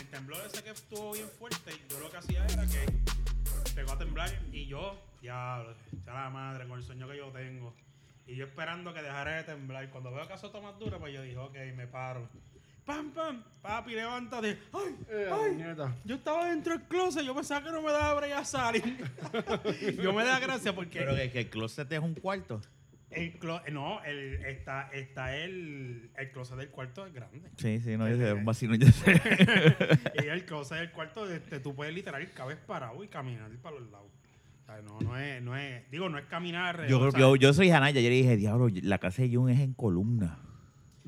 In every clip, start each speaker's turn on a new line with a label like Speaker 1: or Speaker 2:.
Speaker 1: el temblor ese que estuvo bien fuerte, yo lo que hacía era que pegó a temblar y yo, diablo, ya la madre, con el sueño que yo tengo. Y yo esperando que dejara de temblar. Cuando veo que azotó más duro, pues yo dije, ok, me paro. ¡Pam, pam! Papi, levántate. ¡Ay!
Speaker 2: Eh,
Speaker 1: ¡Ay!
Speaker 2: puñeta.
Speaker 1: Yo estaba dentro del closet, yo pensaba que no me daba break a salir. yo me da gracia porque
Speaker 3: Pero que, que el closet es un cuarto.
Speaker 1: el clo- no, el, está, está el, el closet del cuarto es grande.
Speaker 3: Sí, sí, no, yo sé, un vacino, yo sé.
Speaker 1: y el closet del cuarto, este, tú puedes literal cabes parado y caminar para los lados. O sea, no, no es, no es, digo, no es caminar.
Speaker 3: Yo,
Speaker 1: o sea,
Speaker 3: yo, yo soy Janaya, yo le dije, diablo, la casa de Jun es en columna.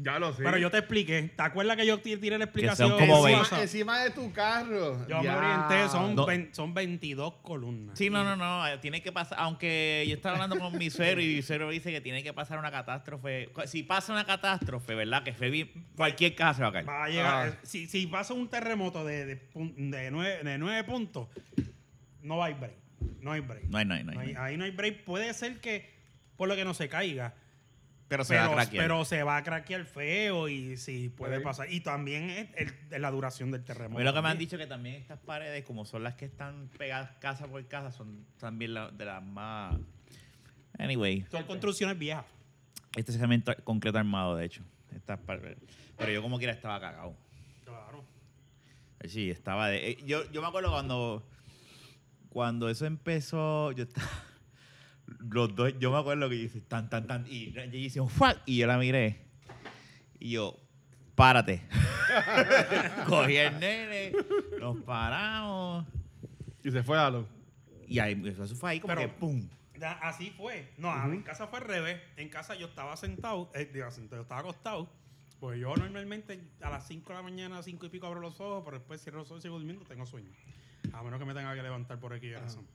Speaker 2: Ya lo sé.
Speaker 1: Pero yo te expliqué, ¿te acuerdas que yo ti- tiré la explicación?
Speaker 3: son como
Speaker 1: en
Speaker 3: veinte.
Speaker 1: WhatsApp?
Speaker 2: encima, encima de tu carro.
Speaker 1: Yo me
Speaker 2: Ya.
Speaker 1: orienté, son,
Speaker 3: No.
Speaker 1: vein- son 22 columnas.
Speaker 3: Sí, no, no, no. eh, Tiene que pasar. Aunque yo estaba hablando con mi suegro y mi suegro dice que tiene que pasar una catástrofe. Cu- Si pasa una catástrofe, ¿verdad? Que fue bien- cualquier casa se va a caer.
Speaker 1: Va a llegar,
Speaker 2: Ah.
Speaker 1: eh, si, si pasa un terremoto de, de, pun- de, nueve, de nueve puntos, no hay break. No hay break.
Speaker 3: No hay, no hay, no hay.
Speaker 1: No hay-
Speaker 3: no hay.
Speaker 1: ahí no hay break. Puede ser que, por lo que no se caiga,
Speaker 3: Pero se va a
Speaker 1: pero,
Speaker 3: craquear.
Speaker 1: pero se va a craquear feo y sí, puede
Speaker 2: Ok.
Speaker 1: pasar. Y también es el- de la duración del
Speaker 3: A
Speaker 1: terremoto.
Speaker 3: mí lo que me han
Speaker 1: también.
Speaker 3: dicho que también estas paredes, como son las que están pegadas casa por casa, son también la- de las más. Anyway,
Speaker 1: Son construcciones viejas.
Speaker 3: este es cemento concreto armado, de hecho. Estas paredes. Pero yo como quiera estaba cagado.
Speaker 1: Claro.
Speaker 3: Sí, estaba de. eh, Yo, yo me acuerdo cuando. Cuando eso empezó, yo estaba. Los dos, yo me acuerdo que yo hice tan, tan, tan. Y yo hice un fuck. Y yo la miré. Y yo, párate. Cogí el nene, nos paramos.
Speaker 2: Y se fue a lo.
Speaker 3: Y ahí, eso fue ahí como
Speaker 1: Pero-
Speaker 3: que pum.
Speaker 1: Da- Así fue. No, a mí en casa fue al revés. En casa yo estaba sentado, eh, digo, sentado, yo estaba acostado. Pues yo normalmente a las 5 de la mañana, 5 y pico abro los ojos, pero después cierro los ojos y sigo durmiendo, tengo sueño. A menos que me tenga que levantar por aquí razón.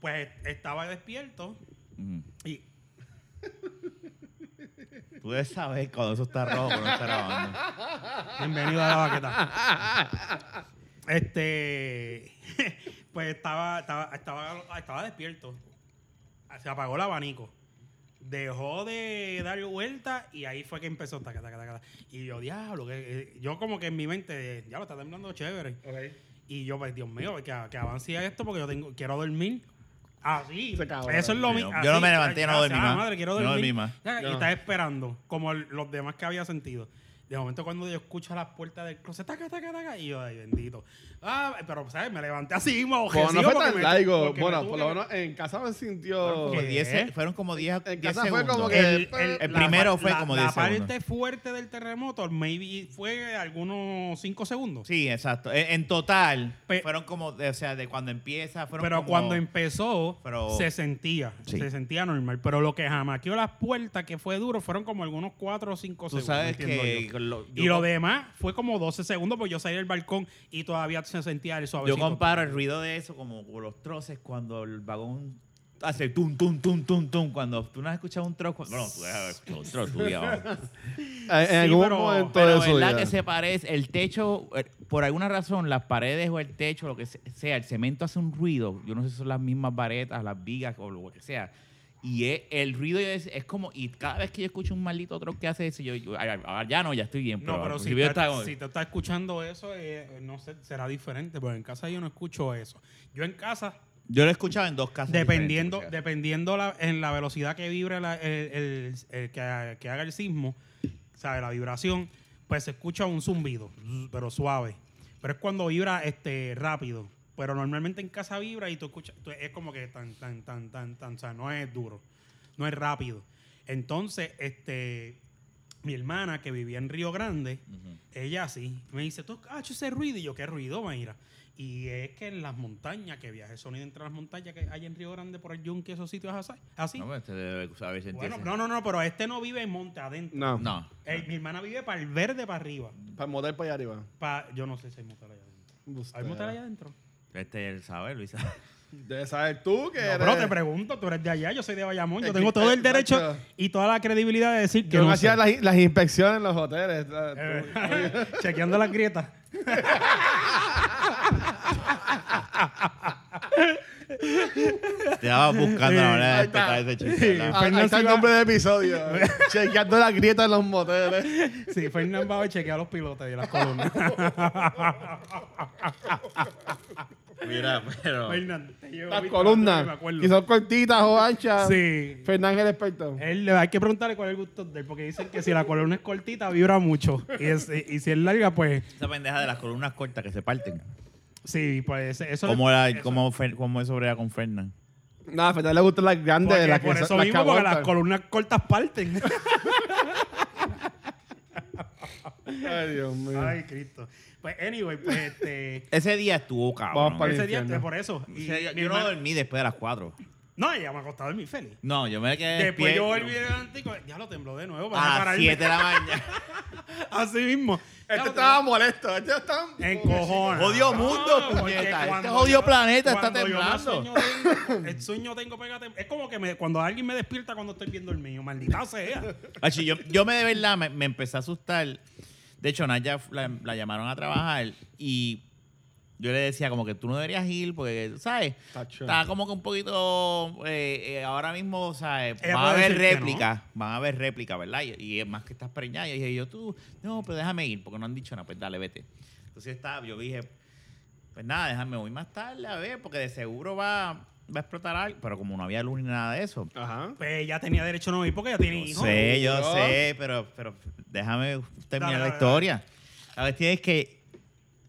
Speaker 1: Pues estaba despierto
Speaker 3: Mm.
Speaker 1: y
Speaker 3: Tú debes saber cuando eso está rojo, cuando está grabando.
Speaker 1: Bienvenido a la baqueta. Este, pues estaba, estaba, estaba, estaba despierto. Se apagó el abanico. Dejó de dar vuelta y ahí fue que empezó. taca, taca, taca, taca. Y yo, diablo, que, eh, yo como que en mi mente, diablo, está temblando chévere. Y yo, pues, Dios mío, que, que avance esto porque yo tengo, quiero dormir. Así.
Speaker 2: Se cagó,
Speaker 1: Eso es lo
Speaker 3: Yo
Speaker 1: mismo.
Speaker 3: no- yo no
Speaker 1: así,
Speaker 3: me levanté,
Speaker 1: ya,
Speaker 3: no dormí
Speaker 1: ya,
Speaker 3: más.
Speaker 1: madre, quiero
Speaker 3: No
Speaker 1: dormir.
Speaker 3: dormí más.
Speaker 1: Ya,
Speaker 2: Yo
Speaker 1: Y
Speaker 2: no.
Speaker 1: estaba esperando, como el- los demás que había sentido. De momento, cuando yo escucho las puertas del closet, taca, taca, taca, y yo, ay, bendito. Ah, pero, ¿sabes? Me levanté así, mismo,
Speaker 2: Bueno, no
Speaker 1: ojecido,
Speaker 2: fue
Speaker 1: porque
Speaker 2: tan
Speaker 1: me-
Speaker 2: largo.
Speaker 1: porque me
Speaker 2: Bueno,
Speaker 1: tuve
Speaker 2: por
Speaker 1: que-
Speaker 2: lo menos en casa me sintió.
Speaker 3: Como
Speaker 1: ¿Qué?
Speaker 3: 10 se- fueron como 10
Speaker 2: En
Speaker 3: 10
Speaker 2: casa fue
Speaker 3: segundos.
Speaker 2: como que-
Speaker 1: El,
Speaker 3: El
Speaker 1: la-
Speaker 3: primero fue
Speaker 1: la-
Speaker 3: como
Speaker 1: La
Speaker 3: 10
Speaker 1: parte
Speaker 3: segundos.
Speaker 1: fuerte del terremoto, maybe fue algunos 5 segundos.
Speaker 3: Sí, exacto. En, en total,
Speaker 1: Pe-
Speaker 3: fueron como, de- o sea, de cuando empieza, fueron
Speaker 1: Pero
Speaker 3: como-
Speaker 1: cuando em-, empezó,
Speaker 3: Pero-
Speaker 1: se sentía,
Speaker 3: Sí.
Speaker 1: se sentía normal. Pero lo que jamaqueó las puertas, que fue duro, fueron como algunos 4 o 5
Speaker 3: Tú
Speaker 1: segundos.
Speaker 3: sabes
Speaker 1: entiendo
Speaker 3: que...
Speaker 1: yo.
Speaker 3: lo- yo
Speaker 1: Y lo
Speaker 3: com-
Speaker 1: demás fue como 12 segundos, porque yo salí del balcón y todavía se sentía el
Speaker 3: Yo
Speaker 1: suavecito.
Speaker 3: comparo el ruido de eso como con los troces cuando el vagón hace tum, tum, tum, tum, tum. Cuando tú no has escuchado un troz... cu- Bueno, tú has escuchado un troz, tú ya, vamos.
Speaker 2: En, en
Speaker 1: Sí,
Speaker 2: algún
Speaker 1: pero-
Speaker 2: momento
Speaker 3: Pero
Speaker 2: de su
Speaker 3: verdad
Speaker 2: vida.
Speaker 3: que se parece, el techo, eh, por alguna razón, las paredes o el techo, lo que se- sea, el cemento hace un ruido. Yo no sé si son las mismas varetas, las vigas o lo que sea. Y e- el ruido es, es como, y cada vez que yo escucho un maldito otro que hace eso, yo, yo- ay, ay, ay, ya no, ya estoy bien.
Speaker 1: No, pero
Speaker 3: al
Speaker 1: si,
Speaker 3: principio yo
Speaker 1: te-
Speaker 3: estaba como-
Speaker 1: si te está escuchando eso, eh, no sé, será diferente, pero en casa yo no escucho eso. Yo en casa,
Speaker 3: Yo lo he escuchado en dos casas.
Speaker 1: dependiendo
Speaker 3: diferentes,
Speaker 1: dependiendo la- en la velocidad que vibre la- el, el- el que, que haga el sismo, ¿sabes? La vibración, pues se escucha un zumbido, zzz, pero suave. Pero es cuando vibra este rápido. Pero normalmente en casa vibra y tú escuchas, tú- es como que tan, tan, tan, tan, tan, o sea, no es duro, no es rápido. Entonces, este, mi hermana que vivía en Río Grande, ella sí, me dice, tú has hecho ese ruido y yo, ¿qué ruido, Mayra? Y es que en las montañas, que viaje sonido entre las montañas que hay en Río Grande por el Yunque, esos sitios así. así.
Speaker 3: No, pero este debe saber sentirse.
Speaker 1: bueno, no, no, no, pero este no vive en monte adentro.
Speaker 2: No.
Speaker 3: No.
Speaker 1: Eh, mi hermana vive para el verde para arriba.
Speaker 2: Para motel para allá arriba.
Speaker 1: Pa- yo no sé si hay motel allá adentro. ¿Hay motel allá adentro?
Speaker 3: Este él sabe, Luisa.
Speaker 2: Debes saber tú que
Speaker 1: No,
Speaker 2: eres.
Speaker 1: pero te pregunto, tú eres de allá, yo soy de Bayamón, yo
Speaker 2: Eh, Es
Speaker 1: tengo
Speaker 2: que-
Speaker 1: todo el
Speaker 2: eh,
Speaker 1: derecho
Speaker 2: macho.
Speaker 1: y toda la credibilidad de decir que
Speaker 2: Yo no
Speaker 1: no
Speaker 2: hacía
Speaker 1: sé.
Speaker 2: las, las inspecciones en los hoteles. la- tú-
Speaker 1: Eh, Chequeando las grietas.
Speaker 3: Este Estaba buscando la manera de
Speaker 2: Ahí está.
Speaker 3: explicar ese chiste. ¿verdad?
Speaker 2: Ah, ahí está el nombre del episodio. Chequeando la grieta en los moteles.
Speaker 1: Sí, Fernán va a chequear los pilotes y las columnas.
Speaker 3: Mira, pero.
Speaker 1: Fernán, te llevo.
Speaker 2: Las
Speaker 1: Víctor, me
Speaker 2: columnas.
Speaker 1: acuerdo.
Speaker 2: Que son cortitas o anchas.
Speaker 1: Sí.
Speaker 2: Fernández el experto.
Speaker 1: Él, hay que preguntarle cuál es el gusto de él, porque dicen que si la columna es cortita, vibra mucho. Y, es- y si es larga, pues
Speaker 3: Esa pendeja de las columnas cortas que se parten.
Speaker 1: sí, pues eso
Speaker 3: ¿Cómo,
Speaker 1: es.
Speaker 3: era, cómo, Fer- cómo eso brega con Fernan?
Speaker 2: Nada, a Fernández le gustan las grandes,
Speaker 1: Porque
Speaker 2: las que
Speaker 1: por
Speaker 2: son-
Speaker 1: eso
Speaker 2: las que
Speaker 1: mismo, porque las
Speaker 2: aguantan.
Speaker 1: columnas cortas parten.
Speaker 2: Ay, Dios mío.
Speaker 1: Ay, Cristo. Pues, anyway, pues este.
Speaker 3: Ese día estuvo cabrón. eh.
Speaker 2: Vamos para el
Speaker 1: ese día,
Speaker 2: infierno.
Speaker 1: por eso.
Speaker 3: O
Speaker 1: Y
Speaker 3: sea, yo-
Speaker 1: mi
Speaker 3: yo no
Speaker 1: hermana-
Speaker 3: dormí después de las 4.
Speaker 1: no, ella me ha acostado en mi feliz.
Speaker 3: No, yo me quedé
Speaker 1: Después yo volví
Speaker 3: despierto
Speaker 1: delante y ya lo tembló de nuevo
Speaker 2: Ah,
Speaker 1: para
Speaker 3: a las
Speaker 1: pararme.
Speaker 3: 7 de la mañana.
Speaker 1: Así mismo. Ya
Speaker 2: Este
Speaker 1: lo
Speaker 2: estaba molesto. Este estaba...
Speaker 1: En cojones.
Speaker 3: Jodido mundo, puñeta. Este jodido planeta está temblando.
Speaker 1: el sueño tengo pega tem- Es como que me- cuando alguien me despierta cuando estoy viendo el mío, maldita sea.
Speaker 3: Achi, yo, yo me de verdad me, me empecé a asustar. De hecho, Naya la, la llamaron a trabajar y yo le decía como que tú no deberías ir porque, ¿sabes?
Speaker 2: Tacho.
Speaker 3: Está como que un poquito, eh, eh, ahora mismo, ¿sabes?
Speaker 1: Ella
Speaker 3: Van a
Speaker 1: puede
Speaker 3: haber
Speaker 1: decir que no.
Speaker 3: réplicas, van a haber réplicas, ¿verdad? Y, y es más que estás preñada. Y dije yo, tú, no, pero déjame ir porque no han dicho nada, pues dale, vete. Entonces estaba, yo dije, pues nada, déjame, voy más tarde a ver porque de seguro va, va a explotar algo. Pero como no había luz ni nada de eso,
Speaker 2: Ajá.
Speaker 1: Pues ella tenía derecho a no ir porque ella tiene
Speaker 3: yo
Speaker 1: hijos.
Speaker 3: sé, yo
Speaker 2: No.
Speaker 3: sé, pero, pero déjame terminar
Speaker 1: Dale, dale,
Speaker 3: la historia. La cuestión es que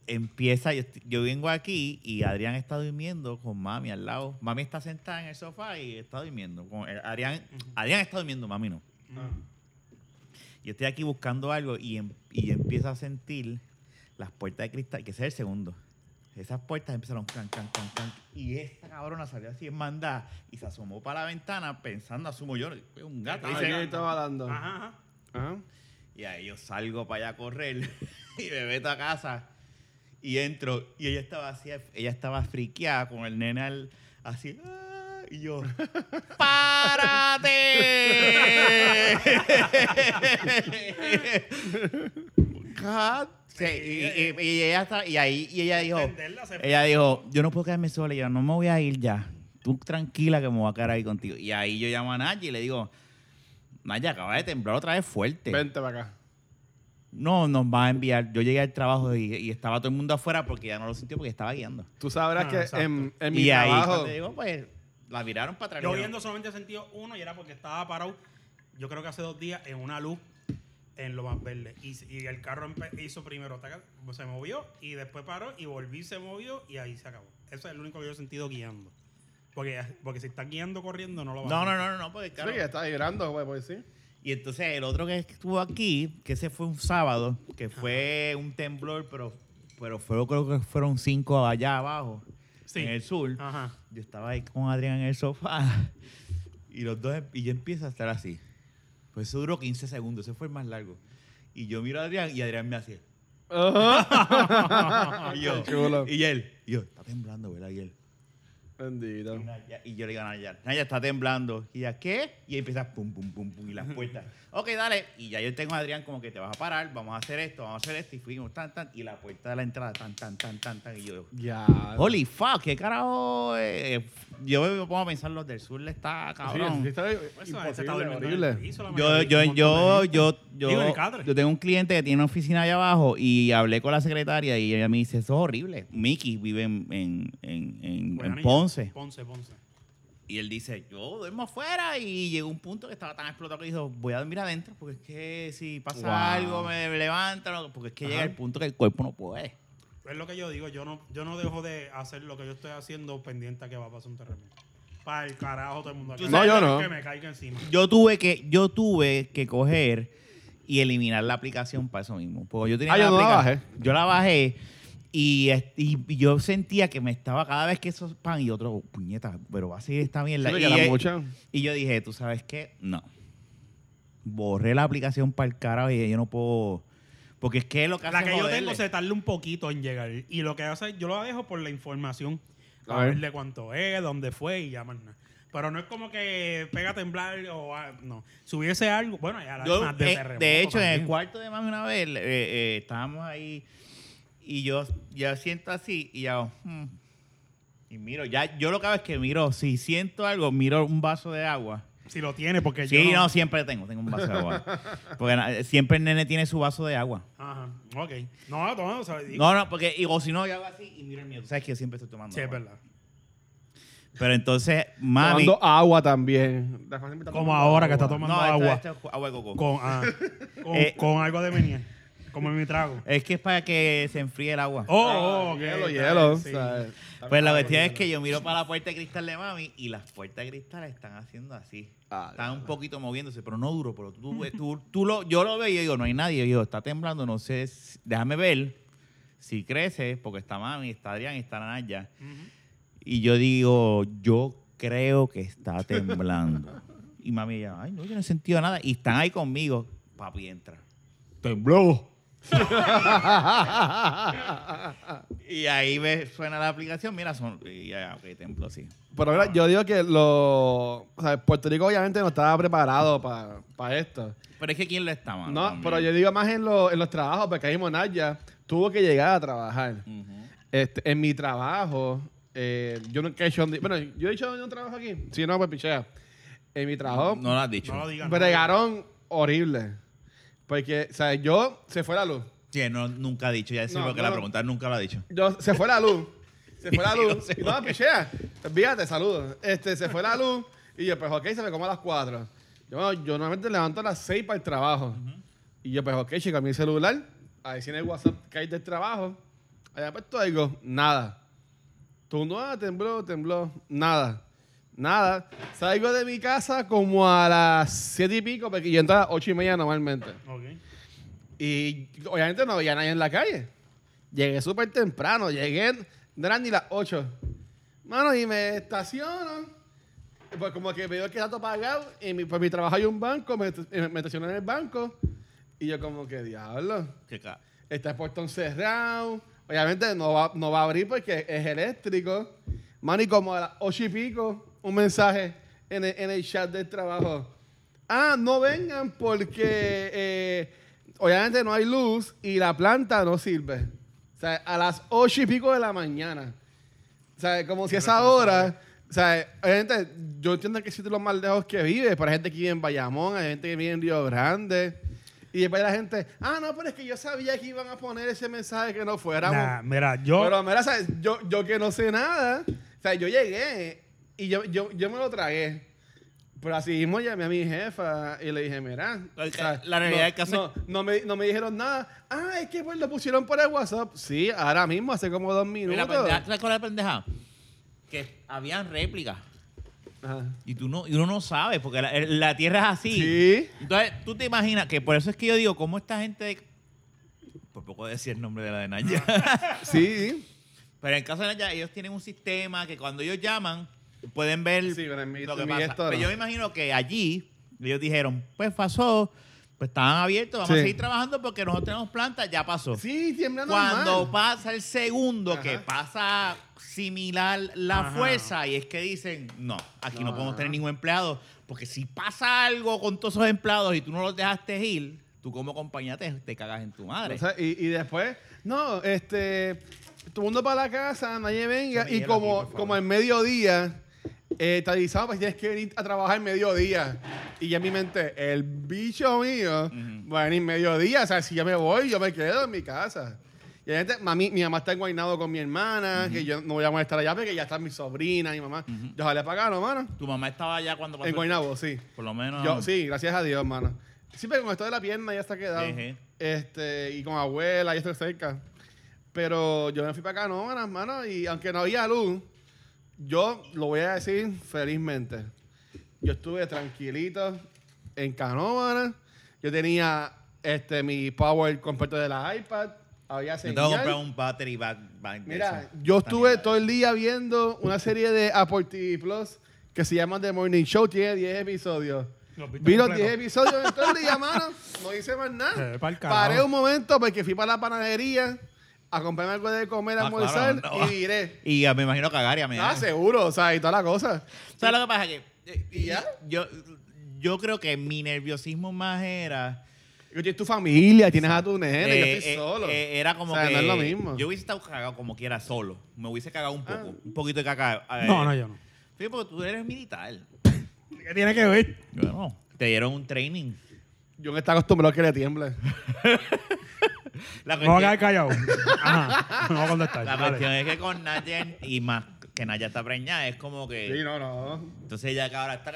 Speaker 3: empieza, yo, estoy- yo vengo aquí y Adrián está durmiendo con mami al lado. Mami está sentada en el sofá y está durmiendo. con- eh, Adrián, Adrián está durmiendo, mami no. Yo estoy aquí buscando algo y, em- y empiezo a sentir las puertas de cristal, que ese es el segundo. Esas puertas empezaron can, can, can, can. Y esta cabrona salió así en mandada y se asomó para la ventana pensando, asumo yo, un gato.
Speaker 2: Ahí
Speaker 3: Y se-
Speaker 2: se estaba dando.
Speaker 1: Ajá, ajá.
Speaker 2: Ajá.
Speaker 3: y ahí yo salgo para allá a correr y me meto a casa y entro. Y ella estaba así, ella estaba friqueada con el nene al- así. "Ah", Y yo, ¡párate! God. Sí, y, y- y ella está, y ahí y ella dijo,
Speaker 1: Entenderla, se-
Speaker 3: ella dijo, yo no puedo quedarme sola, y yo no me voy a ir ya. Tú tranquila que me voy a quedar ahí contigo. Y ahí yo llamo a Naya y le digo, Naya, acaba de temblar otra vez fuerte.
Speaker 2: Vente para acá.
Speaker 3: No, nos va a enviar. Yo llegué al trabajo y, y estaba todo el mundo afuera porque ya no lo sintió porque estaba guiando.
Speaker 2: Tú sabrás
Speaker 1: Ah,
Speaker 2: que
Speaker 1: exacto.
Speaker 2: en, en mi
Speaker 3: Y ahí
Speaker 2: trabajo...
Speaker 3: cuando digo, pues, la viraron para atrás.
Speaker 1: Yo
Speaker 3: Le
Speaker 1: viendo
Speaker 3: dijeron,
Speaker 1: solamente sentido uno y era porque estaba parado, yo creo que hace dos días, en una luz en lo más verde. Y, y el carro empe- hizo primero, taca, se movió y después paró y volví, se movió y ahí se acabó. Eso es el único que yo he sentido guiando. Porque, porque si estás guiando corriendo, no lo vas
Speaker 3: No,
Speaker 1: a
Speaker 3: no, no, no, no, porque claro.
Speaker 2: Sí, está vibrando, güey, pues sí.
Speaker 3: Y entonces el otro que estuvo aquí, que ese fue un sábado, que fue un temblor, pero, pero fue, creo que fueron cinco allá abajo,
Speaker 1: Sí. Ah.
Speaker 3: en el sur.
Speaker 1: Ajá.
Speaker 3: Yo estaba ahí con Adrián en el sofá y los dos, y yo empiezo a estar así. Pues eso duró 15 segundos, ese fue el más largo. Y yo miro a Adrián y Adrián me hace.
Speaker 1: Ah,
Speaker 3: y yo,
Speaker 2: Qué chulo.
Speaker 3: y él, y yo, está temblando, ¿verdad? Y él,
Speaker 2: Bendito.
Speaker 3: y Naya- Y yo le digo a Naya, Naya está temblando. Y ella, ¿qué? Y ahí empieza pum, pum, pum, pum, y las puertas. ok, dale. Y ya yo tengo a Adrián como que te vas a parar, vamos a hacer esto, vamos a hacer esto. Y fuimos, tan, tan. Y la puerta de la entrada, tan, tan, tan, tan, tan. Y yo,
Speaker 2: Ya.
Speaker 3: holy fuck, qué carajo. eh, yo me pongo a pensar, los del sur le está
Speaker 2: Sí,
Speaker 3: cabrón.
Speaker 2: sí, está
Speaker 1: Pues eso, ese está
Speaker 2: imposible,
Speaker 1: durmiendo en el
Speaker 2: horrible.
Speaker 1: piso, la
Speaker 3: Yo,
Speaker 1: mayoría,
Speaker 3: yo,
Speaker 1: un montón
Speaker 3: yo,
Speaker 1: de gente.
Speaker 3: yo, yo,
Speaker 1: Digo, en el cadre.
Speaker 3: yo tengo un cliente que tiene una oficina allá abajo y hablé con la secretaria y ella me dice, eso es horrible. Mickey vive en, en, en, en-
Speaker 1: Buena
Speaker 3: en
Speaker 1: niña.
Speaker 3: Ponce.
Speaker 1: Ponce, Ponce.
Speaker 3: Y él dice, yo duermo afuera y llegó un punto que estaba tan explotado que dijo, voy a dormir adentro porque es que si pasa
Speaker 2: Wow.
Speaker 3: algo me levantan, o- porque es que llega el punto que el cuerpo no puede.
Speaker 1: Es lo que yo digo, yo no, yo no dejo de hacer lo que yo estoy haciendo pendiente a que va a pasar un terremoto. Para el carajo todo el mundo.
Speaker 3: Tú
Speaker 1: Yo
Speaker 2: sabes-
Speaker 1: quiero
Speaker 2: No, yo no.
Speaker 1: Que me caiga encima.
Speaker 3: Yo tuve que, yo tuve que coger y eliminar la aplicación para eso mismo. Porque yo tenía
Speaker 2: Ah, yo no la
Speaker 3: aplica-
Speaker 2: bajé.
Speaker 3: Yo la bajé y, es- y- y yo sentía que me estaba cada vez que eso pan y otro, puñeta, pero va a seguir esta mierda.
Speaker 2: Sí,
Speaker 3: y,
Speaker 2: porque era
Speaker 3: eh,
Speaker 2: mucha.
Speaker 3: y yo dije, ¿tú sabes qué? No. Borré la aplicación para el carajo y yo no puedo. Porque es que lo que
Speaker 1: La
Speaker 3: hace
Speaker 1: que
Speaker 3: es
Speaker 1: yo
Speaker 3: joderle.
Speaker 1: tengo se tarda un poquito en llegar. Y lo que hace, yo lo dejo por la información.
Speaker 2: A
Speaker 1: A
Speaker 2: ver.
Speaker 1: verle cuánto es, dónde fue y ya más nada. Pero no es como que pega a temblar o a- no. Si hubiese algo, bueno, ya
Speaker 3: Yo,
Speaker 1: alarmas de
Speaker 3: eh,
Speaker 1: terremoto.
Speaker 3: de hecho, en
Speaker 1: también.
Speaker 3: el cuarto de mami una vez eh, eh, estábamos ahí y yo ya siento así y ya, hmm, Y miro, ya, yo lo que hago es que miro, si siento algo, miro un vaso de agua.
Speaker 1: Si lo tiene, porque
Speaker 3: Sí,
Speaker 1: yo.
Speaker 3: no, siempre tengo, tengo un vaso de agua. Porque na- siempre el nene tiene su vaso de agua.
Speaker 1: Ajá. Ok. No, no, o sea, digo-
Speaker 3: No, no, porque, y, o si no, yo hago así y miro el mío. Tú sabes que yo siempre estoy tomando
Speaker 1: Sí, es
Speaker 3: agua.
Speaker 1: verdad.
Speaker 3: Pero entonces, mami...
Speaker 2: Tomando agua también. La Fátima está
Speaker 1: Como
Speaker 2: tomando
Speaker 1: ahora que está
Speaker 2: agua.
Speaker 1: tomando
Speaker 3: no,
Speaker 1: agua.
Speaker 3: Esto, esto es agua de coco.
Speaker 1: Con, ah, con,
Speaker 3: Eh.
Speaker 1: con algo de venir. Como en mi trago.
Speaker 3: Es que es para que se enfríe el agua.
Speaker 1: Oh, oh, ok.
Speaker 2: Ah,
Speaker 1: está
Speaker 2: Hielo, hielo.
Speaker 1: bien, sí.
Speaker 2: ¿sabes?
Speaker 3: Pues la cuestión es que yo miro para la puerta de cristal de mami y las puertas de cristal están haciendo así.
Speaker 2: Ah,
Speaker 3: están un poquito moviéndose, pero no duro. Pero tú, tú- tú lo, yo lo veo y yo digo, no hay nadie. Yo digo, está temblando, no sé. si- déjame ver si crece, porque está mami, está Adrián, está Naya. Y yo digo, yo creo que está temblando. y mami ya, ay, no, yo no he sentido nada. Y están ahí conmigo. Papi entra.
Speaker 2: Tembló.
Speaker 3: Y ahí me suena la aplicación, mira, son, y ya, ok, tembló, sí.
Speaker 2: Pero mira, yo digo que lo, o sea, Puerto Rico obviamente no estaba preparado para esto.
Speaker 3: Pero es que ¿quién lo está, mano?
Speaker 2: No,
Speaker 3: También.
Speaker 2: pero yo digo más en, lo- en los trabajos, porque ahí Monaya tuvo que llegar a trabajar.
Speaker 3: Ujú.
Speaker 2: Este, en mi trabajo, eh, yo nunca he hecho... Bueno, yo he hecho un trabajo aquí. Sí, no, pues pichea. En mi trabajo,
Speaker 3: No lo has dicho.
Speaker 1: No lo digas. no lo digas.
Speaker 2: bregaron horrible. Porque, o sea, yo... Se fue la luz.
Speaker 3: Sí, no, nunca ha dicho. Ya sé
Speaker 2: No,
Speaker 3: lo que
Speaker 2: no
Speaker 3: la
Speaker 2: lo-
Speaker 3: pregunta nunca lo ha dicho.
Speaker 2: Yo, se fue la luz. Se fue la
Speaker 3: Sí, no
Speaker 2: luz.
Speaker 3: se
Speaker 2: Y no, pichea. Fíjate, saludos. Este, se fue la luz. Y yo, pues, ok, se me como a las 4. Yo, yo normalmente levanto a las 6 para el trabajo. Y yo, pues, ok, chica, mi celular. Ahí sí en el WhatsApp que hay del trabajo. Allá puesto algo. Nada. Tú no, ah, tembló, tembló. Nada. Nada. Salgo de mi casa como a las 7 y pico, porque yo entro a las 8 y media normalmente.
Speaker 1: Ok.
Speaker 2: Y obviamente no había nadie en la calle. Llegué súper temprano, llegué, no eran ni las 8. Mano, y me estaciono. Pues como que veo que está todo pagado. Y mi, pues mi trabajo hay un banco, me, est- me estaciono en el banco. Y yo como que, diablo,
Speaker 3: Que ca-
Speaker 2: está el portón cerrado. Obviamente no va, no va a abrir porque es eléctrico. Mano, y como a las 8 y pico, un mensaje en el, en el chat del trabajo. Ah, no vengan porque eh, obviamente no hay luz y la planta no sirve. O sea, a las 8 y pico de la mañana. O sea, como si a esa hora. O sea, obviamente, yo entiendo que existen los más lejos que vive, pero hay gente que vive en Bayamón, hay gente que vive en Río Grande. Y después la gente, ah, no, pero es que yo sabía que iban a poner ese mensaje que no fuéramos.
Speaker 1: Nah, mira, yo.
Speaker 2: Pero mira, ¿sabes? Yo, yo que no sé nada. O sea, yo llegué y yo, yo, yo me lo tragué. Pero así mismo llamé a mi jefa y le dije, mira.
Speaker 3: Porque
Speaker 2: ¿sabes?
Speaker 3: la realidad
Speaker 2: no,
Speaker 3: del caso
Speaker 2: No, no me, no me dijeron nada. Ah, es que pues lo pusieron por el WhatsApp. Sí, ahora mismo, hace como dos
Speaker 3: Pero la
Speaker 2: minutos.
Speaker 3: pendeja- pues, ¿Sabes cuál es la pendeja? Que habían réplicas.
Speaker 2: Ajá.
Speaker 3: Y, tú no, y uno no sabe, porque la, la tierra es así.
Speaker 2: Sí.
Speaker 3: Entonces, tú te imaginas que por eso es que yo digo, ¿cómo esta gente. de- Por poco decía el nombre de la de Naya.
Speaker 2: Sí.
Speaker 3: Pero en el caso de Naya, ellos tienen un sistema que cuando ellos llaman, pueden ver
Speaker 2: Sí, pero en mi-
Speaker 3: lo que
Speaker 2: en mi
Speaker 3: pasa.
Speaker 2: esto no.
Speaker 3: Pero yo me imagino que allí ellos dijeron, pues pasó, pues estaban abiertos, vamos
Speaker 2: Sí.
Speaker 3: a seguir trabajando porque nosotros tenemos plantas, ya pasó.
Speaker 2: Sí, tiembla normal.
Speaker 3: Cuando pasa el segundo,
Speaker 2: Ajá.
Speaker 3: que pasa similar la
Speaker 1: Ajá.
Speaker 3: fuerza, y es que dicen, no, aquí no,
Speaker 2: No.
Speaker 3: podemos tener ningún empleado, porque si pasa algo con todos esos empleados y tú no los dejaste ir, tú como compañía te, te cagas en tu madre.
Speaker 2: O sea, y, y después, no, este, todo el mundo para la casa, nadie venga.
Speaker 3: Échame
Speaker 2: Y
Speaker 3: hielo
Speaker 2: como,
Speaker 3: aquí, por favor.
Speaker 2: como el mediodía, eh, te avisaban, pues tienes que venir a trabajar el mediodía. Y ya en mi mente, el bicho mío va a venir mediodía. O sea, si yo me voy, yo me quedo en mi casa. Y la gente, mami, mi mamá está en Guaynabo con mi hermana, que yo no voy a molestar allá porque ya está mi sobrina, mi mamá. Yo jalé para acá, ¿no, mano?
Speaker 3: tu mamá estaba allá cuando pasó.
Speaker 2: En
Speaker 3: el-
Speaker 2: Guaynabo, sí.
Speaker 3: Por lo menos.
Speaker 2: Yo, sí, gracias a Dios, mano. Siempre con esto de la pierna ya está quedado.
Speaker 3: Ejé.
Speaker 2: Este, y con abuela, ya estoy cerca. Pero yo me fui para acá, no, mano, mano, y aunque no había luz, yo lo voy a decir felizmente. Yo estuve tranquilito en Canóvana. Yo tenía este mi power completo de la iPad. Había
Speaker 3: Yo
Speaker 2: señal.
Speaker 3: tengo que comprar un battery back. back de
Speaker 2: Mira,
Speaker 3: eso.
Speaker 2: yo
Speaker 3: También,
Speaker 2: estuve
Speaker 3: ¿verdad?
Speaker 2: todo el día viendo una serie de Apple TV Plus que se llama The Morning Show. Tiene 10 episodios.
Speaker 1: Los viste
Speaker 2: Vi los
Speaker 1: completos.
Speaker 2: 10 episodios en todo el día, mano. No hice más nada.
Speaker 1: Eh, pa'l carajo.
Speaker 2: Paré un momento porque fui para la panadería a comprarme algo de comer, a
Speaker 3: Ah, claro,
Speaker 2: almorzar
Speaker 3: no.
Speaker 2: y viré.
Speaker 3: Y ah, me imagino cagar y a mear.
Speaker 2: Ah, seguro, o sea, y toda la cosa.
Speaker 3: ¿Sabes lo que pasa? Que, eh,
Speaker 2: ¿Y ya?
Speaker 3: Yo, yo creo que mi nerviosismo más era.
Speaker 2: Yo tienes tu familia, tienes a tu nene, yo
Speaker 3: Eh,
Speaker 2: estoy
Speaker 3: eh,
Speaker 2: solo.
Speaker 3: eh, era como
Speaker 2: O sea,
Speaker 3: que.
Speaker 2: no es lo mismo.
Speaker 3: Yo hubiese estado cagado como quiera solo. Me hubiese cagado un poco.
Speaker 2: Ah.
Speaker 3: Un poquito de cacao. A ver,
Speaker 1: No, no, yo no.
Speaker 3: Sí, porque tú eres militar.
Speaker 1: eh, ¿Qué tiene que ver?
Speaker 3: Yo no. Te dieron un training.
Speaker 2: Yo no está acostumbrado a que le tiemble.
Speaker 3: La
Speaker 1: Me voy a
Speaker 3: cuestión,
Speaker 1: quedar callado. Ajá. No voy a contestar.
Speaker 3: la
Speaker 1: Dale.
Speaker 3: cuestión es que con Nayen y más que Naya está preñada, es como
Speaker 1: Eh.
Speaker 3: que.
Speaker 2: Sí, no, no.
Speaker 3: Entonces ella acaba de estar.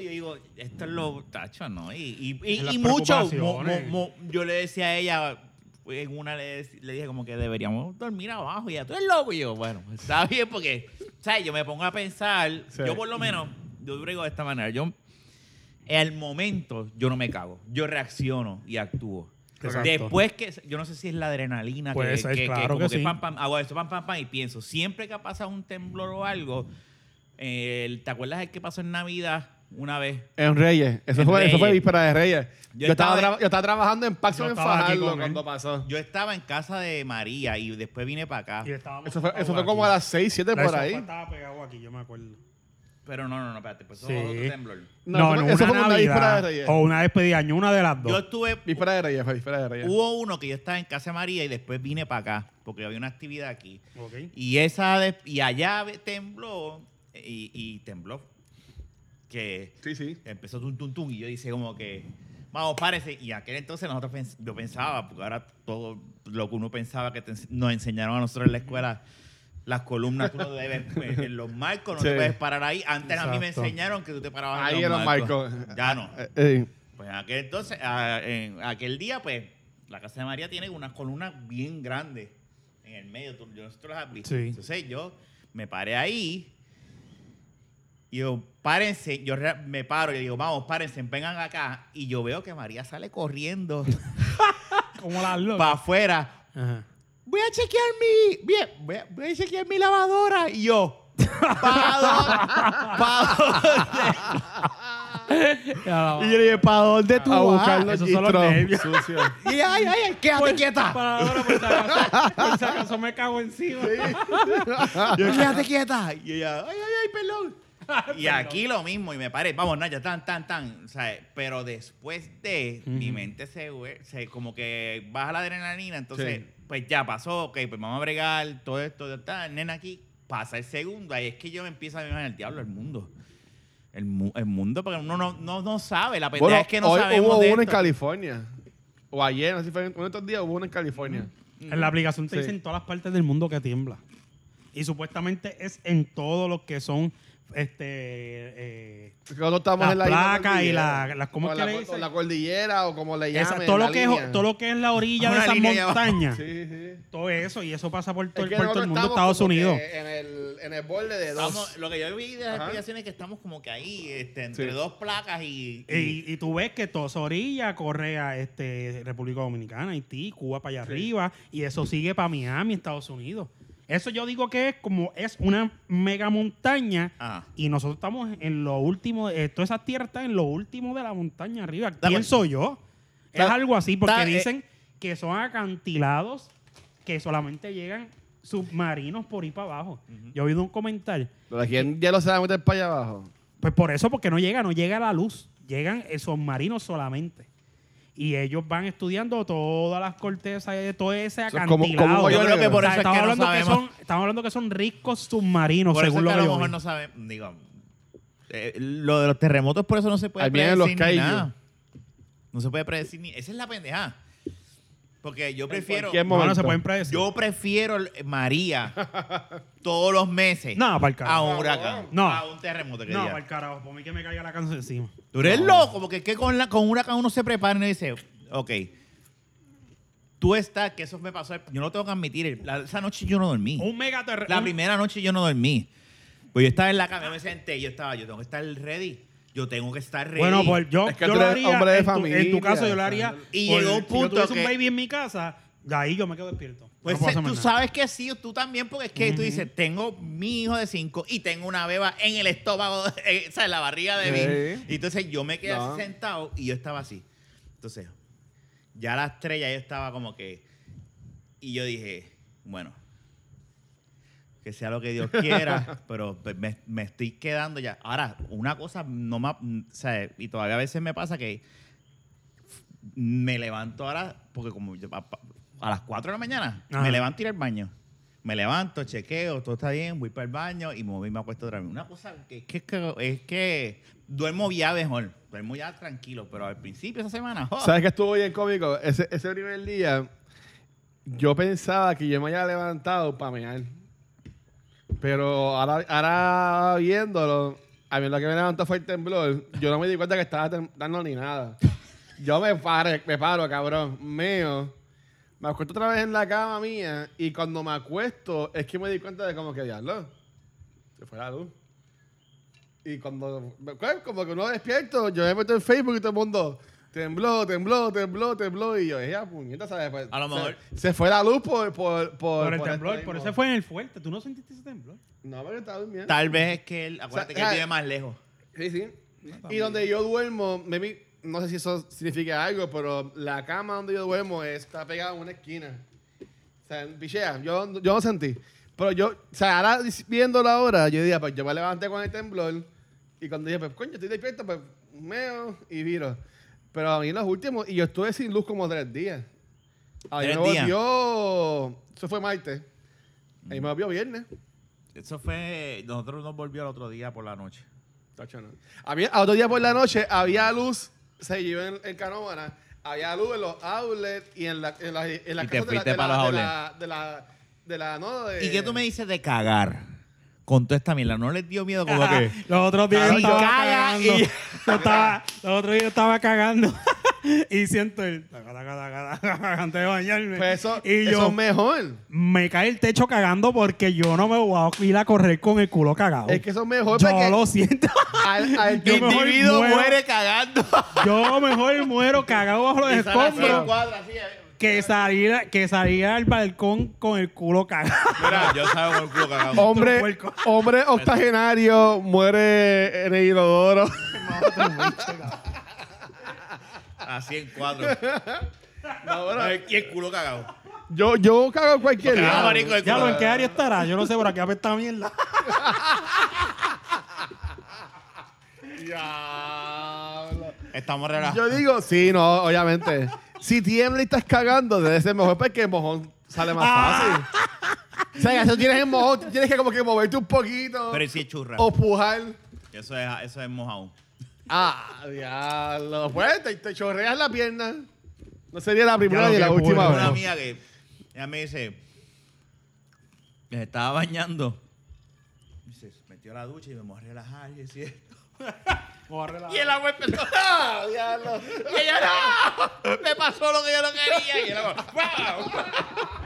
Speaker 3: Yo digo, esto es lo tacho, ¿no? Y, y,
Speaker 1: En las
Speaker 3: y, y mucho. mo-
Speaker 1: preocupaciones.
Speaker 3: mo- mo- yo le decía a ella, en una le, dec- le dije como que deberíamos dormir abajo. Y ella, tú eres loco. Y yo, bueno, pues, está bien, porque, ¿sabes? Yo me pongo a pensar,
Speaker 2: Sí.
Speaker 3: yo por lo menos, yo brego de esta manera. Yo, al momento, yo no me cago. Yo reacciono y actúo.
Speaker 1: Exacto.
Speaker 3: Después que, yo no sé si es la adrenalina
Speaker 1: Puede
Speaker 3: que,
Speaker 1: ser,
Speaker 3: que- que
Speaker 1: claro
Speaker 3: como
Speaker 1: que
Speaker 3: que,
Speaker 1: sí.
Speaker 3: pam, pam, hago esto, pam, pam, pam, y pienso. Siempre que ha pasado un temblor o algo, eh, ¿Te acuerdas el que pasó en Navidad una vez?
Speaker 2: En Reyes. Eso
Speaker 3: En
Speaker 2: fue, Eso
Speaker 3: Reyes.
Speaker 2: fue víspera de Reyes. Yo,
Speaker 3: Yo
Speaker 2: estaba,
Speaker 3: estaba-
Speaker 2: tra- yo estaba trabajando en Paxson
Speaker 1: Yo
Speaker 2: en
Speaker 1: estaba aquí con
Speaker 2: Fajardo
Speaker 1: él.
Speaker 2: cuando pasó.
Speaker 3: Yo estaba en casa de María y después vine para acá.
Speaker 1: Y estábamos
Speaker 2: Eso fue, eso
Speaker 1: pegados
Speaker 2: fue como a
Speaker 1: aquí.
Speaker 2: las 6, 7
Speaker 1: La
Speaker 2: por
Speaker 1: sofá
Speaker 2: ahí.
Speaker 1: Estaba pegado aquí, yo me acuerdo.
Speaker 3: Pero no, no, no, espérate, pues eso
Speaker 1: Sí.
Speaker 3: fue otro temblor.
Speaker 2: No,
Speaker 1: No,
Speaker 2: eso
Speaker 1: no,
Speaker 2: fue- eso
Speaker 1: una
Speaker 2: fue como una
Speaker 1: Navidad Uh.
Speaker 2: víspera de Reyes.
Speaker 1: O una despedida de año, una de las
Speaker 3: Yo
Speaker 1: dos.
Speaker 3: estuve.
Speaker 2: Víspera de Reyes, fue víspera de
Speaker 1: Uh.
Speaker 2: Reyes.
Speaker 3: Hubo uno que yo estaba en casa de María y después vine para acá porque había una actividad aquí.
Speaker 1: Ok.
Speaker 3: Y esa de- y allá ve- tembló y, y tembló. Que
Speaker 2: Sí, sí.
Speaker 3: empezó tum tum tum y yo dice como que vamos párese y aquel entonces nosotros pens- yo pensaba porque ahora todo lo que uno pensaba que te ens- nos enseñaron a nosotros en la escuela las columnas tú no debes pues, en los marcos no
Speaker 2: Sí.
Speaker 3: te puedes parar ahí antes a mí me
Speaker 1: Exacto.
Speaker 3: enseñaron que tú te parabas
Speaker 2: Ahí
Speaker 3: en
Speaker 2: en
Speaker 3: los
Speaker 2: los
Speaker 3: marcos
Speaker 2: marcos.
Speaker 3: ya no
Speaker 2: Eh, eh,
Speaker 3: pues aquel entonces a- en aquel día pues la casa de María tiene unas columnas bien grandes en el medio tú, yo nosotros las has visto
Speaker 1: Sí.
Speaker 3: entonces yo me paré ahí y yo, párense, yo re- me paro y digo, vamos, párense, vengan acá. Y yo veo que María sale corriendo
Speaker 1: Como las locas.
Speaker 3: para afuera.
Speaker 1: Ajá.
Speaker 3: Voy a chequear mi, bien, voy a, voy a chequear mi lavadora. Y yo, ¿para dónde? ¿Pa' dónde? Y yo le dije, ¿para dónde tú
Speaker 2: a buscar
Speaker 3: vas?
Speaker 2: los
Speaker 1: esos son los nervios.
Speaker 2: gistros sucios.
Speaker 3: Y ay, ay, ay, quédate quieta.
Speaker 1: Pues, Para ahora, por si acaso, por si acaso me cago encima.
Speaker 3: Yo, quédate quieta. Y ella, ay, ay, ay, perdón.
Speaker 1: Ah,
Speaker 3: Y aquí lo mismo, y me paré, vamos, Naya, tan, tan, tan. ¿sabes? Pero después de, mi mente se, hue- se como que baja la adrenalina, entonces,
Speaker 2: Sí.
Speaker 3: pues ya pasó, ok, pues vamos a bregar, todo esto, ya está, nena aquí, pasa el segundo, ahí es que yo me empiezo a mirar el diablo, el mundo. El, mu- el mundo, porque uno no, no, no sabe,
Speaker 1: Pues
Speaker 3: la pendeja
Speaker 2: Bueno,
Speaker 3: es que no
Speaker 2: hoy
Speaker 3: sabemos
Speaker 2: hubo
Speaker 3: de
Speaker 2: uno en
Speaker 3: esto.
Speaker 2: California. O ayer, así fue. Uno de estos días hubo uno en
Speaker 1: Mm.
Speaker 2: California.
Speaker 1: En la aplicación te
Speaker 2: Sí.
Speaker 1: dicen todas las partes del mundo que tiembla. Y supuestamente es en todos los que son este eh,
Speaker 2: Es que Nosotros estamos
Speaker 1: La
Speaker 2: en la
Speaker 1: placa
Speaker 2: isla
Speaker 1: y la-
Speaker 2: cordillera.
Speaker 1: la- ¿cómo es
Speaker 2: O
Speaker 1: que
Speaker 2: la
Speaker 1: le
Speaker 2: cor-
Speaker 1: dicen?
Speaker 2: o la cordillera o como le
Speaker 1: esa-
Speaker 2: llamen.
Speaker 1: todo
Speaker 2: la
Speaker 1: lo que es,
Speaker 2: línea.
Speaker 1: todo lo que es la orilla
Speaker 3: Una
Speaker 1: de esas
Speaker 3: línea allá abajo.
Speaker 1: montañas.
Speaker 2: Sí, sí.
Speaker 1: Todo eso y eso pasa por todo,
Speaker 2: Es que
Speaker 1: por todo
Speaker 2: nosotros
Speaker 1: el mundo
Speaker 2: estamos
Speaker 1: Estados
Speaker 2: como que
Speaker 1: Unidos.
Speaker 2: En el, en el borde de dos.
Speaker 3: Estamos- lo que yo vi de las
Speaker 2: Ajá.
Speaker 3: explicaciones es que estamos como que ahí, este, entre
Speaker 2: Sí.
Speaker 3: dos placas y,
Speaker 1: Y, y tú ves que toda esa orilla corre a este, República Dominicana, Haití, Cuba para allá arriba, y eso sigue para Miami, Estados Unidos. Eso yo digo que es como es una mega montaña
Speaker 2: Ah.
Speaker 3: Ajá.
Speaker 1: y nosotros estamos en lo último, eh, todas esas tierras están en lo último de la montaña arriba.
Speaker 3: Está
Speaker 1: Pienso yo. Es
Speaker 3: Está-
Speaker 1: algo así, porque
Speaker 3: está, eh,
Speaker 1: dicen que son acantilados que solamente llegan submarinos por ahí para abajo. Yo he oído un comentario.
Speaker 2: Pero quién ya lo sabe meter para allá abajo.
Speaker 1: Pues por eso, porque no llega, no llega la luz. Llegan eh, submarinos solamente. Y ellos van estudiando todas las cortezas, eh, todo ese
Speaker 2: Eso es como- como un
Speaker 1: acantilado.
Speaker 2: hoyo
Speaker 3: Yo creo que por
Speaker 1: O sea,
Speaker 3: eso es
Speaker 1: estamos
Speaker 3: que no
Speaker 1: hablando que
Speaker 3: sabemos.
Speaker 1: son, estamos hablando que son ricos submarinos,
Speaker 3: por eso
Speaker 1: según
Speaker 3: es que a
Speaker 1: lo
Speaker 3: lo
Speaker 1: que yo
Speaker 3: mejor
Speaker 1: vi.
Speaker 3: no saben, digo, eh, lo de los terremotos por eso no se puede
Speaker 2: Ahí vienen
Speaker 3: predecir
Speaker 2: los
Speaker 3: ni
Speaker 2: kaiju.
Speaker 3: nada. No se puede predecir ni... Esa es la pendeja. Porque yo prefiero...
Speaker 2: cualquier
Speaker 1: No, no se
Speaker 2: momento.
Speaker 1: pueden predecir.
Speaker 3: Yo prefiero el- María todos los meses
Speaker 1: No, pa'l carajo.
Speaker 3: a un huracán.
Speaker 1: No.
Speaker 3: A un terremoto. Que
Speaker 1: No,
Speaker 3: diga.
Speaker 1: para el carajo, por mí que me caiga la canción encima.
Speaker 3: Tú eres loco, porque que con, la, con un huracán uno se prepara y uno dice, ok, tú estás, que eso me pasó, yo no tengo que admitir, el- la- esa noche yo no dormí.
Speaker 1: Un mega terremoto.
Speaker 3: La primera noche yo no dormí. Pues yo estaba en la cama, yo me senté, yo estaba, yo tengo que estar ready. Yo tengo que estar ready.
Speaker 1: Bueno, pues yo,
Speaker 2: Es que
Speaker 1: yo
Speaker 2: tú
Speaker 1: lo
Speaker 2: eres
Speaker 1: haría.
Speaker 2: hombre de
Speaker 1: en, tu,
Speaker 2: familia.
Speaker 1: en tu caso, yo lo haría.
Speaker 3: Y
Speaker 1: por-
Speaker 3: llegó un
Speaker 1: Si yo
Speaker 3: punto
Speaker 1: tuviese un
Speaker 3: que-
Speaker 1: baby en mi casa, de ahí yo me quedo despierto.
Speaker 3: Pues
Speaker 1: No puedo
Speaker 3: eh,
Speaker 1: hacer
Speaker 3: tú
Speaker 1: más nada.
Speaker 3: sabes que sí, tú también, porque es que tú dices, tengo mi hijo de cinco y tengo una beba en el estómago, eh, o sea, en la barriga de mí.
Speaker 2: Sí.
Speaker 3: Y entonces yo me quedé
Speaker 2: No.
Speaker 3: así sentado y yo estaba así. Entonces, ya a las tres ya yo estaba como que... Y yo dije, bueno, que sea lo que Dios quiera, pero me, me estoy quedando mm, ya. Ahora, una cosa no me... O sea, y todavía a veces me pasa que me levanto ahora, porque como yo- a, a las 4 de la mañana,
Speaker 1: Ajá.
Speaker 3: me levanto y ir al baño. Me levanto, chequeo, todo está bien, voy para el baño y me voy y me acuesto otra vez. Una cosa que, que- que- es que duermo ya mejor, duermo ya tranquilo, pero al principio esa semana, ¡oh!
Speaker 2: ¿Sabes qué estuvo bien cómico? Ese, ese primer día, yo pensaba que yo me había levantado para mear. Pero ahora, ahora viéndolo, a mí lo que me levantó fue el temblor. Yo no me di cuenta que estaba tem- dando ni nada. Yo me paro, me paro, cabrón. Meo. Me acuesto otra vez en la cama mía y cuando me acuesto es que me di cuenta de como que diablo. Se fue la luz. Y cuando, pues, como que uno despierto, yo me meto en Facebook y todo el mundo tembló, tembló, tembló, tembló. Y yo, ella, puñeta, ¿sabes? Pues,
Speaker 3: A lo
Speaker 2: se-
Speaker 3: mejor.
Speaker 2: Se, fue la luz por, por, por,
Speaker 1: Por el
Speaker 2: por
Speaker 1: temblor,
Speaker 2: esto
Speaker 1: por
Speaker 2: mismo.
Speaker 1: ese fue en el fuerte. ¿Tú no sentiste ese temblor?
Speaker 2: No, porque estaba durmiendo.
Speaker 3: tal vez es que él, acuérdate
Speaker 2: O sea,
Speaker 3: que él
Speaker 2: ah,
Speaker 3: vive más lejos.
Speaker 2: Sí, sí. Y donde yo duermo, maybe, no sé si eso significa algo, pero la cama donde yo duermo está pegada a una esquina. O sea, pichea, yo, yo no sentí. Pero yo, o sea, ahora dis- viéndolo ahora, yo diría, pues yo me levanté con el temblor y cuando dije, pues coño, estoy despierto, pues meo y viro. Pero a mí los últimos, y yo estuve sin luz como tres días. A mí
Speaker 3: ¿Tres
Speaker 2: me
Speaker 3: días?
Speaker 2: volvió, eso fue martes, a mí me volvió viernes.
Speaker 3: Eso fue, nosotros nos volvió el otro día por la noche.
Speaker 2: Tacho, no. Había, al otro día por la noche había luz, se llevó en, en Canóvana, había luz en los outlets y en la, en la, en las
Speaker 3: Y te
Speaker 2: casas de la-
Speaker 3: fuiste
Speaker 2: de
Speaker 3: para
Speaker 2: la-
Speaker 3: los
Speaker 2: de la- de la, de la, no, de-
Speaker 3: ¿Y qué tú me dices de cagar? Con toda esta mierda, ¿no les dio miedo como que...
Speaker 1: Los otros días
Speaker 3: Cabrón,
Speaker 1: estaba
Speaker 3: caga
Speaker 1: cagando.
Speaker 3: y-
Speaker 1: Yo estaba- los otros días estaba cagando. y siento el... taca, taca, taca, taca, Antes de bañarme.
Speaker 2: Pues eso,
Speaker 1: y
Speaker 2: eso
Speaker 1: yo
Speaker 2: es mejor.
Speaker 1: me cae el techo cagando porque yo no me voy a ir a correr con el culo cagado.
Speaker 2: Es que eso es mejor
Speaker 1: Yo
Speaker 2: porque-
Speaker 1: lo siento.
Speaker 2: Al- al-
Speaker 1: Yo mejor
Speaker 3: individuo
Speaker 1: muero.
Speaker 3: muere cagando.
Speaker 1: yo mejor muero cagado bajo los
Speaker 3: Y sale así en
Speaker 1: escombros
Speaker 3: cuadra, así, eh.
Speaker 1: que salir, a- que salir al balcón con el culo cagado.
Speaker 3: Mira, yo salgo con el culo cagado.
Speaker 2: hombre,
Speaker 1: puerco.
Speaker 2: hombre octogenario muere en el inodoro.
Speaker 3: Así en cuadro.
Speaker 2: No, bueno,
Speaker 3: Y el culo cagado.
Speaker 2: yo, yo cago en cualquier
Speaker 3: Porque, ah,
Speaker 2: lado.
Speaker 3: marico, el
Speaker 1: Ya
Speaker 3: culo
Speaker 1: lo en qué
Speaker 3: cagado.
Speaker 1: área estará. Yo no sé por aquí apesta mierda.
Speaker 2: Diablo.
Speaker 3: Estamos relajados.
Speaker 2: Yo digo, sí, no, obviamente. Si tiembla y estás cagando, debe ser mejor porque el mojón sale más fácil. O sea, que tú tienes el mojón, tú tienes que como que moverte un poquito
Speaker 3: Pero si es churra.
Speaker 2: o pujar.
Speaker 3: Eso es, eso es mojado.
Speaker 2: Ah, diablo. Pues te, te chorreas la pierna. No sería la primera
Speaker 1: Ya lo
Speaker 2: ni la
Speaker 1: que
Speaker 2: última
Speaker 1: pude,
Speaker 2: vez.
Speaker 3: Una amiga que ella me dice, me estaba bañando. Y se metió a la ducha y me voy a relajar. Y decía, y el agua empezó.
Speaker 2: Ah, diablo.
Speaker 3: Y ella no, me pasó lo que yo no quería. Y el agua, ¡wow!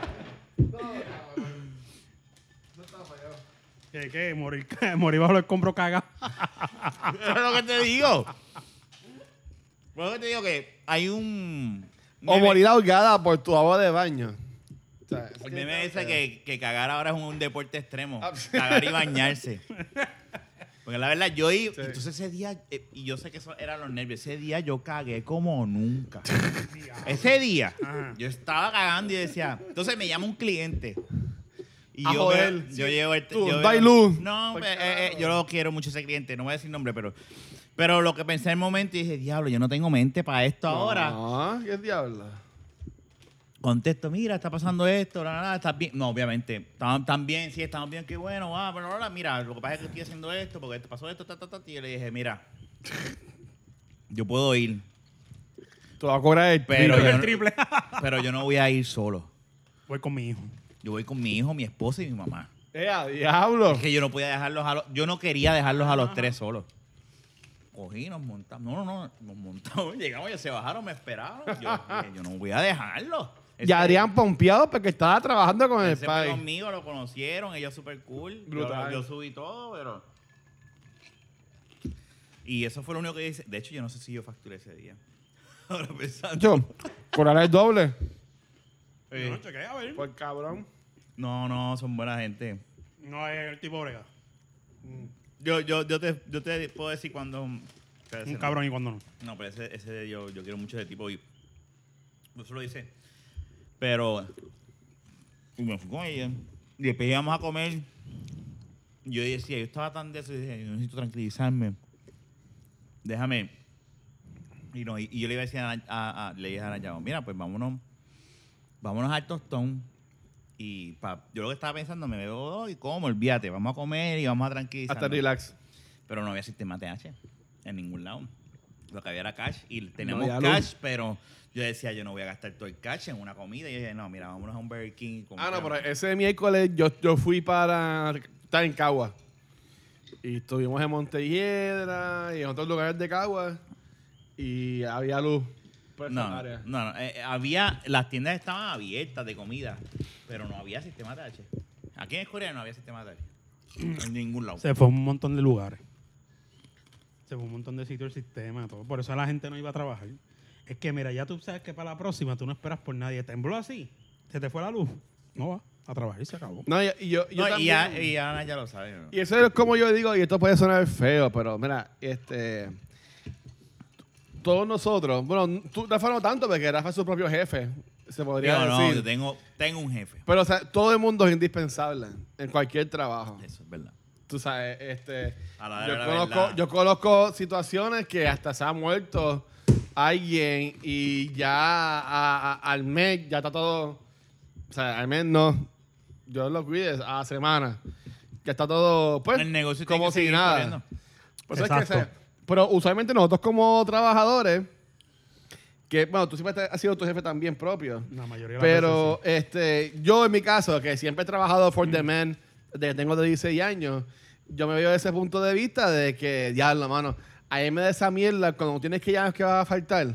Speaker 1: ¿Qué, qué? Morir, morir bajo los escombros cagado.
Speaker 3: Pero es lo que te digo. Pero es lo que te digo que hay un.
Speaker 2: O
Speaker 3: meme-
Speaker 2: morir ahogada por tu agua de baño. O sea,
Speaker 3: El meme
Speaker 2: sí,
Speaker 3: dice que, que cagar ahora es un, deporte extremo.
Speaker 2: Ah,
Speaker 3: Cagar y bañarse. Porque la verdad, yo y,
Speaker 2: Sí.
Speaker 3: entonces ese día, eh, y yo sé que eso eran los nervios, ese día yo cagué como nunca. ese día,
Speaker 1: Ajá.
Speaker 3: yo estaba cagando y decía, entonces me llama un cliente. Y
Speaker 2: A
Speaker 3: yo,
Speaker 2: joder.
Speaker 3: veo- yo llevo el...
Speaker 2: Tú,
Speaker 3: yo
Speaker 2: dai
Speaker 3: veo-
Speaker 2: luz.
Speaker 3: No,
Speaker 2: Pues,
Speaker 3: eh, eh,
Speaker 2: claro.
Speaker 3: yo lo quiero mucho ese cliente, no voy a decir nombre, pero... Pero lo que pensé en el momento y dije, diablo, yo no tengo mente para esto ahora.
Speaker 2: No, qué diablo.
Speaker 3: Contesto, mira, está pasando esto, la, la, la, estás bien. No, obviamente, estamos están bien, sí, estamos bien, qué bueno, ah, pero ahora, mira, lo que pasa es que estoy haciendo esto, porque te pasó esto, ta, ta, ta, y yo le dije, mira, yo puedo ir,
Speaker 2: Tú vas a cobrar el
Speaker 3: pero
Speaker 1: Triple,
Speaker 3: yo,
Speaker 1: triple.
Speaker 3: no, pero yo no voy a ir solo.
Speaker 1: Voy con mi hijo.
Speaker 3: Yo voy con mi hijo, mi esposa y mi mamá.
Speaker 2: Eh, a diablo.
Speaker 3: Es que yo no podía dejarlos a los, yo no quería dejarlos a los tres solos. Cogí, nos montamos, no, no, no, nos montamos, llegamos, ellos se bajaron, me esperaron. Yo, dije, yo no voy a dejarlos.
Speaker 2: Ya harían pompeado porque estaba trabajando con el
Speaker 3: Ese fue
Speaker 2: país.
Speaker 3: conmigo, lo conocieron, ellos super cool. Yo-
Speaker 2: Brutal.
Speaker 3: Yo, subí todo, pero. Y eso fue lo único que hice. De hecho, yo no sé si yo facturé ese día. Ahora pensando.
Speaker 2: Yo, cobrar el doble.
Speaker 3: Eh,
Speaker 1: No, chequea, a ver.
Speaker 2: Por Pues, cabrón.
Speaker 3: no, no, son buena gente.
Speaker 1: No es el tipo brega.
Speaker 3: Yo, yo, yo, te, yo te puedo decir cuando. pero ese
Speaker 1: Un
Speaker 3: no.
Speaker 1: cabrón y cuando no.
Speaker 3: No, pero ese, ese yo, yo quiero mucho de tipo y no se lo hice. Pero y me fui con ella. Y después íbamos a comer. Yo decía, yo estaba tan de eso, y dije, yo necesito tranquilizarme. Déjame. Y, no, y, y yo le iba a decir a, la- a- a- le dije a la chavo, mira, pues vámonos, vámonos al tostón. Y pa- yo lo que estaba pensando, me veo dos y como, olvídate, vamos a comer y vamos a tranquilizar.
Speaker 2: Hasta relax.
Speaker 3: Pero no había sistema TH en ningún lado. Lo que había era cash y teníamos
Speaker 4: había
Speaker 3: cash, pero yo decía, yo no voy a gastar todo el cash en una comida. Y yo dije, no, mira, vámonos a un Burger King. y
Speaker 2: Ah, no,
Speaker 3: compramos.
Speaker 2: pero ese miércoles yo, yo fui para estar en Cagua. Y estuvimos en Montehiedra y en otros lugares de Cagua. Y había luz. por esas
Speaker 3: No,
Speaker 2: áreas.
Speaker 3: no, no, eh, eh, había, las tiendas estaban abiertas de comida, pero no había sistema TH. Aquí en Corea no había sistema TH. En ningún lado.
Speaker 1: Se fue a un montón de lugares. Se fue a un montón de sitios el sistema, todo. Por eso la gente no iba a trabajar. Es que, mira, ya tú sabes que para la próxima tú no esperas por nadie. Tembló así, se te fue la luz. No va a trabajar y se acabó.
Speaker 2: No, y, y yo, yo
Speaker 3: No, y,
Speaker 2: también.
Speaker 3: ya, y ya Ana ya lo sabe. ¿no?
Speaker 2: Y eso es como yo digo, y esto puede sonar feo, pero mira, este. Todos nosotros, bueno, tú, Rafa no tanto, porque Rafa es su propio jefe, se podría
Speaker 3: Digo, no,
Speaker 2: decir.
Speaker 3: yo tengo, tengo un jefe.
Speaker 2: Pero, o sea, todo el mundo es indispensable en cualquier trabajo.
Speaker 3: Eso es verdad.
Speaker 2: Tú sabes, este.
Speaker 3: A la hora de
Speaker 2: yo,
Speaker 3: la
Speaker 2: conozco,
Speaker 3: verdad.
Speaker 2: yo conozco situaciones que hasta se ha muerto alguien y ya a- a- al mes ya está todo. O sea, al mes no. Yo lo cuide a la semana. Ya está todo, pues,
Speaker 3: El negocio tiene
Speaker 2: como
Speaker 3: que
Speaker 2: si
Speaker 3: seguir
Speaker 2: nada.
Speaker 3: corriendo.
Speaker 2: Por eso es que
Speaker 1: Exacto.
Speaker 2: se- pero usualmente nosotros como trabajadores, que bueno, tú siempre te- has sido tu jefe también propio.
Speaker 1: La mayoría de las
Speaker 2: Pero
Speaker 1: veces
Speaker 2: este, yo en mi caso, que siempre he trabajado for the man desde que tengo 16 años, yo me veo desde ese punto de vista de que, diablo, mano, a mí me da esa mierda cuando tienes que llamar que va a faltar.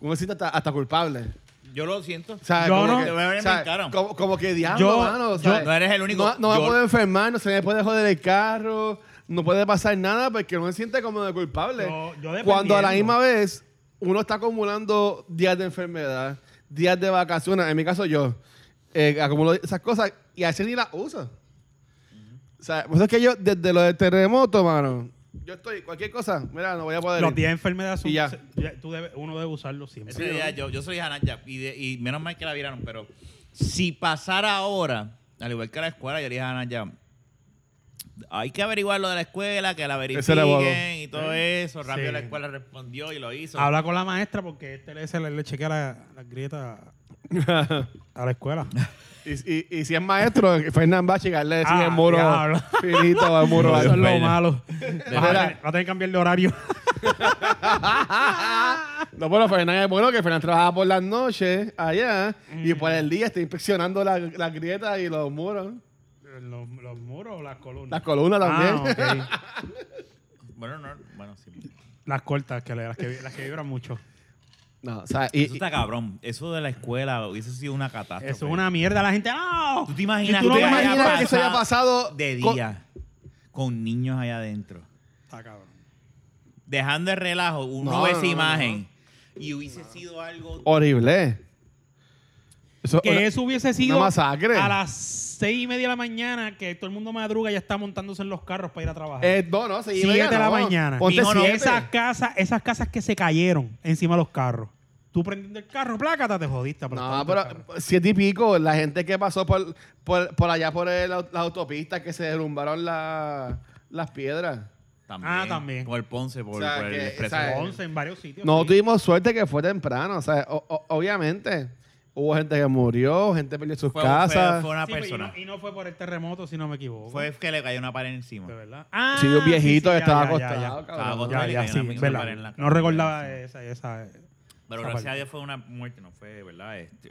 Speaker 2: Uno se siente hasta, hasta culpable.
Speaker 3: Yo lo siento.
Speaker 2: O sea,
Speaker 1: Yo
Speaker 2: como
Speaker 1: no.
Speaker 2: que,
Speaker 3: Te voy a ver
Speaker 2: o sea,
Speaker 3: en cara.
Speaker 2: como, como que diablo,
Speaker 1: Yo-
Speaker 2: mano. o
Speaker 1: yo-
Speaker 2: sea,
Speaker 3: no eres el único.
Speaker 2: No, no me
Speaker 3: Yo-
Speaker 2: puedo enfermar, no se me puede joder el carro, no puede pasar nada porque uno se siente como de culpable.
Speaker 1: Yo- yo dependiendo.
Speaker 2: Cuando a la misma vez uno está acumulando días de enfermedad, días de vacaciones, en mi caso yo, eh, acumulo esas cosas y a veces ni las uso. O sea, por eso es que yo, desde lo del terremoto, mano, yo estoy, cualquier cosa, mira, no voy a poder.
Speaker 1: Los
Speaker 2: ir.
Speaker 1: 10 enfermedades son-
Speaker 2: Y ya.
Speaker 1: se- ya, tú debes- uno debe usarlo siempre.
Speaker 3: Ese día yo, yo soy Hanaya y, de- y menos mal que la viraron, pero si pasara ahora, al igual que la escuela, yo le dije a Hanaya, hay que averiguar lo de la escuela, que la
Speaker 2: Ese era bobo.
Speaker 3: verifiquen y todo eso. Rápido
Speaker 1: Sí.
Speaker 3: la escuela respondió y lo hizo.
Speaker 1: Habla con la maestra porque este se le, le chequea la, la grieta a la escuela.
Speaker 2: Y, y- y si es maestro, Fernán va a llegarle a decir
Speaker 1: Ah,
Speaker 2: el muro
Speaker 1: diablo.
Speaker 2: finito, el muro
Speaker 1: Eso es
Speaker 2: alto.
Speaker 1: lo
Speaker 3: Bello.
Speaker 1: malo.
Speaker 3: De
Speaker 1: Va a
Speaker 3: verdad.
Speaker 1: tener- va a tener que cambiar de horario.
Speaker 2: No, bueno, Fernán es bueno que Fernán trabaja por las noches allá y por el día está inspeccionando la- las grietas y los muros.
Speaker 1: los, los muros o las columnas.
Speaker 2: Las columnas también.
Speaker 1: Ah, ok.
Speaker 3: Bueno, no, bueno, sí.
Speaker 1: Las cortas, que le- las, que, vi- las que vibran mucho.
Speaker 2: No, o sea, y,
Speaker 3: Eso está cabrón. Eso de la escuela hubiese sido una catástrofe.
Speaker 1: Eso es una mierda. La gente, ¡no!
Speaker 3: Ah, ¿Tú te imaginas,
Speaker 1: ¿Tú no
Speaker 2: ¿Tú
Speaker 1: te
Speaker 3: haya
Speaker 2: imaginas que eso haya
Speaker 3: pasado
Speaker 2: pasado
Speaker 3: de
Speaker 2: con-
Speaker 3: día con niños allá adentro?
Speaker 1: Está cabrón.
Speaker 3: Dejando el relajo, uno
Speaker 2: No,
Speaker 3: ve
Speaker 2: no,
Speaker 3: esa
Speaker 2: no,
Speaker 3: imagen y hubiese sido algo
Speaker 2: Horrible. Eso-
Speaker 1: Que
Speaker 2: una-
Speaker 1: eso hubiese sido
Speaker 2: masacre.
Speaker 1: a las seis y media de la mañana, que todo el mundo madruga y ya está montándose en los carros para ir a trabajar.
Speaker 2: Eh, no, no, sí,
Speaker 1: siete
Speaker 2: venga,
Speaker 1: de la
Speaker 2: no.
Speaker 1: mañana.
Speaker 2: Ponte
Speaker 3: Mijo, no,
Speaker 2: siete.
Speaker 1: esas casas, esas casas que se cayeron encima de los carros. Tú prendiendo el carro, plácata, te jodiste. pero
Speaker 2: No,
Speaker 1: estaba dentro del carro.
Speaker 2: pero siete y pico, la gente que pasó por, por, por allá por el au- las autopistas que se derrumbaron la- las piedras.
Speaker 3: También.
Speaker 1: Ah, también.
Speaker 3: Por Ponce, por,
Speaker 2: O sea,
Speaker 3: por el
Speaker 2: que,
Speaker 3: expreso.
Speaker 2: o sea,
Speaker 1: Once en varios sitios.
Speaker 2: eh, No
Speaker 1: sí.
Speaker 2: tuvimos suerte que fue temprano, o sea, o- o- obviamente hubo gente que murió, gente perdió sus
Speaker 3: Fue-
Speaker 2: casas.
Speaker 3: Fue, fue una
Speaker 1: Sí, pero y
Speaker 3: persona.
Speaker 1: no- Y no, fue por el terremoto, si no me equivoco.
Speaker 3: Fue que le cayó una pared encima.
Speaker 1: de verdad. Ah,
Speaker 2: Sí, un viejito
Speaker 1: sí, ya,
Speaker 2: que estaba
Speaker 1: ya, ya,
Speaker 2: acostado.
Speaker 1: ya.
Speaker 2: cabrón.
Speaker 3: Estaba acostado.
Speaker 1: Ya, ya,
Speaker 3: Una
Speaker 1: sí,
Speaker 3: amiga
Speaker 1: verdad.
Speaker 3: para en la
Speaker 1: No
Speaker 3: cama.
Speaker 1: recordaba esa, esa.
Speaker 3: Pero
Speaker 1: esa
Speaker 3: gracias
Speaker 1: parte.
Speaker 3: a Dios fue una muerte, no fue, ¿verdad? Este,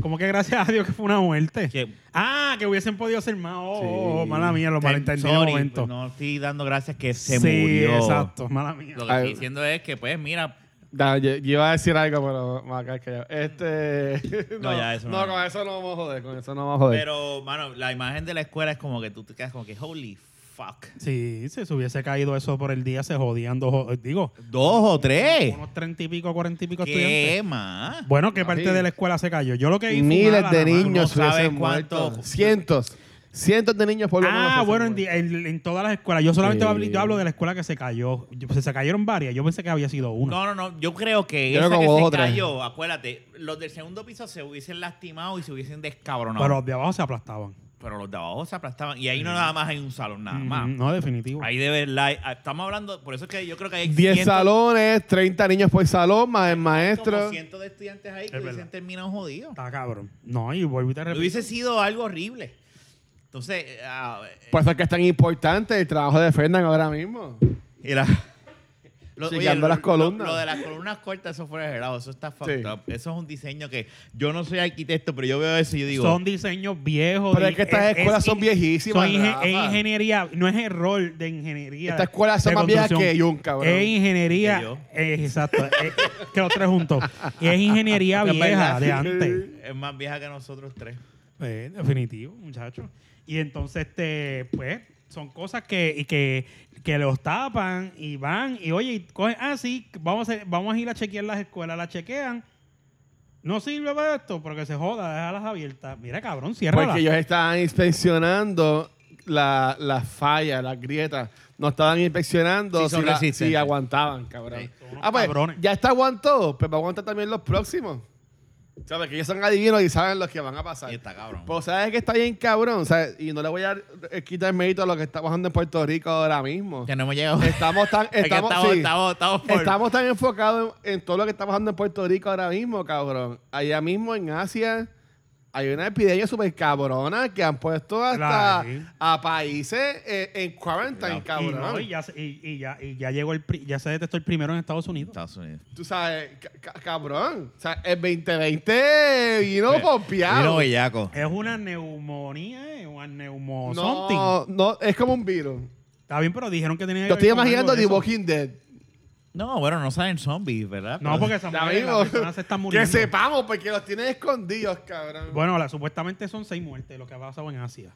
Speaker 1: Como que gracias a Dios que fue una muerte.
Speaker 3: que-
Speaker 1: Ah, que hubiesen podido ser más. Oh, oh,
Speaker 2: Sí.
Speaker 1: mala mía, lo malentendí de
Speaker 3: sorry,
Speaker 1: momento.
Speaker 3: No estoy dando gracias que se
Speaker 1: sí,
Speaker 3: murió.
Speaker 1: exacto, mala mía.
Speaker 3: Lo que
Speaker 2: Ay.
Speaker 3: estoy diciendo es que, pues, mira,
Speaker 2: Da, yo, yo iba a decir algo, pero me voy a quedar callado. Este.
Speaker 3: No, ya, eso
Speaker 2: no.
Speaker 3: no.
Speaker 2: con eso no vamos a joder, con eso no vamos a joder.
Speaker 3: pero, mano, la imagen de la escuela es como que tú te quedas como que, holy fuck.
Speaker 1: Sí, si se hubiese caído eso por el día, se jodían dos, jo- digo,
Speaker 3: Dos o tres.
Speaker 1: unos treinta y pico, cuarenta y pico estudiantes.
Speaker 3: ¿Qué más?
Speaker 1: Bueno, ¿qué
Speaker 2: Así.
Speaker 1: parte de la escuela se cayó? Yo lo que vi fue
Speaker 2: Miles
Speaker 1: nada,
Speaker 2: de
Speaker 1: nada más.
Speaker 2: niños
Speaker 3: Tú no sabes
Speaker 2: hubiesen muerto.
Speaker 3: cuántos-
Speaker 2: Cientos. Cientos de niños por lo menos.
Speaker 1: Ah,
Speaker 2: hubiesen
Speaker 1: bueno, en,
Speaker 2: muerto.
Speaker 1: di- en- en todas las escuelas. Yo solamente
Speaker 2: Sí.
Speaker 1: hablo, yo hablo de la escuela que se cayó. Yo- Se, se cayeron varias. Yo pensé que había sido una.
Speaker 3: No, no, no. Yo creo que
Speaker 2: Yo
Speaker 3: esa
Speaker 2: creo
Speaker 3: que
Speaker 2: como dos o
Speaker 3: se
Speaker 2: tres.
Speaker 3: cayó, acuérdate, los del segundo piso se hubiesen lastimado y se hubiesen descabronado.
Speaker 1: Pero los de abajo se aplastaban.
Speaker 3: Pero los de abajo se aplastaban. Y ahí no nada más hay un salón, nada más.
Speaker 1: Mm, No, definitivo.
Speaker 3: Ahí de verdad, ah, estamos hablando, por eso es que yo creo que hay
Speaker 2: 10
Speaker 3: cientos-
Speaker 2: salones, 30 niños por salón, más el
Speaker 3: como
Speaker 2: maestro.
Speaker 3: cientos de estudiantes ahí que
Speaker 1: Es
Speaker 3: hubiesen
Speaker 1: verdad.
Speaker 3: terminado jodidos.
Speaker 1: Está cabrón. No, y vuelvo y te repito.
Speaker 3: Hubiese sido algo horrible. Entonces, ah, eh,
Speaker 2: Por eso es que es tan importante el trabajo de Fernan ahora mismo.
Speaker 3: era...
Speaker 2: Chequeando las columnas.
Speaker 3: Lo, de las columnas cortas, eso fue exagerado. Eso está fucked
Speaker 2: Sí.
Speaker 3: up. Eso es un diseño que yo no soy arquitecto, pero yo veo eso y yo digo.
Speaker 1: son diseños viejos.
Speaker 2: Pero
Speaker 1: di-
Speaker 2: es que estas escuelas son
Speaker 1: in-
Speaker 2: viejísimas,
Speaker 1: son inge-
Speaker 2: Rafa.
Speaker 1: Es ingeniería, no es error de ingeniería.
Speaker 2: Estas escuelas son
Speaker 1: de
Speaker 2: más viejas
Speaker 1: construcción.
Speaker 2: que Jun, cabrón.
Speaker 1: Es ingeniería.
Speaker 3: Que yo.
Speaker 1: es- exacto. es- que los tres juntos. Y es ingeniería
Speaker 3: Es
Speaker 1: vieja
Speaker 3: verdad.
Speaker 1: de antes.
Speaker 3: Es más vieja que nosotros tres.
Speaker 1: Eh, definitivo, muchacho. Y entonces, este, pues, son cosas que, y que, que los tapan y van y, oye, y cogen, ah, sí, vamos a, hacer- vamos a ir a chequear las escuelas, las chequean. No sirve para esto, porque se joda, déjalas abiertas. Mira, cabrón, cierra.
Speaker 2: Porque ellos estaban inspeccionando la- las fallas, las grietas. No estaban inspeccionando
Speaker 3: Sí,
Speaker 2: si,
Speaker 3: son
Speaker 2: la-
Speaker 3: resistentes.
Speaker 2: si aguantaban, cabrón.
Speaker 3: Sí,
Speaker 1: son unos
Speaker 2: ah, pues,
Speaker 1: cabrones.
Speaker 2: ya está aguantó, pues, pero aguanta también los próximos. ¿Sabes? Que ellos son adivinos y saben los que van a pasar.
Speaker 3: Y está cabrón.
Speaker 2: Pues sabes que está bien cabrón, ¿sabes? y no le voy a eh, quitar mérito a lo que está pasando en Puerto Rico ahora mismo.
Speaker 3: Ya no hemos llegado.
Speaker 2: Estamos tan,
Speaker 3: Es que
Speaker 2: estamos,
Speaker 3: estamos,
Speaker 2: sí.
Speaker 3: estamos, estamos por-
Speaker 2: Estamos tan enfocados en, en todo lo que está pasando en Puerto Rico ahora mismo, cabrón. Allá mismo en Asia hay una epidemia súper cabrona que han puesto hasta
Speaker 1: Claro, sí.
Speaker 2: a países eh, en quarantine,
Speaker 3: Claro.
Speaker 1: Y,
Speaker 2: cabrón.
Speaker 1: no, y ya, se- y, y ya, y ya llegó el, pri- ya se detectó el primero en Estados Unidos.
Speaker 3: Estados Unidos.
Speaker 2: Tú sabes, ca- ca- cabrón. O sea, el 2020 vino
Speaker 3: Mira, Mira,
Speaker 2: pompeado.
Speaker 3: bellaco.
Speaker 1: Es una neumonía, eh, una neumo something.
Speaker 2: No, no, es como un virus.
Speaker 1: Está bien, pero dijeron que tenía que
Speaker 2: Yo estoy
Speaker 1: ver con algo
Speaker 2: imaginando
Speaker 1: de
Speaker 2: The
Speaker 1: eso.
Speaker 2: Walking Dead.
Speaker 3: No, bueno, no salen zombies, ¿verdad?
Speaker 1: No, porque esa mujer,
Speaker 2: Amigo,
Speaker 1: la persona se está
Speaker 2: que
Speaker 1: muriendo.
Speaker 2: sepamos, porque los tienen escondidos, cabrón.
Speaker 1: Bueno, la- supuestamente son seis muertes lo que ha pasado en Asia.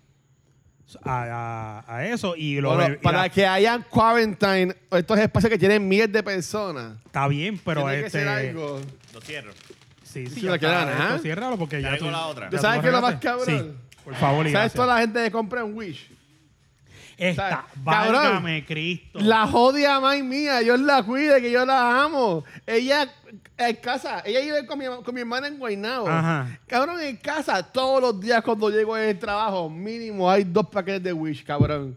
Speaker 1: A, a- a eso y lo
Speaker 2: Bueno,
Speaker 1: y la-
Speaker 2: para que hayan quarantine, estos espacios que tienen miles de personas.
Speaker 1: está bien, pero
Speaker 2: Tiene que
Speaker 1: este
Speaker 2: ser algo.
Speaker 3: Lo cierro.
Speaker 1: sí, sí,
Speaker 2: Si
Speaker 1: ya
Speaker 2: no queda
Speaker 1: está,
Speaker 2: nada.
Speaker 1: esto ciérralo porque ya
Speaker 3: Traigo la otra.
Speaker 1: ya
Speaker 2: ¿Tú
Speaker 1: tú
Speaker 2: sabes qué es lo más
Speaker 1: arreglaste?
Speaker 2: cabrón?
Speaker 1: Sí, por favor, y
Speaker 2: ¿Sabes
Speaker 1: gracias.
Speaker 2: toda la gente que compra en Wish?
Speaker 1: Esta,
Speaker 2: sabes? Cabrón.
Speaker 1: válgame Cristo.
Speaker 2: La jodia más mía, yo la cuide, que yo la amo. Ella en casa, ella vive con mi, con mi hermana en Guaynabo.
Speaker 1: Ajá.
Speaker 2: Cabrón, en casa, todos los días cuando llego del trabajo, mínimo hay dos paquetes de Wish, cabrón.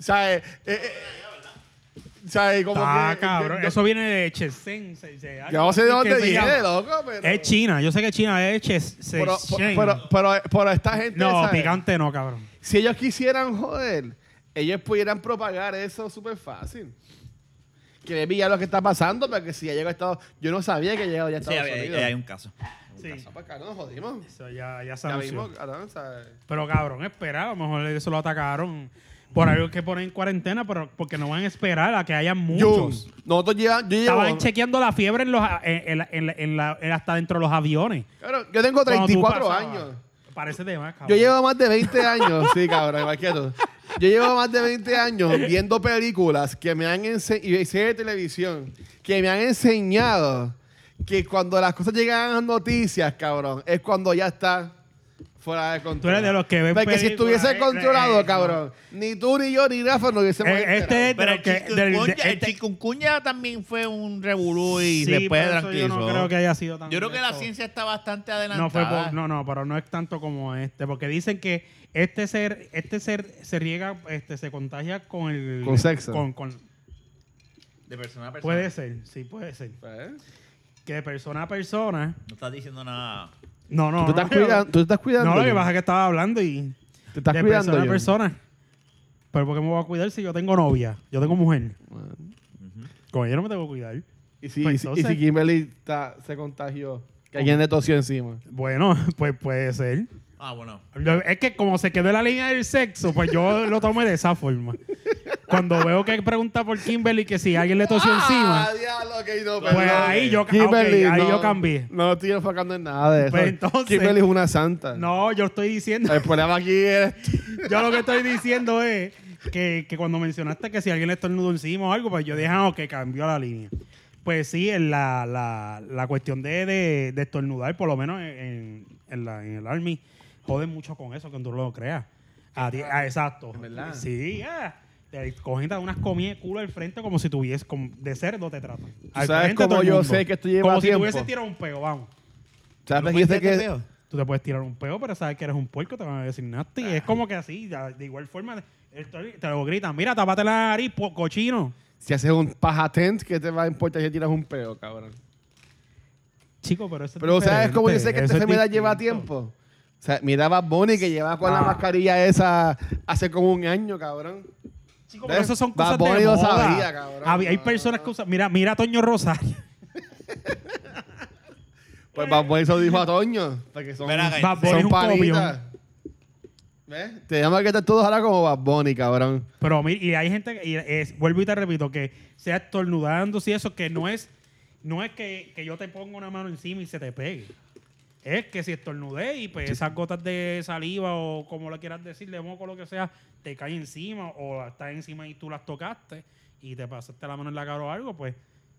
Speaker 2: ¿Sabes? Eh, eh, ¿Sabes? Como
Speaker 1: Ah,
Speaker 2: que-
Speaker 1: cabrón,
Speaker 2: yo-
Speaker 1: eso viene de Chesen. se- se-
Speaker 2: Yo no sé de
Speaker 1: ¿qué
Speaker 2: dónde
Speaker 1: se llama?
Speaker 2: viene, loco, pero...
Speaker 1: Es China, yo sé que China es Chesen.
Speaker 2: Pero, pero, pero, pero- pero esta gente,
Speaker 1: no,
Speaker 2: ¿sabes?
Speaker 1: picante no, cabrón.
Speaker 2: si ellos quisieran joder, ellos pudieran propagar eso súper fácil. Que pillar lo que está pasando, porque si ya llegó a Estados Yo no sabía que llegado ya a
Speaker 3: Sí,
Speaker 2: Estados
Speaker 3: hay, hay-
Speaker 2: Unidos.
Speaker 3: hay un caso.
Speaker 1: Sí.
Speaker 2: Ah, pues, cabrón, nos jodimos.
Speaker 1: Eso ya, ya se
Speaker 2: Ya
Speaker 1: anunció.
Speaker 2: mismo, cabrón, ¿sabes?
Speaker 1: Pero cabrón, espera, a lo mejor eso lo atacaron por algo que ponen en cuarentena, pero porque no van a esperar a que haya muchos.
Speaker 2: Yo, nosotros llevamos... Yo, llevo-
Speaker 1: Estaban chequeando la fiebre en los, a- en, en- en la- en la- en hasta dentro de los aviones.
Speaker 2: Cabrón, yo tengo
Speaker 1: Cuando tú
Speaker 2: 34
Speaker 1: pasabas.
Speaker 2: años.
Speaker 1: Parece de más,
Speaker 2: Yo
Speaker 1: cabrón.
Speaker 2: llevo más de 20 años, sí, cabrón, igual que tú. Yo llevo más de 20 años viendo películas que me han ense- y series de televisión que me han enseñado que cuando las cosas llegan a las noticias, cabrón, es cuando ya está fuera de control.
Speaker 1: Tú eres de los que ven
Speaker 2: Porque si
Speaker 1: películas,
Speaker 2: estuviese
Speaker 1: eh,
Speaker 2: controlado,
Speaker 1: eh, no.
Speaker 2: cabrón, ni tú, ni yo, ni Rafa nos hubiésemos
Speaker 1: Eh,
Speaker 2: enterado.
Speaker 1: este es-
Speaker 3: Pero
Speaker 1: Pero
Speaker 3: el,
Speaker 1: que-
Speaker 3: chikungunya,
Speaker 1: del- de-
Speaker 3: el
Speaker 1: este-
Speaker 3: chikungunya también fue un revolú y
Speaker 1: Sí,
Speaker 3: después
Speaker 1: pero eso
Speaker 3: tranquilizó.
Speaker 1: yo no creo que haya sido tan
Speaker 3: Yo creo que la
Speaker 1: esto.
Speaker 3: ciencia está bastante
Speaker 1: No, fue
Speaker 3: adelantada.
Speaker 1: por- no, no, pero no es tanto como este, porque dicen que este ser, este ser se riega, este, se contagia con el
Speaker 2: Con sexo.
Speaker 1: con- con-
Speaker 3: De persona a persona.
Speaker 1: puede ser, sí puede ser,
Speaker 2: Pues,
Speaker 1: que de persona a persona.
Speaker 3: No estás diciendo nada.
Speaker 1: No, no.
Speaker 2: Tú te
Speaker 1: no,
Speaker 2: estás cuidando. Tú te estás cuidando.
Speaker 1: No, lo que
Speaker 2: Jun.
Speaker 1: pasa es que estaba hablando y
Speaker 2: Te estás
Speaker 1: de
Speaker 2: cuidando.
Speaker 1: persona a
Speaker 2: Jun.
Speaker 1: persona. Pero ¿por qué me voy a cuidar si yo tengo novia? Yo tengo mujer. Con ella no me tengo que cuidar.
Speaker 2: Y si,
Speaker 1: Pues
Speaker 2: y si- y
Speaker 1: entonces-
Speaker 2: si Kimberly está- se contagió, que alguien le tosió encima.
Speaker 1: Bueno, pues puede ser.
Speaker 3: Ah, bueno.
Speaker 1: Lo- Es que como se quedó en la línea del sexo, pues yo lo tomé de esa forma. Cuando veo que pregunta por Kimberly que si alguien le tosió encima,
Speaker 2: Ah, diablo, ok, no,
Speaker 1: pues
Speaker 2: perdón.
Speaker 1: ahí yo, ah, ok,
Speaker 2: Kimberly,
Speaker 1: ahí
Speaker 2: no,
Speaker 1: yo cambié.
Speaker 2: No estoy enfocando en nada de eso.
Speaker 1: Pues entonces-
Speaker 2: Kimberly es una santa.
Speaker 1: No, yo estoy diciendo,
Speaker 2: El problema aquí es.
Speaker 1: yo lo que estoy diciendo es que, que cuando mencionaste que si alguien le estornudó encima o algo, pues yo dije, ah, ok, cambió la línea. Pues sí, en la, la, la cuestión de, de, de estornudar, por lo menos en, en, la- en el Army, joden mucho con eso, que tú lo creas. A ti- ah, exacto.
Speaker 2: En verdad.
Speaker 1: Sí, ah. Te cogen te dan unas comidas de culo al frente como si tuviese como de cerdo te tratan. Al
Speaker 2: sabes
Speaker 1: frente de todo
Speaker 2: cómo
Speaker 1: el
Speaker 2: yo
Speaker 1: mundo.
Speaker 2: sé que esto lleva
Speaker 1: Como si
Speaker 2: tiempo?
Speaker 1: tuviese tirado un peo, vamos.
Speaker 2: ¿Sabes
Speaker 3: ¿Tú
Speaker 2: que yo sé
Speaker 3: fuiste
Speaker 2: que-
Speaker 3: tepeo?
Speaker 1: tú te puedes tirar un peo, pero sabes que eres un puerco, te van a decir nasty. Es como que así, ya, de igual forma, el- te lo gritan, mira, tapate la nariz, po- cochino.
Speaker 2: Si haces un paja tent, ¿qué te va a importar si tiras un peo, cabrón?
Speaker 1: Chico, pero eso es
Speaker 2: Pero ¿sabes cómo yo sé que esta
Speaker 1: se me
Speaker 2: enfermedad
Speaker 1: da
Speaker 2: lleva tiempo? O sea, mira a Bad Bunny que lleva
Speaker 1: Ah.
Speaker 2: con la mascarilla esa hace como un año, cabrón.
Speaker 1: Chico, pero eso son
Speaker 2: Bad
Speaker 1: cosas
Speaker 2: Bunny
Speaker 1: de
Speaker 2: lo
Speaker 1: moda.
Speaker 2: sabía, cabrón.
Speaker 1: Había- hay personas que usan... Mira, mira a Toño Rosario.
Speaker 2: Pues Bad Bunny se lo dijo a Toño. Porque son,
Speaker 3: Ven acá,
Speaker 1: Bad Bunny
Speaker 2: son
Speaker 1: es un
Speaker 2: panitas.
Speaker 1: copión.
Speaker 2: ¿Ves? Te llaman que estar todos ahora como Bad Bunny, cabrón.
Speaker 1: Pero mi- y hay gente que, y es- vuelvo y te repito, que sea estornudando, si eso, que no es, no es que, que yo te ponga una mano encima y se te pegue. Es que si estornudé y pues esas gotas de saliva o como le quieras decir, de moco, lo que sea, te cae encima o está encima y tú las tocaste y te pasaste la mano en la cara o algo, pues.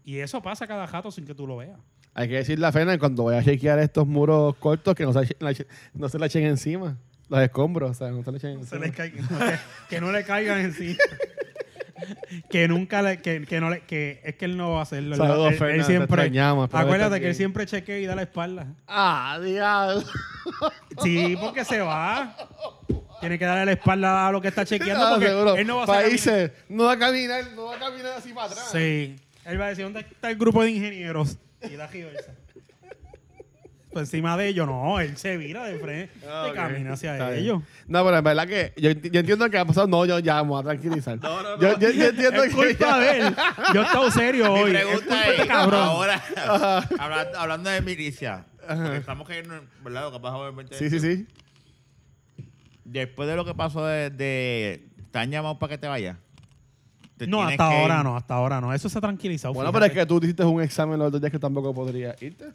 Speaker 1: Y eso pasa cada jato sin que tú lo veas.
Speaker 2: Hay que decirle a Fernan cuando voy a chequear estos muros cortos que no se, la echen- no se la echen encima. Los escombros, o sea, no se la echen
Speaker 1: Se
Speaker 2: encima.
Speaker 1: le caiga- no, que, que no le caigan encima. que nunca le, que, que no le, que es que él no va a hacerlo. Él-
Speaker 2: Saludos,
Speaker 1: él- él,
Speaker 2: Fernan, te
Speaker 1: siempre,
Speaker 2: extrañamos, espero que
Speaker 1: acuérdate
Speaker 2: estés
Speaker 1: que él
Speaker 2: bien.
Speaker 1: siempre chequea y da la espalda.
Speaker 2: Ah, diablo.
Speaker 1: Sí, porque se va. Tiene que darle la espalda a lo que está chequeando
Speaker 2: Ah,
Speaker 1: porque
Speaker 2: seguro.
Speaker 1: él no va a hacer
Speaker 2: Países, no va a caminar, no va a caminar así para atrás.
Speaker 1: Sí. Él va a decir, ¿dónde está el grupo de ingenieros? Y la giversa. Por encima de ellos, no, él se vira de frente
Speaker 2: Ah,
Speaker 1: y
Speaker 2: ok.
Speaker 1: camina hacia
Speaker 2: Está bien.
Speaker 1: ellos.
Speaker 2: No, pero en verdad que yo, enti- yo entiendo que ha pasado. No, yo ya me voy a tranquilizar.
Speaker 3: No, no, no.
Speaker 2: Yo, yo- yo entiendo
Speaker 1: Es
Speaker 2: que.
Speaker 1: culpa de él. Yo he estado serio
Speaker 3: Mi
Speaker 1: hoy. Es culpa
Speaker 3: pregunta
Speaker 1: de
Speaker 3: es,
Speaker 1: este cabrón.
Speaker 3: ahora, hablando, hablando de milicia, porque estamos cayendo, en- ¿verdad? Lo que pasa obviamente.
Speaker 2: Sí, sí, sí.
Speaker 3: Después de lo que pasó de, de ¿te han llamado para que te vayas? Te
Speaker 1: No,
Speaker 3: tienes
Speaker 1: hasta
Speaker 3: que ir.
Speaker 1: ahora no, hasta ahora no. Eso se ha tranquilizado.
Speaker 2: Bueno, pero
Speaker 1: fíjate.
Speaker 2: es que tú hiciste un examen los otros días que tampoco podrías irte.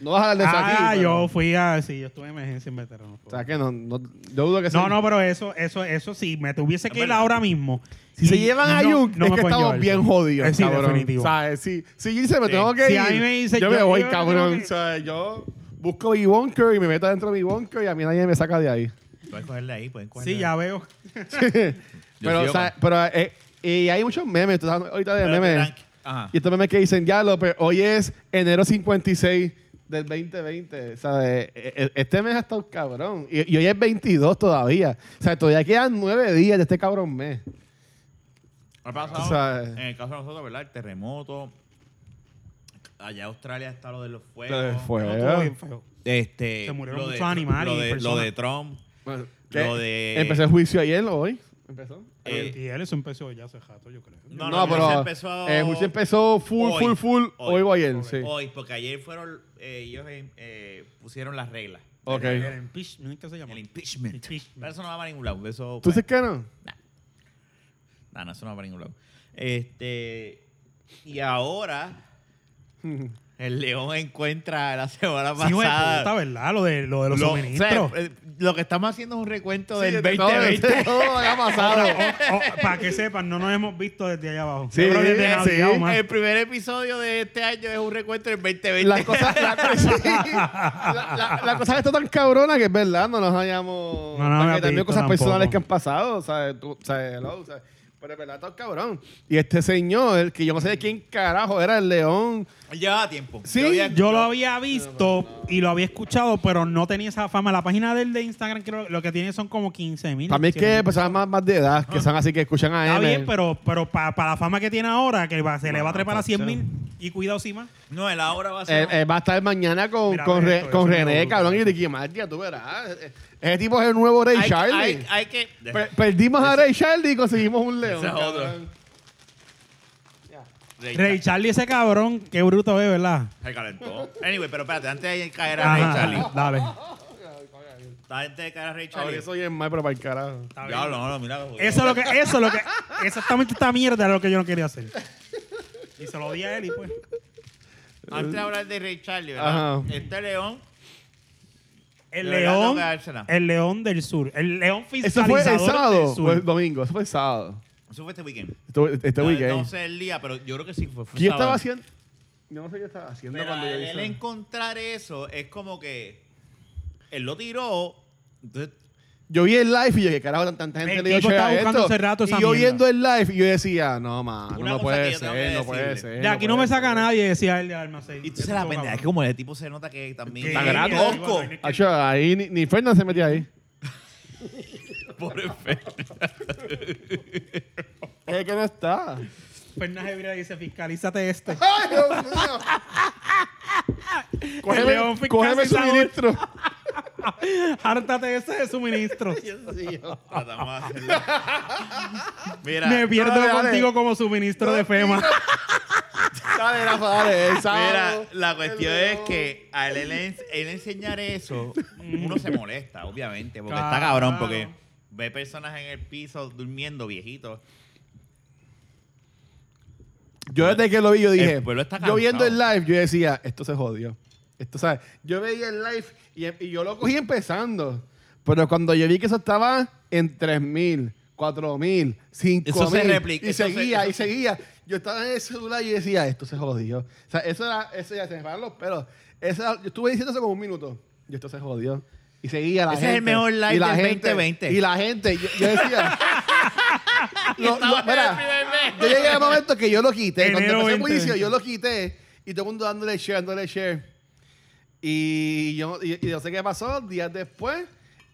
Speaker 2: No vas a darle eso aquí.
Speaker 1: Ah,
Speaker 2: pero-
Speaker 1: yo fui a... Sí, yo estuve en emergencia en veterano.
Speaker 2: O sea, que no, no- yo dudo que sí.
Speaker 1: No, no, pero eso, eso, eso sí, me tuviese que ir
Speaker 3: verdad.
Speaker 1: ahora mismo.
Speaker 2: Si
Speaker 1: y
Speaker 2: se llevan a
Speaker 1: no-
Speaker 2: Yuk,
Speaker 1: no
Speaker 2: es
Speaker 1: me
Speaker 2: que
Speaker 1: pueden
Speaker 2: estamos
Speaker 1: llevar.
Speaker 2: bien jodidos,
Speaker 1: Eh, sí,
Speaker 2: cabrón.
Speaker 1: definitivo.
Speaker 2: O sea, si, si yo dice, me
Speaker 3: Sí.
Speaker 2: tengo que
Speaker 1: Si
Speaker 2: ir,
Speaker 1: a mí me dice,
Speaker 2: yo me
Speaker 1: yo-
Speaker 2: voy,
Speaker 1: yo me
Speaker 2: cabrón.
Speaker 1: tengo que-
Speaker 2: O sea, yo busco mi bunker y me meto dentro de mi bunker y a mí nadie me saca de ahí.
Speaker 3: Pueden cogerla ahí, pueden cogerla.
Speaker 1: Sí,
Speaker 3: ahí.
Speaker 1: ya veo.
Speaker 2: pero,
Speaker 3: sigo
Speaker 2: o sea,
Speaker 3: con-
Speaker 2: pero, eh, y hay muchos memes, tú sabes, ahorita de
Speaker 3: Pero te
Speaker 2: memes.
Speaker 3: tranqui- Ajá.
Speaker 2: Y estos memes que dicen, ya, López, hoy es enero 56 del 2020. O sea, eh, eh, este mes ha estado cabrón. Y, y hoy es 22 todavía. O sea, todavía quedan nueve días de este cabrón mes.
Speaker 3: Ha pasado,
Speaker 2: Tú sabes.
Speaker 3: en el caso de nosotros, ¿verdad? El terremoto. Allá en Australia está lo de los fuegos.
Speaker 2: Lo del fuego.
Speaker 1: No, estuvo bien feo.
Speaker 3: Este,
Speaker 1: Se murieron
Speaker 3: lo de-
Speaker 1: muchos animales
Speaker 3: Lo
Speaker 1: y
Speaker 3: de, lo
Speaker 1: personas.
Speaker 3: de Trump.
Speaker 2: ¿Qué?
Speaker 3: Lo de-
Speaker 2: Empecé el juicio ayer o hoy. ¿Empezó?
Speaker 3: Eh,
Speaker 1: y él eso empezó ya hace rato, yo creo.
Speaker 3: No,
Speaker 2: No,
Speaker 3: no,
Speaker 2: pero.
Speaker 3: se
Speaker 2: El
Speaker 3: empezó-
Speaker 2: juicio empezó full,
Speaker 3: Hoy.
Speaker 2: full, full.
Speaker 3: Hoy.
Speaker 2: Hoy, o ayer, sí.
Speaker 3: Hoy, porque ayer fueron. eh, ellos eh, eh, pusieron las reglas.
Speaker 2: Ok.
Speaker 1: El impeachment, ¿qué se llama?
Speaker 3: El impeachment.
Speaker 1: Impeachment.
Speaker 3: Pero eso no va para ningún lado. Eso, pues,
Speaker 2: ¿Tú dices que no?
Speaker 3: No, no, eso no va para ningún lado. Este. Y ahora. El León encuentra la semana
Speaker 1: Sí, güey, pues,
Speaker 3: pasada.
Speaker 1: puta, ¿verdad? Lo de, lo de los
Speaker 3: lo,
Speaker 1: suministros.
Speaker 3: o sea, eh, lo que estamos haciendo es un recuento
Speaker 2: Sí,
Speaker 3: del
Speaker 2: de todo,
Speaker 3: 2020.
Speaker 2: de todo lo que ha pasado.
Speaker 1: para que sepan, no nos hemos visto desde allá abajo.
Speaker 2: Sí,
Speaker 1: Yo creo que desde
Speaker 2: sí.
Speaker 1: Navidad o más.
Speaker 3: El primer episodio de este año es un recuento del 2020.
Speaker 2: Las cosas, la, la, la- la cosa está tan cabrona que es verdad, no nos hayamos.
Speaker 1: No, no,
Speaker 2: porque
Speaker 1: me
Speaker 2: también
Speaker 1: apito
Speaker 2: cosas
Speaker 1: tampoco.
Speaker 2: personales que han pasado, ¿sabes? Tú, ¿sabes? Hello, ¿sabes? Pero es verdad, está cabrón. Y este señor, que yo no sé de quién carajo era el león.
Speaker 3: Llevaba tiempo.
Speaker 2: Sí,
Speaker 3: había-
Speaker 1: Yo lo había visto y lo había escuchado, pero no tenía esa fama. La página del de Instagram creo que lo que tiene son como 15 mil.
Speaker 2: Para mí es que pues, personas más, más de edad, que son así que escuchan a él.
Speaker 1: Está bien, pero, pero para la fama que tiene ahora, que va- se le va a trepar a 100 mil y cuidado, si más.
Speaker 3: No, él ahora va a ser.
Speaker 2: Él, él Eh, va a estar mañana con,
Speaker 1: Mira,
Speaker 2: con,
Speaker 1: ve
Speaker 2: Re-
Speaker 1: esto,
Speaker 2: con
Speaker 1: eso me
Speaker 2: René,
Speaker 1: gusta.
Speaker 2: cabrón, y Ricky Martin, tú verás. Eh, Ese tipo es el nuevo Ray
Speaker 3: hay,
Speaker 2: Charlie.
Speaker 3: hay, hay que.
Speaker 2: Per- perdimos a Ray Charlie y conseguimos un león.
Speaker 3: Ese es otro.
Speaker 2: cabrón.
Speaker 1: Ray Charlie, ese cabrón, qué bruto es, ¿verdad?
Speaker 3: Se calentó. Anyway, pero espérate, antes de caer a Ray
Speaker 1: Ajá,
Speaker 3: Charlie.
Speaker 1: Dale.
Speaker 3: Antes de caer a Ray
Speaker 2: Ahora
Speaker 3: Charlie.
Speaker 2: eso es mal, pero para el carajo.
Speaker 3: Ya, no, no, mira.
Speaker 1: Eso es lo que, eso es lo que, exactamente esta mierda es lo que yo no quería hacer. Y se lo di a él y pues.
Speaker 3: Antes de hablar de Ray Charlie, ¿verdad?
Speaker 2: Ajá.
Speaker 3: Este león.
Speaker 1: El
Speaker 3: De verdad, tengo
Speaker 1: león,
Speaker 3: que dársela.
Speaker 1: el león del sur, el león
Speaker 2: Eso fue pues, el
Speaker 1: fiscalizador
Speaker 2: sábado.
Speaker 1: del sur.
Speaker 2: Fue el domingo. Eso fue el sábado.
Speaker 3: Eso fue este weekend.
Speaker 2: Esto- Este,
Speaker 3: No,
Speaker 2: weekend.
Speaker 3: No sé el día, pero yo creo que sí fue. fue
Speaker 2: ¿Qué yo
Speaker 3: sábado.
Speaker 2: estaba haciendo? Yo no sé qué estaba haciendo
Speaker 3: Pero
Speaker 2: cuando yo
Speaker 3: al
Speaker 2: hice.
Speaker 3: él encontrar eso es como que él lo tiró, entonces
Speaker 2: Yo vi el live y yo, que carajo, tan- tanta gente
Speaker 1: El
Speaker 2: le dio
Speaker 1: tipo
Speaker 2: share
Speaker 1: estaba
Speaker 2: a
Speaker 1: buscando
Speaker 2: esto.
Speaker 1: hace rato
Speaker 2: y
Speaker 1: esa
Speaker 2: yo
Speaker 1: mierda.
Speaker 2: viendo el live, yo decía, no, man,
Speaker 3: Una
Speaker 2: no
Speaker 3: cosa que
Speaker 2: puede
Speaker 3: yo tengo
Speaker 2: ser,
Speaker 3: que
Speaker 2: no puede
Speaker 3: decirle.
Speaker 2: ser.
Speaker 1: De aquí no me saca nadie, decía él de Almacén.
Speaker 3: Y tú se la pendeja. Es que como el tipo se nota que también.
Speaker 1: Sí,
Speaker 2: Está grato.
Speaker 1: sí, bueno, es que-
Speaker 2: Acho, ahí ni, ni Fernan se metía ahí.
Speaker 3: Pobre Fernan.
Speaker 2: Es que no está.
Speaker 1: Fernández Vira dice, fiscalízate este.
Speaker 2: ¡Ay, Dios mío!
Speaker 1: El león
Speaker 2: cógeme,
Speaker 1: fiscal
Speaker 2: cógeme
Speaker 1: sin
Speaker 2: su
Speaker 1: sabor.
Speaker 2: ministro.
Speaker 1: Hártate ese de suministros.
Speaker 3: Tratamos de hacerlo. Mira.
Speaker 1: Me pierdo
Speaker 2: dale, dale.
Speaker 1: contigo como suministro de FEMA.
Speaker 2: Dale, Rafa, dale. El sábado,
Speaker 3: Mira, la cuestión
Speaker 2: el
Speaker 3: es
Speaker 2: león. Mm.
Speaker 3: que al él, ens- él enseñar eso, uno se molesta, obviamente, porque está
Speaker 1: Claro.
Speaker 3: cabrón, porque ve personas en el piso durmiendo viejitos.
Speaker 2: Yo desde que lo vi, yo dije.
Speaker 3: El pueblo está
Speaker 2: yo viendo el
Speaker 3: cansado.
Speaker 2: live, yo decía, esto se jodió. Esto, ¿sabes? Yo veía el live y, y yo lo cogí empezando. Pero cuando yo vi que eso estaba en 3000, 4000, 5000.
Speaker 3: Eso se replica,
Speaker 2: Y
Speaker 3: eso se-
Speaker 2: seguía,
Speaker 3: eso
Speaker 2: y
Speaker 3: se-
Speaker 2: seguía. Yo estaba en el celular y decía, esto se jodió. O sea, eso era, eso ya se me pararon los pelos. Eso era- yo estuve diciendo eso como un minuto. Y esto se jodió. Y seguía la
Speaker 3: Ese es
Speaker 2: gente.
Speaker 3: el mejor live
Speaker 2: y la
Speaker 3: del
Speaker 2: gente,
Speaker 3: 2020.
Speaker 2: Y la gente, yo, yo decía. Lo- lo-
Speaker 3: Estaba en el
Speaker 2: mira,
Speaker 3: primer mes.
Speaker 2: yo llegué al momento que yo lo quité. Cuando
Speaker 1: Enero
Speaker 2: empecé el
Speaker 1: 20.
Speaker 2: juicio, yo lo quité. Y todo el mundo dándole share, dándole share. Y yo, y, y no sé qué pasó días después.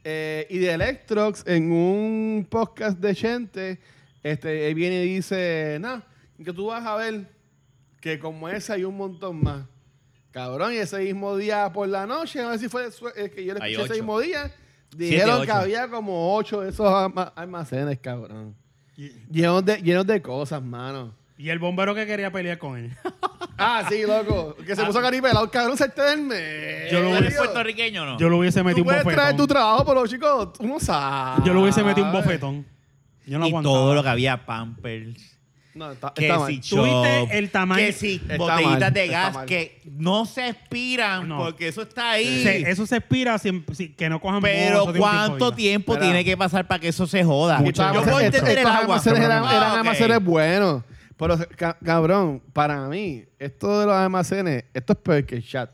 Speaker 2: eh, y de Electrox, en un podcast de gente, este, él viene y dice, no, que tú vas a ver que como ese hay un montón más. Cabrón, y ese mismo día por la noche, a ver si fue sue- eh, que yo le
Speaker 3: Hay
Speaker 2: escuché ese
Speaker 3: ocho.
Speaker 2: mismo día,
Speaker 3: Siete,
Speaker 2: dijeron que
Speaker 3: ocho.
Speaker 2: había como ocho de esos alma- almacenes, cabrón. Llenos de, llenos de cosas, mano.
Speaker 1: Y el bombero que quería pelear con él.
Speaker 2: Ah, sí, loco. Que se puso caripelado, cabrón, se mes.
Speaker 1: Yo lo
Speaker 3: ¿Tú
Speaker 1: voy a-
Speaker 3: eres puertorriqueño o no?
Speaker 1: Yo le hubiese
Speaker 2: Tú
Speaker 1: metido un
Speaker 2: puedes traer tu Ah,
Speaker 1: bofetón.
Speaker 2: trabajo, pero chicos, tú no sabes.
Speaker 1: Yo le hubiese metido un bofetón. Yo no
Speaker 3: y todo lo
Speaker 1: aguantaba.
Speaker 3: que había, Pampers.
Speaker 2: No, está,
Speaker 3: Que
Speaker 2: está mal.
Speaker 3: si
Speaker 1: Tú viste
Speaker 3: Shop,
Speaker 1: el tamaño-
Speaker 3: Que si
Speaker 2: Está
Speaker 3: botellitas
Speaker 2: mal,
Speaker 3: de
Speaker 2: está
Speaker 3: gas
Speaker 2: mal.
Speaker 3: que no se expiran
Speaker 1: No.
Speaker 3: porque eso está ahí.
Speaker 1: Se- eso se expira sin, sin- que no cojan moho,
Speaker 3: Pero
Speaker 1: eso tiene un
Speaker 3: ¿cuánto
Speaker 1: de vida.
Speaker 3: tiempo
Speaker 2: Espera.
Speaker 3: tiene que pasar para que eso se joda?
Speaker 1: Mucho
Speaker 2: Estos
Speaker 1: Yo
Speaker 3: puedo
Speaker 2: almacenes-
Speaker 3: entender el
Speaker 2: estos
Speaker 3: agua,
Speaker 2: almacenes
Speaker 3: pero
Speaker 2: eran,
Speaker 3: no.
Speaker 2: eran
Speaker 3: Ah, ok.
Speaker 2: almacenes buenos. Pero, ca- cabrón, para mí, esto de los almacenes, esto es peor que el chat.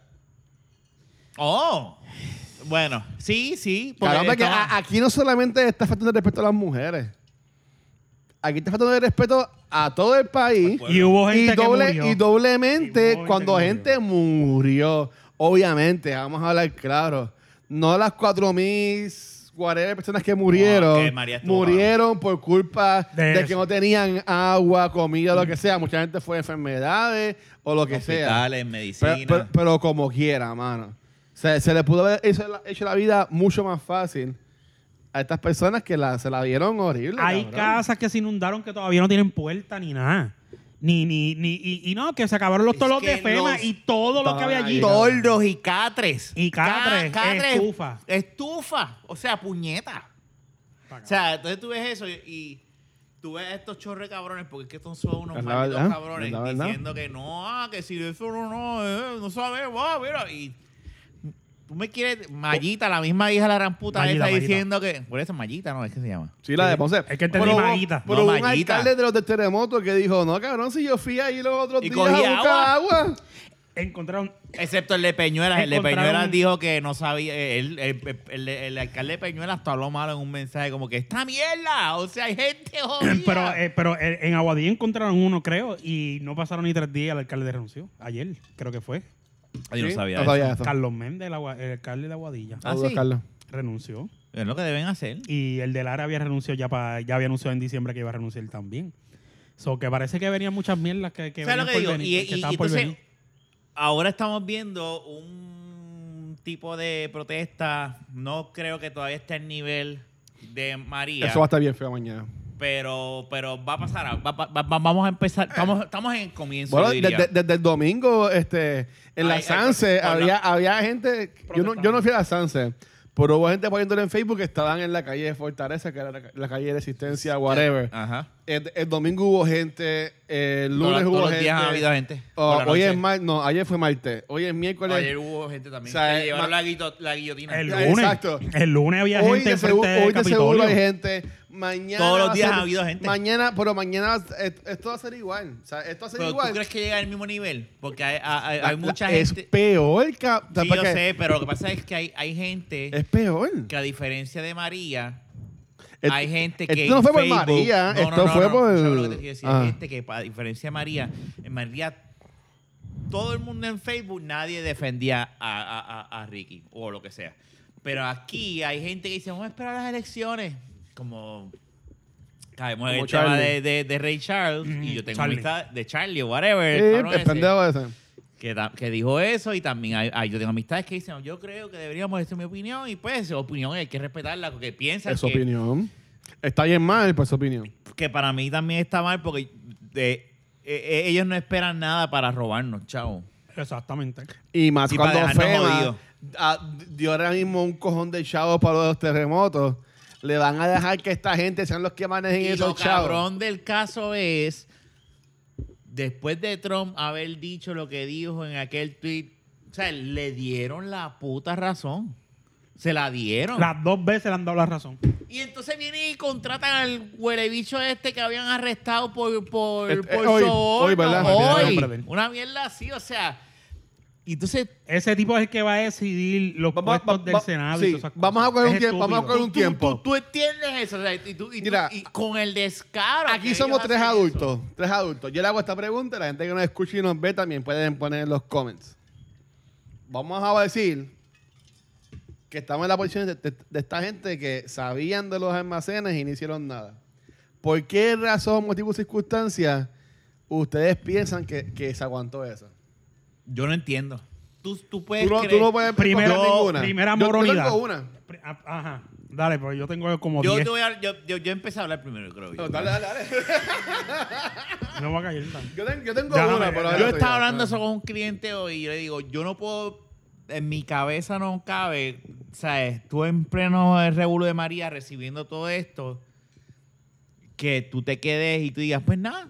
Speaker 3: Oh. Bueno, sí, sí. porque
Speaker 2: Cabrón, porque
Speaker 3: estaba-
Speaker 2: a- aquí no solamente está faltando de respeto a las mujeres. Aquí está faltando de respeto a todo el país.
Speaker 3: pueblo.
Speaker 1: Y hubo gente
Speaker 2: y, doble-
Speaker 1: que murió.
Speaker 2: y doblemente
Speaker 1: Y hubo gente
Speaker 2: cuando
Speaker 1: que
Speaker 2: gente murió. obviamente, vamos a hablar claro, no las 4.040 personas que
Speaker 3: No,
Speaker 2: murieron,
Speaker 3: que María estuvo
Speaker 2: murieron por culpa
Speaker 1: De
Speaker 2: de,
Speaker 1: eso. Mm.
Speaker 2: que no tenían agua, comida, lo que sea. Mucha gente fue enfermedades o lo que sea.
Speaker 3: hospitales, medicina.
Speaker 2: Pero, pero- pero como quiera, mano. Se, se le pudo haber hecho la, hecho la vida mucho más fácil a estas personas que la, se la vieron horrible.
Speaker 1: Hay
Speaker 2: cabrón.
Speaker 1: casas que se inundaron que todavía no tienen puerta ni nada. Ni, ni, ni, y, y no, que se acabaron los
Speaker 3: Es
Speaker 1: tolos
Speaker 3: que
Speaker 1: de FEMA
Speaker 3: los-
Speaker 1: y todo lo que había allí.
Speaker 2: Todo.
Speaker 3: Tordos y catres.
Speaker 1: Y catres,
Speaker 3: Ca-
Speaker 1: estufa.
Speaker 3: Estufa. O sea, puñeta. O sea, entonces tú ves eso y, y tú ves a estos chorre cabrones, porque es que estos son unos
Speaker 2: Es la
Speaker 3: malditos
Speaker 2: verdad,
Speaker 3: cabrones
Speaker 2: es la verdad.
Speaker 3: diciendo que no, ah, que si eso no, no, eh, no sabemos, ah, mira, y tú me quieres, Mallita, la misma hija de la gran puta
Speaker 1: Mallita,
Speaker 3: está
Speaker 1: Mallita.
Speaker 3: diciendo que, por eso Mallita, no, es que se llama.
Speaker 2: Sí, la de Ponce.
Speaker 1: Es que entendí
Speaker 2: Pero hubo-
Speaker 1: Maguita.
Speaker 2: Pero
Speaker 3: No,
Speaker 2: hubo un
Speaker 3: Maguita.
Speaker 2: alcalde de los del terremoto que dijo, no, cabrón, si yo fui ahí los otros
Speaker 3: Y
Speaker 2: días
Speaker 3: cogí
Speaker 2: a buscar agua.
Speaker 1: Encontraron
Speaker 3: Excepto el de Peñuelas. El de
Speaker 1: Encontraron-
Speaker 3: Peñuelas dijo que no sabía. El, el, el, el- el alcalde de Peñuelas habló malo en un mensaje como que esta mierda. O sea, hay gente jodida.
Speaker 1: Pero, eh, pero eh, en Aguadilla encontraron uno, creo, y no pasaron ni tres días, el alcalde renunció. Ayer, creo que fue.
Speaker 3: Yo no
Speaker 2: Sí,
Speaker 3: sabía
Speaker 2: no
Speaker 3: eso.
Speaker 2: sabía eso.
Speaker 1: Carlos Méndez, el, agua- el alcalde de Aguadilla,
Speaker 3: Ah.
Speaker 2: Saludos,
Speaker 3: sí.
Speaker 2: Carlos.
Speaker 1: renunció.
Speaker 3: Es lo que deben hacer.
Speaker 1: Y el del área había renunciado ya para ya había anunciado en diciembre que iba a renunciar también. So, que parece que venían muchas mierdas que, que
Speaker 3: ¿Sabes lo
Speaker 1: venían
Speaker 3: que
Speaker 1: por
Speaker 3: digo?
Speaker 1: venir,
Speaker 3: Y,
Speaker 1: que
Speaker 3: y-
Speaker 1: estaban
Speaker 3: y
Speaker 1: por
Speaker 3: entonces,
Speaker 1: venir.
Speaker 3: ahora estamos viendo un tipo de protesta. No creo que todavía esté al nivel de María.
Speaker 2: Eso va a estar bien feo mañana.
Speaker 3: Pero, pero va a pasar. a- va- va- va- vamos a empezar. Estamos, estamos en el comienzo.
Speaker 2: Bueno,
Speaker 3: yo diría.
Speaker 2: desde, desde el domingo, este, en la
Speaker 3: Ay, ay,
Speaker 2: Sanse, había,
Speaker 3: habla-
Speaker 2: había gente. Yo no, yo no fui a la Sanse, pero hubo gente poniéndole en Facebook que estaban en la calle de Fortaleza, que era la, la calle de Resistencia, whatever.
Speaker 3: Ajá.
Speaker 2: El, el domingo hubo gente, el lunes
Speaker 3: Todos-
Speaker 2: hubo
Speaker 3: todos los
Speaker 2: gente.
Speaker 3: días ha habido gente.
Speaker 2: Oh,
Speaker 3: Por la
Speaker 2: hoy
Speaker 3: noche.
Speaker 2: es martes, no, ayer fue martes. Hoy es miércoles.
Speaker 3: Ayer hubo gente también.
Speaker 2: O sea,
Speaker 3: que llevaron
Speaker 2: ma-
Speaker 3: la, guillo- la guillotina.
Speaker 1: El
Speaker 2: ya,
Speaker 1: lunes.
Speaker 2: exacto.
Speaker 1: El lunes había
Speaker 2: hoy
Speaker 1: gente
Speaker 2: de,
Speaker 1: enfrente
Speaker 2: seguro,
Speaker 1: del
Speaker 2: hoy de seguro
Speaker 1: Capitolio.
Speaker 2: hay gente. mañana.
Speaker 3: Todos los
Speaker 2: va a
Speaker 3: días
Speaker 2: ser-
Speaker 3: ha habido gente.
Speaker 2: Mañana, pero mañana va- et- esto va a ser igual. O sea, esto va a ser
Speaker 3: Pero
Speaker 2: igual.
Speaker 3: ¿tú crees que llega al mismo nivel? Porque hay, hay- hay
Speaker 2: La- la-
Speaker 3: mucha
Speaker 2: es
Speaker 3: gente...
Speaker 2: peor, ca- o sea,
Speaker 3: Sí, yo
Speaker 2: porque
Speaker 3: sé, pero lo que pasa es que hay, hay gente
Speaker 2: Es peor.
Speaker 3: que a diferencia de María,
Speaker 2: Et-
Speaker 3: hay gente
Speaker 2: esto
Speaker 3: que
Speaker 2: Eh, no
Speaker 3: en
Speaker 2: fue por
Speaker 3: Facebook-
Speaker 2: María, esto fue por-
Speaker 3: ¿sabes lo que te quiero decir?
Speaker 2: Ah.
Speaker 3: Hay gente que a diferencia de María, en María todo el mundo en Facebook nadie defendía a, a- a- a Ricky o lo que sea. Pero aquí hay gente que dice, vamos a esperar las elecciones. Como caemos en
Speaker 2: Como
Speaker 3: el tema
Speaker 2: Charlie.
Speaker 3: de, de- de Ray Charles y
Speaker 1: Mm,
Speaker 3: yo tengo
Speaker 1: Charlie.
Speaker 3: amistad de Charlie o whatever.
Speaker 2: Sí,
Speaker 3: el cabrón
Speaker 2: el
Speaker 3: ese
Speaker 2: pendejo ese.
Speaker 3: que, ta- que dijo eso y también hay, hay- yo tengo amistades que dicen yo creo que deberíamos esta es mi opinión y pues opinión hay que respetarla porque piensan
Speaker 2: Es su
Speaker 3: que,
Speaker 2: opinión. Está bien mal, pues su opinión.
Speaker 3: que para mí también está mal porque de- eh, eh, ellos no esperan nada para robarnos chavo
Speaker 1: Exactamente.
Speaker 2: Y más
Speaker 3: Sí, para
Speaker 2: cuando
Speaker 3: dejarnos
Speaker 2: FEMA
Speaker 3: jodidos.
Speaker 2: ah, dio ahora mismo un cojón de chavos para los terremotos. Le van a dejar que esta gente sean los que manejen
Speaker 3: y lo
Speaker 2: esos chavos.
Speaker 3: cabrón del caso es después de Trump haber dicho lo que dijo en aquel tweet o sea le dieron la puta razón se la dieron
Speaker 1: Las dos veces le han dado la razón.
Speaker 3: Y entonces vienen y contratan al huelebicho este que habían arrestado por, por,
Speaker 2: Este,
Speaker 3: por
Speaker 2: eh, hoy,
Speaker 3: soborno.
Speaker 2: hoy, ¿verdad?
Speaker 3: Hoy.
Speaker 1: Olvidé el nombre de él.
Speaker 3: Una mierda así, o sea. Y entonces,
Speaker 1: Ese tipo es el que va a decidir los
Speaker 2: Vamos-
Speaker 1: puestos
Speaker 2: va-
Speaker 1: del
Speaker 2: va-
Speaker 1: Senado
Speaker 2: sí,
Speaker 1: y todas esas cosas.
Speaker 2: vamos a coger
Speaker 1: Es
Speaker 2: un tiempo, vamos a
Speaker 1: estúpido.
Speaker 2: coger un tiempo.
Speaker 3: tú entiendes eso. O sea, y tú- y tú-
Speaker 2: Mira,
Speaker 3: y con el descaro. que
Speaker 2: Aquí somos
Speaker 3: ellos
Speaker 2: tres
Speaker 3: hacen
Speaker 2: adultos.
Speaker 3: eso.
Speaker 2: Tres adultos. Yo le hago esta pregunta. La gente que nos escucha y nos ve también pueden poner en los comments. Vamos a decir que estamos en la posición de, de- de esta gente que sabían de los almacenes y no hicieron nada. ¿Por qué razón, motivo, circunstancia ustedes piensan que, que se aguantó eso?
Speaker 3: Yo no entiendo. Tú, tú puedes
Speaker 2: Tú no,
Speaker 3: creer.
Speaker 2: tú no puedes
Speaker 1: Primera-
Speaker 2: escoger
Speaker 1: yo-
Speaker 2: ninguna.
Speaker 1: primera
Speaker 2: Yo- yo tengo
Speaker 1: moronidad.
Speaker 2: una.
Speaker 1: Pri- ah, Ajá. Dale, pues yo tengo como
Speaker 3: yo,
Speaker 1: 10.
Speaker 3: te voy a- yo, yo, yo empecé a hablar primero, creo yo.
Speaker 2: No, dale, dale, dale.
Speaker 1: No va a caer tan.
Speaker 2: Yo, ten- yo tengo
Speaker 1: Ya,
Speaker 2: una,
Speaker 1: dame,
Speaker 2: pero
Speaker 1: ya.
Speaker 2: dale
Speaker 3: Yo
Speaker 2: tú
Speaker 3: estaba
Speaker 2: ya.
Speaker 3: hablando eso con un cliente hoy y yo le digo, yo no puedo, en mi cabeza no cabe, ¿sabes? Tú en pleno revuelo de María recibiendo todo esto, que tú te quedes y tú digas, pues nada,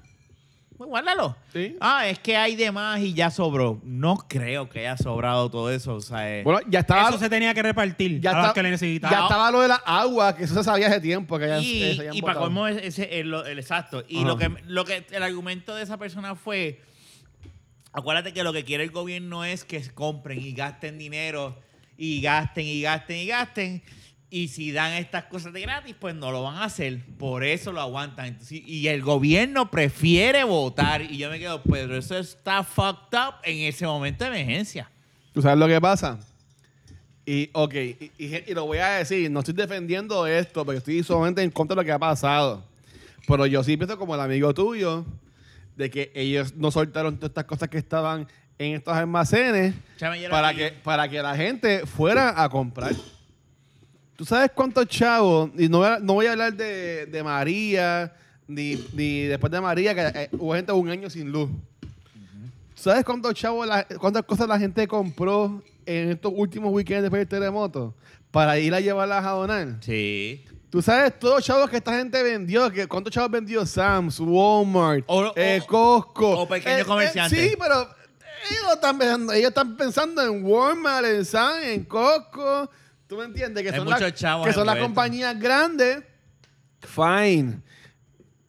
Speaker 3: pues guárdalo.
Speaker 2: Sí.
Speaker 3: Ah, es que hay de más y ya sobró. No creo que haya sobrado todo eso, eh. ¿sabes?
Speaker 2: Bueno, ya estaba.
Speaker 1: Eso se tenía que repartir
Speaker 2: Ya,
Speaker 1: a
Speaker 2: está-
Speaker 1: los que le necesitaban.
Speaker 2: ya estaba lo de la agua, que eso se sabía hace tiempo. Que ya- que se
Speaker 3: y,
Speaker 2: habían
Speaker 3: y para
Speaker 2: botado.
Speaker 3: colmo ese- ese el, el exacto y
Speaker 2: Ajá.
Speaker 3: lo que lo que el argumento de esa persona fue acuérdate que lo que quiere el gobierno es que compren y gasten dinero y gasten y gasten y gasten y si dan estas cosas de gratis pues no lo van a hacer por eso lo aguantan Entonces, y el gobierno prefiere votar y yo me quedo pero eso está fucked up en ese momento de emergencia
Speaker 2: ¿Tú sabes lo que pasa? Y, ok, y, y- y lo voy a decir, no estoy defendiendo esto, porque estoy solamente en contra de lo que ha pasado. Pero yo sí pienso como el amigo tuyo, de que ellos no soltaron todas estas cosas que estaban en estos almacenes
Speaker 3: Chama, yo era
Speaker 2: para
Speaker 3: aquí.
Speaker 2: que, para que la gente fuera a comprar. ¿Tú sabes cuántos chavos? Y no, voy a- no voy a hablar de, de María, ni, ni después de María, que eh, hubo gente un año sin luz. ¿Sabes cuántos chavos, la- cuántas cosas la gente compró en estos últimos weekends después del terremoto? Para ir a llevarlas a donar.
Speaker 3: sí
Speaker 2: ¿Tú sabes todos los chavos que esta gente vendió? Que, ¿Cuántos chavos vendió Sam's, Walmart,
Speaker 3: O- o-
Speaker 2: eh, Costco?
Speaker 3: o pequeños
Speaker 2: Eh, eh,
Speaker 3: comerciantes.
Speaker 2: sí, pero ellos están, pensando, ellos están pensando en Walmart, en Sam's, en Costco. ¿Tú me entiendes? Que
Speaker 3: Hay
Speaker 2: son,
Speaker 3: muchos
Speaker 2: las,
Speaker 3: chavos
Speaker 2: que son las
Speaker 3: envueltos.
Speaker 2: compañías grandes. Fine.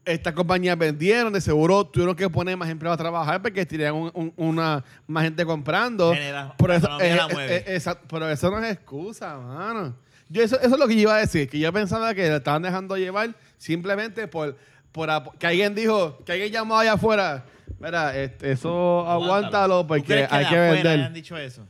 Speaker 2: Estas compañías vendieron, de seguro tuvieron que poner más empleados a trabajar porque tenían un- un- una, más gente comprando.
Speaker 3: Genera-
Speaker 2: Pero
Speaker 3: la
Speaker 2: eso,
Speaker 3: economía
Speaker 2: eh,
Speaker 3: la
Speaker 2: eh,
Speaker 3: mueve.
Speaker 2: eh, esa- pero eso no es excusa, mano. Yo eso, eso es lo que yo iba a decir, que yo pensaba que lo estaban dejando llevar simplemente por, por apo- que alguien dijo, que alguien llamó allá afuera. Mira, este, eso aguántalo
Speaker 3: ¿Tú
Speaker 2: porque
Speaker 3: crees
Speaker 2: hay
Speaker 3: de
Speaker 2: que
Speaker 3: afuera
Speaker 2: vender.
Speaker 3: hayan dicho eso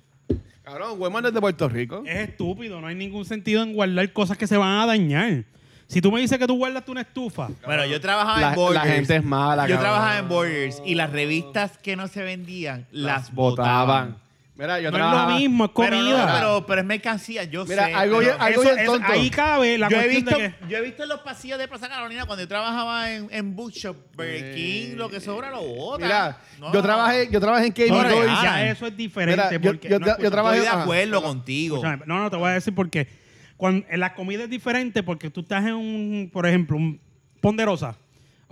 Speaker 2: Cabrón, Walmart es de Puerto Rico.
Speaker 3: Eh,
Speaker 1: Es estúpido, no hay ningún sentido en guardar cosas que se van a dañar. Si tú me dices que tú guardaste una estufa,
Speaker 3: Bueno, yo trabajaba
Speaker 2: La-
Speaker 3: en Borders.
Speaker 2: la gente es mala,
Speaker 3: Yo
Speaker 2: cabrón.
Speaker 3: trabajaba en Borders y las revistas que no se vendían las, botaban.
Speaker 2: Mira, yo
Speaker 1: no
Speaker 2: trabajaba-
Speaker 1: es lo mismo, es
Speaker 3: Pero, no,
Speaker 1: comida.
Speaker 3: pero, pero es mercancía, yo
Speaker 2: Mira,
Speaker 3: sé.
Speaker 2: algo
Speaker 3: pero
Speaker 2: bien- algo bien tonto.
Speaker 1: ahí cabe la
Speaker 3: yo, he
Speaker 1: cuestión
Speaker 3: visto,
Speaker 1: de que...
Speaker 3: yo he visto en los pasillos de Plaza Carolina cuando yo trabajaba en, en Bookshop, Burger King, lo que sobra lo botan.
Speaker 2: Mira,
Speaker 3: No,
Speaker 2: yo
Speaker 3: no,
Speaker 2: trabajé, yo trabajé en KB
Speaker 1: No,
Speaker 3: Ahora,
Speaker 1: no,
Speaker 2: Toys.
Speaker 3: ah,
Speaker 1: ya eso es diferente.
Speaker 2: Mira, yo-
Speaker 1: porque,
Speaker 2: yo-
Speaker 1: no,
Speaker 2: yo
Speaker 1: escucha,
Speaker 2: trabajé-
Speaker 3: Estoy de
Speaker 2: ajá,
Speaker 3: acuerdo contigo.
Speaker 1: escúchame, no, no, te voy a decir porque cuando, en eh, la comida es diferente porque tú estás en un, por ejemplo, un Ponderosa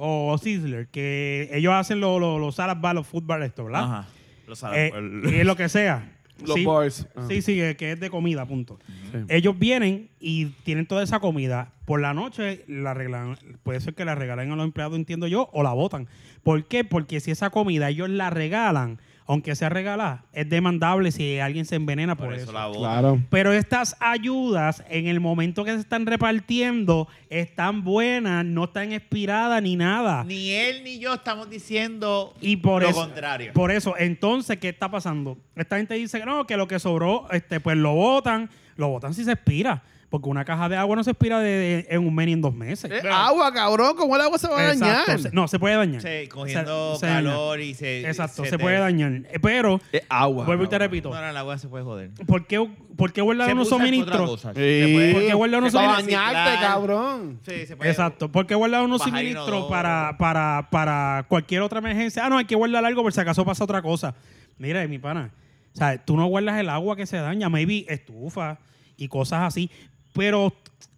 Speaker 1: o Sizzler, que ellos hacen los los los salad bar, los food bar, esto, ¿verdad?
Speaker 3: Ajá. Lo sabes.
Speaker 1: Eh, y lo que sea.
Speaker 2: Los
Speaker 1: sí,
Speaker 2: bars. Ah.
Speaker 1: Sí, sí, eh, que, que es de comida, punto.
Speaker 2: Sí.
Speaker 1: Ellos vienen y tienen toda esa comida. Por la noche la arreglan, puede ser que la regalen a los empleados, entiendo yo, o la botan. ¿Por qué? Porque si esa comida ellos la regalan, aunque sea regalada, es demandable si alguien se envenena por,
Speaker 3: Por eso
Speaker 1: eso.
Speaker 3: la voz.
Speaker 2: Claro.
Speaker 1: Pero estas ayudas, en el momento que se están repartiendo, están buenas, no están expiradas ni nada.
Speaker 3: Ni él ni yo estamos diciendo
Speaker 1: Y por
Speaker 3: lo
Speaker 1: eso,
Speaker 3: contrario.
Speaker 1: Por eso, entonces, ¿qué está pasando? Esta gente dice que no, que lo que sobró, este, pues lo botan, lo botan si se expira. Porque una caja de agua no se expira de, de- en un mes ni en dos meses.
Speaker 2: Eh, agua, cabrón. ¿Cómo el agua se va a
Speaker 1: Exacto,
Speaker 2: dañar?
Speaker 1: se- No, se puede dañar.
Speaker 3: Sí, cogiendo
Speaker 1: Se- se daña.
Speaker 3: calor y se.
Speaker 1: Exacto, se,
Speaker 3: te-
Speaker 1: puede dañar. Eh, Pero,
Speaker 2: Es agua.
Speaker 1: vuelvo y te
Speaker 2: cabrón.
Speaker 1: repito,
Speaker 3: No, no, la agua se puede joder.
Speaker 1: ¿por qué, por qué guardar
Speaker 3: Se
Speaker 1: unos
Speaker 3: usa para
Speaker 1: suministros?
Speaker 3: otra cosa.
Speaker 2: Sí.
Speaker 3: Se puede-
Speaker 1: Porque guardar unos
Speaker 3: se puede
Speaker 2: Para
Speaker 1: suministros.
Speaker 2: bañarte,
Speaker 3: reciclar.
Speaker 2: cabrón.
Speaker 3: Sí, se puede-
Speaker 1: Exacto, porque guardar unos
Speaker 3: Bajar
Speaker 1: suministros
Speaker 3: inodoro.
Speaker 1: para, para, para cualquier otra emergencia. Ah, no, hay que guardar algo por si acaso pasa otra cosa. Mira, mi pana, o sea, tú no guardas el agua que se daña, maybe estufa y cosas así, pero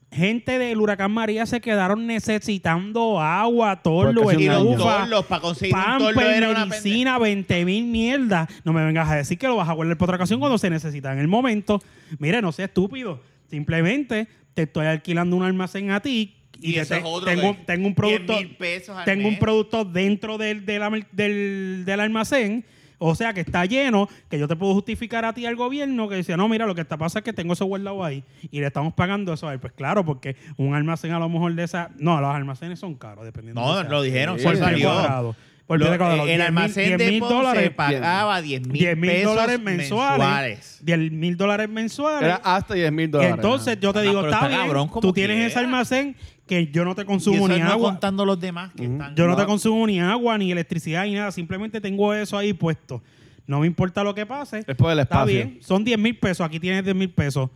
Speaker 1: gente del huracán María se quedaron necesitando agua, torlo,
Speaker 2: Por casi
Speaker 3: Y
Speaker 2: un
Speaker 3: los
Speaker 2: año.
Speaker 1: estufa,
Speaker 3: torlos, para conseguir un torlo
Speaker 1: pamper,
Speaker 3: era una pende-
Speaker 1: medicina, 20 mil mierdas. No me vengas a decir que lo vas a guardar por otra ocasión cuando se necesita en el momento. Mire, no sea estúpido. Simplemente te estoy alquilando un almacén a ti y,
Speaker 3: Y
Speaker 1: que
Speaker 3: eso
Speaker 1: te-
Speaker 3: es otro
Speaker 1: tengo,
Speaker 3: que-
Speaker 1: tengo un producto
Speaker 3: 10.000 pesos al
Speaker 1: tengo un
Speaker 3: mes.
Speaker 1: producto dentro del, del, alm- del- del almacén. O sea, que está lleno, que yo te puedo justificar a ti al gobierno que dice, no, mira, lo que está pasa es que tengo eso guardado ahí y le estamos pagando eso a él. Pues claro, porque un almacén a lo mejor de esa... No, los almacenes son caros, dependiendo.
Speaker 3: No,
Speaker 1: de sea.
Speaker 3: lo dijeron,
Speaker 2: Sí.
Speaker 1: Por
Speaker 3: se
Speaker 1: pie
Speaker 3: salió.
Speaker 1: cuadrado. Por
Speaker 3: Lo- eh,
Speaker 1: pie cuadrado.
Speaker 3: el
Speaker 1: 10.000,
Speaker 3: almacén de
Speaker 1: 10.000
Speaker 3: dólares
Speaker 1: dólares,
Speaker 3: pagaba 10
Speaker 1: 10
Speaker 3: mil
Speaker 1: mil dólares
Speaker 3: mensuales.
Speaker 1: mensuales. 10 mil dólares mensuales.
Speaker 2: Era hasta 10 mil
Speaker 1: y
Speaker 2: dólares.
Speaker 1: entonces yo te
Speaker 3: Ah,
Speaker 1: digo,
Speaker 3: pero
Speaker 1: está
Speaker 3: está
Speaker 1: bien,
Speaker 3: cabrón como
Speaker 1: tú tienes
Speaker 3: quiera.
Speaker 1: ese almacén que yo no te
Speaker 3: Y
Speaker 1: consumo
Speaker 3: eso
Speaker 1: ni
Speaker 3: no
Speaker 1: agua.
Speaker 3: contando los demás que están.
Speaker 1: Yo no te
Speaker 2: No.
Speaker 1: consumo ni agua, ni electricidad, ni nada. Simplemente tengo eso ahí puesto. No me importa lo que pase.
Speaker 2: Es por el
Speaker 1: Está
Speaker 2: espacio.
Speaker 1: bien, son 10 mil pesos. Aquí tienes 10 mil pesos.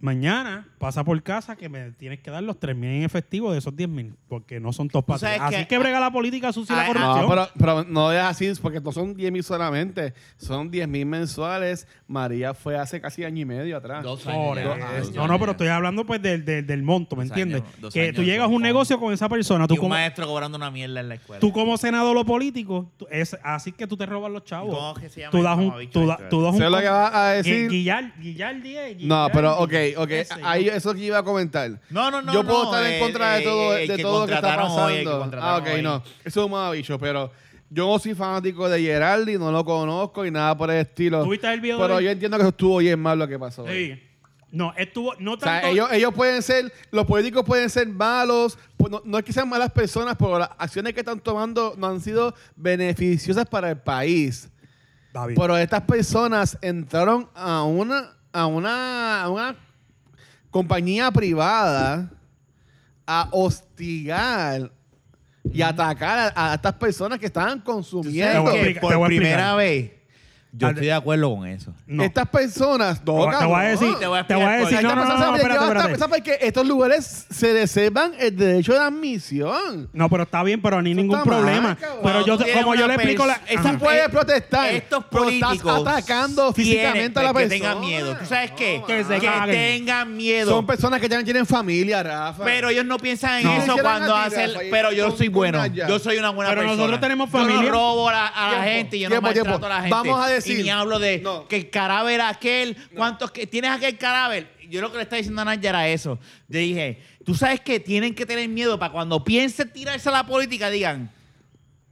Speaker 1: Mañana pasa por casa que me tienes que dar los 3 mil en efectivo de esos 10 mil, porque no son todos para ti.
Speaker 3: sabes
Speaker 1: Así
Speaker 3: que-
Speaker 1: que, brega la política sucia y la
Speaker 3: Ah,
Speaker 1: corrupción.
Speaker 2: No, pero, pero no es así, porque no son 10 mil solamente, son 10 mil mensuales. María fue hace casi año y medio atrás.
Speaker 3: Dos años
Speaker 1: Por
Speaker 3: ya,
Speaker 1: eso.
Speaker 2: dos
Speaker 3: años
Speaker 1: No, no,
Speaker 3: ya.
Speaker 1: pero estoy hablando pues del, del, del monto, ¿me
Speaker 3: Dos
Speaker 1: entiendes?
Speaker 3: años, dos
Speaker 1: que
Speaker 3: años,
Speaker 1: tú llegas a
Speaker 3: dos
Speaker 1: un
Speaker 3: años.
Speaker 1: negocio con esa persona,
Speaker 3: Y
Speaker 1: tú
Speaker 3: un
Speaker 1: como,
Speaker 3: maestro cobrando una mierda en la escuela.
Speaker 1: tú como senador o político, tú- es, así que tú te robas los chavos.
Speaker 3: ¿Cómo es que se llama
Speaker 1: tú
Speaker 3: el
Speaker 1: das un,
Speaker 3: mamabicho
Speaker 1: tú,
Speaker 3: este,
Speaker 1: da-
Speaker 3: verdad?
Speaker 1: tú das un...
Speaker 2: Sé lo que va a decir.
Speaker 1: Guillar, Guillar 10.
Speaker 2: No,
Speaker 1: Guillar,
Speaker 2: pero ok,
Speaker 1: Guillar,
Speaker 2: ok.
Speaker 1: qué sé yo.
Speaker 2: Ahí eso que iba a comentar.
Speaker 3: No, no, no.
Speaker 2: yo puedo
Speaker 3: no,
Speaker 2: estar en
Speaker 3: el-
Speaker 2: contra de
Speaker 3: el-
Speaker 2: todo,
Speaker 3: el
Speaker 2: de
Speaker 3: que
Speaker 2: todo lo que está
Speaker 3: contrataron
Speaker 2: pasando.
Speaker 3: hoy, el que
Speaker 2: ah,
Speaker 3: contrataron
Speaker 2: ok,
Speaker 3: hoy.
Speaker 2: no. Eso es un mamabicho, pero yo no soy fanático de Geraldi, no lo conozco y nada por el estilo.
Speaker 1: ¿Tú viste el video
Speaker 2: pero
Speaker 1: de-
Speaker 2: yo entiendo que estuvo bien mal lo que pasó. hoy.
Speaker 1: Sí. No, estuvo... No
Speaker 2: O sea,
Speaker 1: tanto...
Speaker 2: ellos, ellos pueden ser, los políticos pueden ser malos, pu- no, no es que sean malas personas, pero las acciones que están tomando no han sido beneficiosas para el país.
Speaker 1: David.
Speaker 2: Pero estas personas entraron a una, a una, a una compañía privada a hostigar y atacar a, a estas personas que estaban
Speaker 3: Tú sabes
Speaker 2: consumiendo.
Speaker 1: Te voy a
Speaker 3: que
Speaker 1: explicar, te
Speaker 3: Por
Speaker 1: voy a
Speaker 3: primera
Speaker 1: explicar.
Speaker 3: vez, yo
Speaker 1: Al-
Speaker 3: estoy de acuerdo con eso.
Speaker 1: no.
Speaker 2: Estas personas,
Speaker 1: Te
Speaker 2: no,
Speaker 1: voy- te voy a
Speaker 2: cabrón.
Speaker 1: decir...
Speaker 3: Te voy a
Speaker 1: Te voy a
Speaker 3: explicar
Speaker 1: decir...
Speaker 3: por
Speaker 1: No, no, no,
Speaker 2: Estas personas
Speaker 1: no,
Speaker 2: saben que
Speaker 1: espérate,
Speaker 2: van a estar-
Speaker 1: espérate.
Speaker 2: saben que estos lugares se reservan el derecho de admisión.
Speaker 1: No, pero está bien, pero ni
Speaker 2: Eso
Speaker 1: ningún
Speaker 2: está mal,
Speaker 1: problema.
Speaker 2: cabrón.
Speaker 1: pero yo,
Speaker 3: Cuando tú tienes
Speaker 1: como yo
Speaker 3: una
Speaker 1: le explico la... Eh,
Speaker 3: pers-
Speaker 1: Ajá.
Speaker 3: Esa
Speaker 2: Tú puedes protestar.
Speaker 3: Estos
Speaker 2: pero
Speaker 3: políticos
Speaker 2: Estás atacando
Speaker 3: tienen-
Speaker 2: físicamente a la
Speaker 3: que
Speaker 2: persona.
Speaker 3: tengan miedo. ¿Tú sabes qué?
Speaker 2: No,
Speaker 1: Que se
Speaker 2: mano.
Speaker 1: caguen.
Speaker 3: tengan miedo.
Speaker 2: Son personas que ya no tienen familia, Rafa.
Speaker 3: Pero ellos no piensan en
Speaker 1: No.
Speaker 3: eso
Speaker 2: Hicieron
Speaker 3: cuando
Speaker 2: a ti,
Speaker 3: hacen.
Speaker 2: Rafa, y
Speaker 3: Pero yo
Speaker 2: con-
Speaker 3: soy
Speaker 2: con
Speaker 3: bueno.
Speaker 2: Naya.
Speaker 3: Yo soy una buena
Speaker 1: Pero
Speaker 3: persona.
Speaker 1: nosotros tenemos
Speaker 3: Yo
Speaker 1: familia.
Speaker 3: no robo la- a la
Speaker 2: Tiempo,
Speaker 3: gente y yo no
Speaker 2: tiempo, tiempo.
Speaker 3: maltrato a la gente.
Speaker 2: Vamos a decir-
Speaker 3: Y ni hablo de
Speaker 2: No.
Speaker 3: que el cadáver era aquel. ¿Cuántos que tienes aquel cadáver? Yo lo que le estaba diciendo a Naya era eso. Yo dije, tú sabes que tienen que tener miedo para cuando piensen tirarse a la política, digan.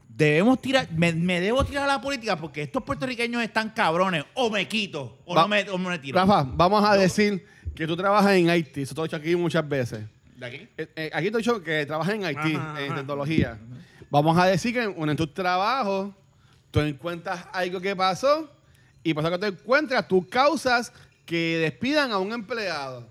Speaker 3: Debemos tirar, me, me debo tirar a la política porque estos puertorriqueños están cabrones. O me quito, o,
Speaker 2: Va-
Speaker 3: no, me, o no me tiro.
Speaker 2: Rafa, vamos a decir que tú trabajas en Haití. Eso te lo he dicho aquí muchas veces.
Speaker 3: ¿De aquí?
Speaker 2: Eh, eh, aquí te he dicho que trabajas en Haití,
Speaker 1: Ajá,
Speaker 2: en
Speaker 1: ajá.
Speaker 2: tecnología. Vamos a decir que en, en tus trabajos tú encuentras algo que pasó y por eso que te encuentras, tú causas que despidan a un empleado.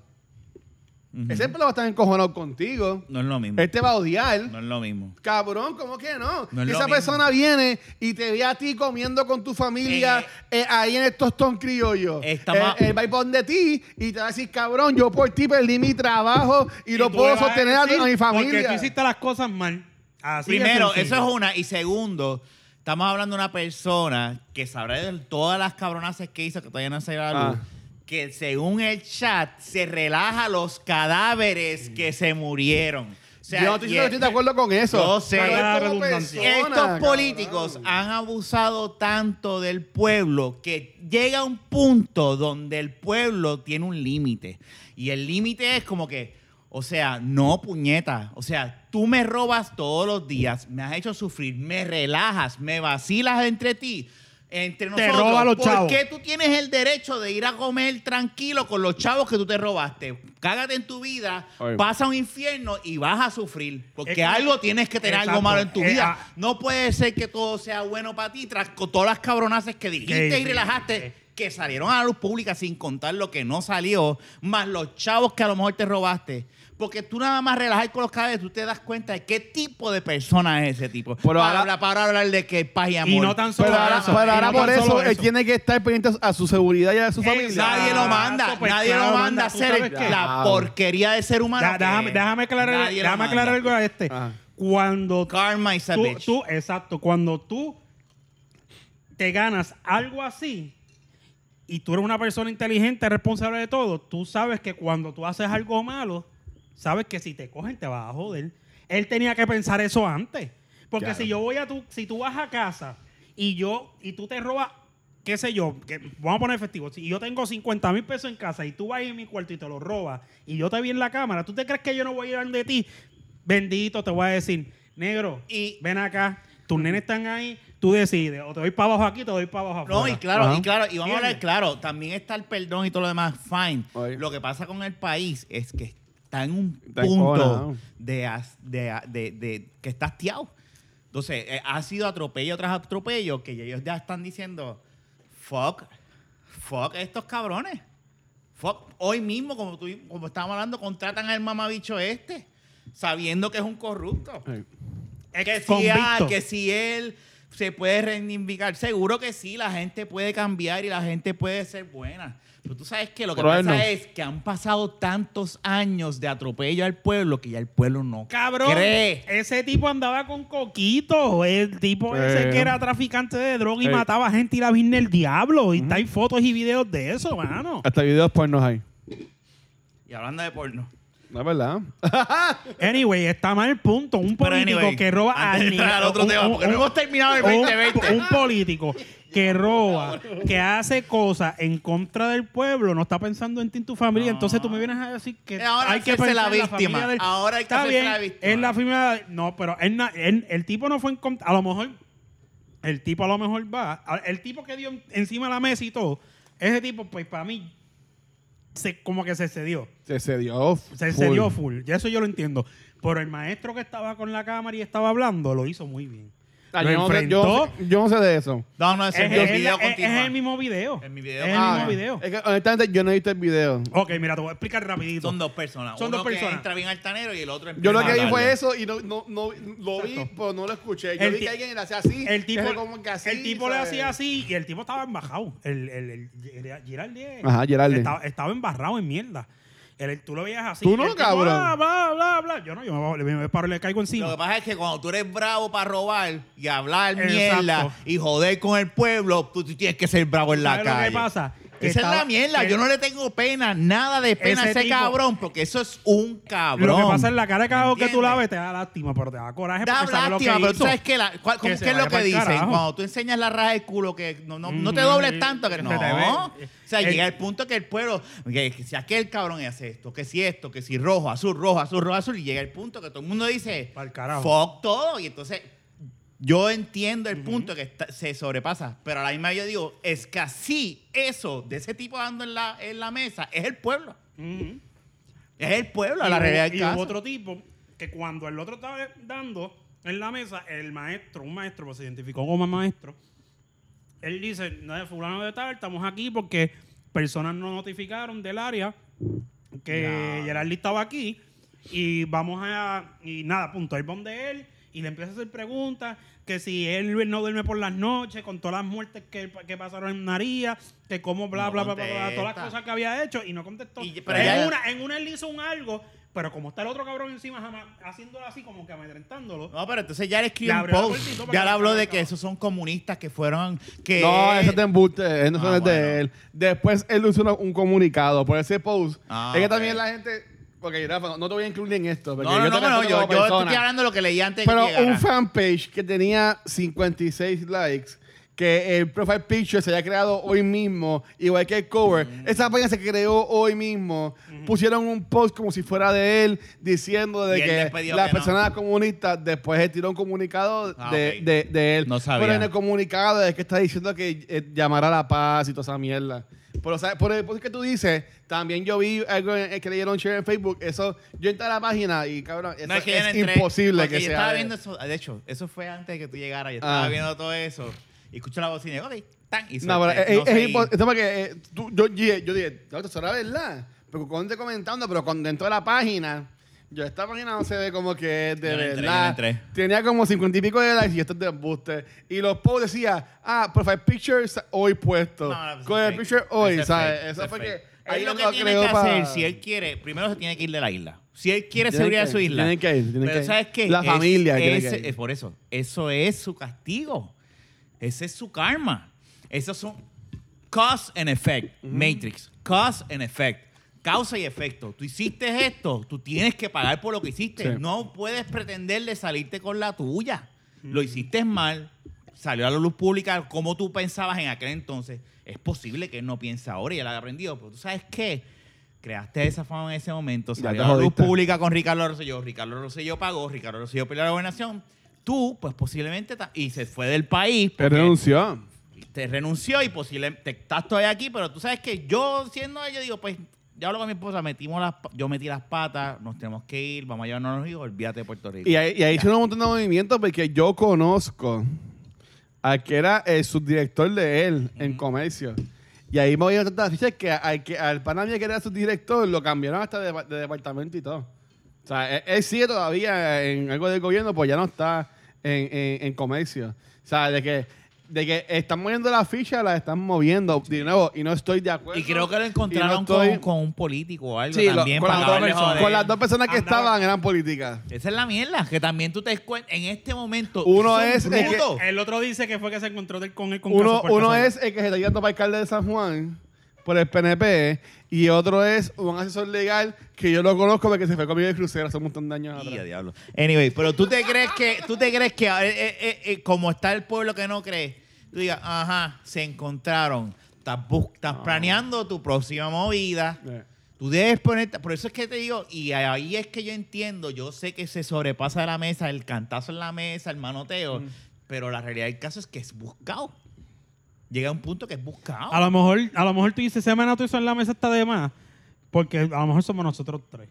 Speaker 2: Ese empleado va a estar encojonado contigo.
Speaker 3: No es lo mismo.
Speaker 1: Eh.
Speaker 2: Él te va a odiar.
Speaker 3: No es lo mismo.
Speaker 2: Cabrón, ¿cómo que no?
Speaker 3: No es
Speaker 2: Y
Speaker 3: lo
Speaker 2: esa
Speaker 3: mismo.
Speaker 2: persona viene y te ve a ti comiendo con tu familia
Speaker 3: Eh,
Speaker 2: eh, ahí en el tostón criollo.
Speaker 3: Está
Speaker 2: él,
Speaker 3: ma-
Speaker 2: él Eh, va a ir por donde ti y te va a decir, cabrón, yo por ti perdí mi trabajo y, no
Speaker 1: tú
Speaker 2: puedo
Speaker 1: le vas a
Speaker 2: sostener a, tu-
Speaker 1: decir
Speaker 2: a mi
Speaker 1: Porque tú
Speaker 2: familia.
Speaker 1: hiciste las cosas mal. Así de
Speaker 3: Primero,
Speaker 1: sencillo.
Speaker 3: eso es una. Y segundo, estamos hablando de una persona que sabrá de todas las cabronaces que hizo que todavía no se va a la luz.
Speaker 2: Ah.
Speaker 3: Que según el chat, se relaja los cadáveres que se murieron. sea,
Speaker 2: yo no estoy
Speaker 3: y
Speaker 2: diciendo que
Speaker 3: es-
Speaker 2: estoy de acuerdo con eso.
Speaker 3: Yo sé.
Speaker 2: Pero es
Speaker 1: Valga la
Speaker 2: como
Speaker 1: redundancia.
Speaker 2: persona,
Speaker 3: Estos
Speaker 2: cabrón.
Speaker 3: políticos han abusado tanto del pueblo que llega un punto donde el pueblo tiene un límite. Y el límite es como que, o sea, no puñeta. O sea, tú me robas todos los días, me has hecho sufrir, me relajas, me vacilas entre ti. Entre
Speaker 1: Te
Speaker 3: nosotros,
Speaker 1: roba los
Speaker 3: ¿por
Speaker 1: chavos.
Speaker 3: qué tú tienes el derecho de ir a comer tranquilo con los chavos que tú te robaste? Cágate en tu vida,
Speaker 2: Oye.
Speaker 3: pasa un infierno y vas a sufrir. Porque
Speaker 1: Es
Speaker 3: que
Speaker 1: que-
Speaker 3: algo tienes que tener algo
Speaker 1: Exacto.
Speaker 3: malo en tu
Speaker 1: Eh,
Speaker 3: vida.
Speaker 1: ah.
Speaker 3: No puede ser que todo sea bueno para ti tras con todas las cabronaces que dijiste
Speaker 1: Que-
Speaker 3: y relajaste
Speaker 1: eh.
Speaker 3: que salieron a la luz pública sin contar lo que no salió, más los chavos que a lo mejor te robaste. Porque tú nada más relajar con los cabezas, tú te das cuenta de qué tipo de persona es ese tipo.
Speaker 2: Pero
Speaker 3: para,
Speaker 2: ahora-
Speaker 3: hablar, para hablar de que paz y amor.
Speaker 1: Y no tan solo
Speaker 2: Pero ahora,
Speaker 1: eso.
Speaker 2: pero
Speaker 1: y
Speaker 2: ahora
Speaker 1: no
Speaker 2: por
Speaker 1: tan
Speaker 2: eso,
Speaker 1: solo
Speaker 2: él tiene que estar pendiente a su seguridad y a su
Speaker 1: Exacto.
Speaker 2: familia.
Speaker 3: Nadie lo manda,
Speaker 1: Ah, pues,
Speaker 3: nadie
Speaker 1: claro,
Speaker 3: lo
Speaker 1: manda.
Speaker 3: manda a
Speaker 1: Tú
Speaker 3: hacer el-
Speaker 1: sabes que-
Speaker 3: la
Speaker 2: Claro.
Speaker 3: porquería de ser humano.
Speaker 1: Da-
Speaker 3: que
Speaker 1: déjame,
Speaker 3: es.
Speaker 1: déjame aclarar,
Speaker 3: Nadie lo
Speaker 1: déjame aclarar algo
Speaker 3: manda.
Speaker 1: a este.
Speaker 2: Ajá.
Speaker 1: Cuando
Speaker 3: Karma is a
Speaker 1: tú,
Speaker 3: bitch.
Speaker 1: tú- exacto, cuando tú te ganas algo así y tú eres una persona inteligente, responsable de todo, tú sabes que cuando tú haces algo malo, sabes que si te cogen te vas a joder. Él tenía que pensar eso antes, porque
Speaker 2: Claro.
Speaker 1: si yo voy a tu, si tú vas a casa y yo y tú te robas qué sé yo, que, vamos a poner efectivo, si yo tengo 50 mil pesos en casa y tú vas en mi cuarto y te lo robas y yo te vi en la cámara, ¿tú te crees que yo no voy a ir donde ti? Bendito, te voy a decir, negro,
Speaker 3: Y-
Speaker 1: ven acá, tus nenes están ahí, tú decides, o te doy para abajo aquí, te doy para abajo afuera.
Speaker 3: No, y claro,
Speaker 2: Ajá.
Speaker 3: y claro, y vamos a hablar
Speaker 1: ¿Entiendes?
Speaker 3: claro, también está el perdón y todo lo demás, fine.
Speaker 2: Oye.
Speaker 3: Lo que pasa con el país es que está en un
Speaker 2: Está en
Speaker 3: punto
Speaker 2: cola,
Speaker 3: de, as- de, a- de- de- que está hastiado. Entonces, eh, ha sido atropello tras atropello que ellos ya están diciendo, fuck, fuck estos cabrones. Fuck. Hoy mismo, como, tú, como estábamos hablando, contratan al mamabicho este, sabiendo que es un corrupto.
Speaker 2: Ay.
Speaker 3: Que si,
Speaker 1: Convicto.
Speaker 3: ah, que si él se puede reivindicar. Seguro que sí, la gente puede cambiar y la gente puede ser buena. Pero tú sabes que lo que
Speaker 2: Pero él
Speaker 3: pasa
Speaker 2: no.
Speaker 3: es que han pasado tantos años de atropello al pueblo que ya el pueblo no
Speaker 1: Cabrón,
Speaker 3: cree.
Speaker 1: ese tipo andaba con coquito, el tipo ese
Speaker 2: Eh.
Speaker 1: que era traficante de droga y
Speaker 2: Eh.
Speaker 1: mataba gente y la virgen del diablo. Y está hay fotos y videos de eso, mano.
Speaker 2: Hasta videos pornos hay.
Speaker 3: Y hablando de porno.
Speaker 2: No es verdad.
Speaker 1: Anyway, está mal el punto. Un
Speaker 3: Pero
Speaker 1: político
Speaker 3: anyway,
Speaker 1: que roba
Speaker 3: antes de
Speaker 1: ni-
Speaker 3: entrar al otro
Speaker 1: un-
Speaker 3: tema,
Speaker 1: un-
Speaker 3: porque no
Speaker 1: un-
Speaker 3: hemos terminado el
Speaker 1: un-
Speaker 3: 2020.
Speaker 1: Un político que roba, que hace cosas en contra del pueblo, no está pensando en ti, en tu familia. Entonces tú me vienes a decir que
Speaker 3: Ahora
Speaker 1: hay que
Speaker 3: hacerse
Speaker 1: pensar
Speaker 3: la
Speaker 1: en
Speaker 3: víctima.
Speaker 1: familia del-
Speaker 3: Ahora hay que
Speaker 1: Está
Speaker 3: hacerse
Speaker 1: bien,
Speaker 3: la víctima.
Speaker 1: Es la familia. No, pero él na- él- el tipo no fue en contra. A lo mejor el tipo a lo mejor va. a- El tipo que dio en- encima de la mesa y todo. Ese tipo, pues para mí, se, como que se cedió.
Speaker 2: Se, se dio.
Speaker 1: Se, se dio full. Ya eso yo lo entiendo. Pero el maestro que estaba con la cámara y estaba hablando lo hizo muy bien.
Speaker 2: Ah,
Speaker 1: Lo
Speaker 2: yo, no sé, yo
Speaker 1: enfrentó.
Speaker 2: no sé- yo no sé de eso.
Speaker 3: No, no,
Speaker 1: Es,
Speaker 3: ese es,
Speaker 1: es
Speaker 3: el video
Speaker 1: la- es-
Speaker 3: continúa.
Speaker 1: es el mismo video.
Speaker 3: En mi video.
Speaker 1: Es el
Speaker 3: Ah,
Speaker 1: mismo
Speaker 2: ya.
Speaker 1: video.
Speaker 2: Es que honestamente yo no he visto el video.
Speaker 1: Ok, mira, te voy a explicar rapidito.
Speaker 3: Son dos personas.
Speaker 1: Son
Speaker 3: Uno
Speaker 1: dos
Speaker 3: que
Speaker 1: personas.
Speaker 3: entra bien altanero y el otro empieza
Speaker 2: Yo lo que
Speaker 3: a
Speaker 2: vi fue
Speaker 3: darle.
Speaker 2: eso y no, no, no- lo vi,
Speaker 1: Exacto.
Speaker 2: pero no lo escuché. Yo
Speaker 1: El
Speaker 2: vi
Speaker 1: ti-
Speaker 2: que alguien le hacía así.
Speaker 1: El tipo,
Speaker 2: que era como que así,
Speaker 1: el tipo le
Speaker 2: ¿sabes?
Speaker 1: hacía así y el tipo estaba embajado. El, el, el, el- Geraldi, eh,
Speaker 2: Ajá, Geraldi.
Speaker 1: Estaba, estaba embarrado en mierda. El, el- tú lo veías así.
Speaker 2: Tú
Speaker 1: y el
Speaker 2: no,
Speaker 1: tipo,
Speaker 2: cabrón.
Speaker 1: Bla, bla, bla, bla. Yo no, yo me, me- me paro y le caigo
Speaker 3: Lo
Speaker 1: encima.
Speaker 3: que pasa es que cuando tú eres bravo para robar y hablar
Speaker 1: Exacto.
Speaker 3: mierda y joder con el pueblo, tú, tú tienes que ser bravo en la
Speaker 1: ¿Sabes lo que
Speaker 3: calle.
Speaker 1: pasa? Que
Speaker 3: Esa es
Speaker 1: estaba-
Speaker 3: la mierda.
Speaker 1: que-
Speaker 3: Yo no le tengo pena, nada de pena a
Speaker 1: Ese
Speaker 3: ese
Speaker 1: tipo-
Speaker 3: cabrón, porque eso es un cabrón.
Speaker 1: Lo que pasa es la cara de cagado
Speaker 3: ¿Me
Speaker 1: que tú la
Speaker 3: entiendes?
Speaker 1: ves te da lástima, pero te da coraje
Speaker 3: Da
Speaker 1: Eh, porque sabes lo que
Speaker 3: lástima, pero tú
Speaker 1: hizo.
Speaker 3: sabes que la, cuál- cómo-
Speaker 1: Que se
Speaker 3: ¿qué es lo
Speaker 1: vaya
Speaker 3: que
Speaker 1: pa'l
Speaker 3: dicen?
Speaker 1: carajo.
Speaker 3: Cuando tú enseñas la raja de culo, que no, no, no te dobles
Speaker 1: Ujú,
Speaker 3: tanto, que
Speaker 1: se
Speaker 3: no.
Speaker 1: te ve.
Speaker 3: O sea,
Speaker 1: El-
Speaker 3: llega el punto que el pueblo, que, que si aquel cabrón hace esto, que si esto, que si rojo, azul, rojo, azul, rojo, azul, y llega el punto que todo el mundo dice,
Speaker 1: Pa'l carajo.
Speaker 3: fuck todo. Y entonces, yo entiendo el punto que está- se sobrepasa, pero a la misma vez yo digo, es que así, eso, de ese tipo dando en la, en la mesa, es el pueblo.
Speaker 1: Ujú.
Speaker 3: Es el pueblo,
Speaker 1: Y
Speaker 3: la
Speaker 1: hubo-
Speaker 3: realidad del
Speaker 1: y hubo
Speaker 3: caso.
Speaker 1: otro tipo que cuando el otro estaba dando en la mesa, el maestro, un maestro, pues se identificó como maestro, él dice, no es fulano de tal, estamos aquí porque personas nos notificaron del área que
Speaker 3: Ya.
Speaker 1: Gerardi estaba aquí y vamos a, y nada, punto, el de él y le empieza a hacer preguntas, que si él no duerme por las noches, con todas las muertes que, que pasaron en María, que cómo bla,
Speaker 3: No
Speaker 1: bla, bla, bla, bla, todas las
Speaker 3: contesta.
Speaker 1: cosas que había hecho y no contestó.
Speaker 3: Y- pero
Speaker 1: pero en,
Speaker 3: ya-
Speaker 1: una, en una él hizo un algo, pero como está el otro cabrón encima jamás, haciéndolo así, como que amedrentándolo.
Speaker 2: Ah,
Speaker 3: No, pero entonces ya le escribió
Speaker 1: Le
Speaker 3: un
Speaker 1: abrió la
Speaker 3: post.
Speaker 1: puertita para
Speaker 3: Ya
Speaker 1: que
Speaker 3: le
Speaker 1: no
Speaker 3: habló
Speaker 1: se
Speaker 3: de
Speaker 1: acaba.
Speaker 3: que esos son comunistas que fueron. Que
Speaker 2: No, ese te embuste, eh, no
Speaker 3: Ah,
Speaker 2: son es
Speaker 3: bueno.
Speaker 2: de él. Después él hizo una- un comunicado por ese post.
Speaker 3: Ah,
Speaker 2: es que
Speaker 3: ok.
Speaker 2: también la gente, Ok, Rafa, no, no te voy a incluir en esto. porque
Speaker 3: No,
Speaker 2: yo
Speaker 3: no,
Speaker 2: te
Speaker 3: no, no,
Speaker 2: respeto
Speaker 3: yo,
Speaker 2: como
Speaker 3: yo
Speaker 2: persona.
Speaker 3: estoy hablando de lo que leí antes de que
Speaker 2: Pero
Speaker 3: llegara.
Speaker 2: un fanpage que tenía 56 likes, que el profile picture se haya creado hoy mismo, igual que el cover,
Speaker 3: Mm.
Speaker 2: esa página se creó hoy mismo. Pusieron un post como si fuera de él, diciendo de
Speaker 3: Y él
Speaker 2: que
Speaker 3: despedió
Speaker 2: las
Speaker 3: que no.
Speaker 2: personas comunistas después él tiró un comunicado
Speaker 3: Ah,
Speaker 2: de,
Speaker 3: ok.
Speaker 2: de- de él.
Speaker 3: No sabía.
Speaker 2: Pero en el comunicado es que está diciendo que eh, llamará a la paz y toda esa mierda. Pero, ¿sabes? Por el post que tú dices, también yo vi algo en- que leyeron share en Facebook. Eso, yo entré a la página y cabrón, eso
Speaker 3: No, es que yo no
Speaker 2: es
Speaker 3: entré,
Speaker 2: imposible
Speaker 3: porque
Speaker 2: que
Speaker 3: yo
Speaker 2: sea.
Speaker 3: estaba
Speaker 2: él.
Speaker 3: viendo eso. De hecho, eso fue antes de que tú llegaras. Yo estaba
Speaker 2: Ah.
Speaker 3: viendo todo eso. Y escucho la bocina. y digo, Ok, tan. Y
Speaker 2: No, pero
Speaker 3: solté,
Speaker 2: es,
Speaker 3: no seguí.
Speaker 2: que eh, tú- yo, dije- yo dije, no, esto será verdad. Pero cuando te comentando, pero cuando dentro de la página, yo esta página no se ve como que es de
Speaker 3: Yo no entré,
Speaker 2: verdad.
Speaker 3: yo no entré.
Speaker 2: Tenía como cincuenta y pico de likes y esto es de embuste. Y los posts decía, ah, profile pictures hoy puesto.
Speaker 3: No, no, eso es
Speaker 2: Con el
Speaker 3: fake.
Speaker 2: picture hoy,
Speaker 3: Eso es
Speaker 2: ¿sabes?
Speaker 3: fake,
Speaker 2: Eso
Speaker 3: es
Speaker 2: fue
Speaker 3: fake.
Speaker 2: que.
Speaker 3: Ahí
Speaker 2: él
Speaker 3: lo que
Speaker 2: lo
Speaker 3: tiene
Speaker 2: creó
Speaker 3: que
Speaker 2: pa-
Speaker 3: hacer, si él quiere, primero se tiene que ir de la isla. Si él quiere
Speaker 2: Tienen
Speaker 3: seguridad
Speaker 2: que
Speaker 3: de su
Speaker 2: ir,
Speaker 3: isla.
Speaker 2: tienen que ir, tienen
Speaker 3: pero
Speaker 2: que ir.
Speaker 3: ¿sabes qué?
Speaker 2: La familia tiene
Speaker 3: ese-
Speaker 2: que ir.
Speaker 3: es por eso. Eso es su castigo. Ese es su karma. Esos son cause and effect. Matrix. Cause and effect. Causa y efecto. Tú hiciste esto, tú tienes que pagar por lo que hiciste.
Speaker 2: Sí.
Speaker 3: No puedes pretenderle salirte con la tuya. Lo hiciste mal, salió a la luz pública como tú pensabas en aquel entonces. Es posible que él no piense ahora y él haya aprendido, pero tú sabes qué? Creaste esa fama en ese momento,
Speaker 2: Ya
Speaker 3: salió
Speaker 2: te
Speaker 3: a la luz
Speaker 2: jodiste.
Speaker 3: pública con Ricardo Rosselló, Ricardo Rosselló pagó, Ricardo Rosselló peleó la gobernación. Tú, pues posiblemente, ta- y se fue del país.
Speaker 2: Él
Speaker 3: porque-
Speaker 2: renunció.
Speaker 3: te renunció y posiblemente estás todavía aquí, pero tú sabes que yo siendo yo digo, pues ya hablo con mi esposa, metimos las pa- yo metí las patas, nos tenemos que ir, vamos a llevarnos a los hijos, olvídate de Puerto Rico.
Speaker 2: Y ahí, y ahí hicieron un montón de movimientos porque yo conozco al que era el subdirector de él en comercio. Y ahí me oyeron tantas fichas que al, que al pana mío que era subdirector lo cambiaron hasta de, de departamento y todo. O sea, él, él sigue todavía en algo del gobierno, pues ya no está en, en- en comercio. O sea, de que, de que están moviendo las fichas, las están moviendo de nuevo y no estoy de acuerdo.
Speaker 3: Y creo que lo
Speaker 2: Y no
Speaker 3: encontraron
Speaker 2: estoy-
Speaker 3: con, con un político o algo
Speaker 2: Sí, lo-
Speaker 3: también
Speaker 2: con, las
Speaker 3: para
Speaker 2: dos
Speaker 3: darle
Speaker 2: personas-
Speaker 3: joder.
Speaker 2: con las dos personas que
Speaker 1: Andaba-
Speaker 2: estaban eran políticas.
Speaker 3: Esa es la mierda, que también tú te descuentas en este momento.
Speaker 2: Uno
Speaker 3: son
Speaker 2: es el que- eh,
Speaker 3: brutos.
Speaker 1: El otro dice que fue que se encontró del- con él con
Speaker 2: uno,
Speaker 1: caso por
Speaker 2: uno
Speaker 1: caso.
Speaker 2: es el que se está guiando para alcalde de San Juan por el PNP y otro es un asesor legal que yo lo conozco porque se fue conmigo de crucero hace un montón de años
Speaker 3: Y a
Speaker 2: atrás.
Speaker 3: diablo. Anyway, pero tú te crees que, tú te crees que eh, eh, eh, eh, como está el pueblo que no cree, tú digas, ajá, se encontraron. Estás, bus-
Speaker 2: Ah.
Speaker 3: estás planeando tu próxima movida.
Speaker 2: Eh.
Speaker 3: Tú debes ponerte, por eso es que te digo, y ahí es que yo entiendo, yo sé que se sobrepasa de la mesa, el cantazo en la mesa, el manoteo, pero la realidad del caso es que es buscado. Llega un punto que es buscado.
Speaker 1: A lo mejor, a lo mejor tú dices, semana tú eso en la mesa está de más, porque a lo mejor somos nosotros tres.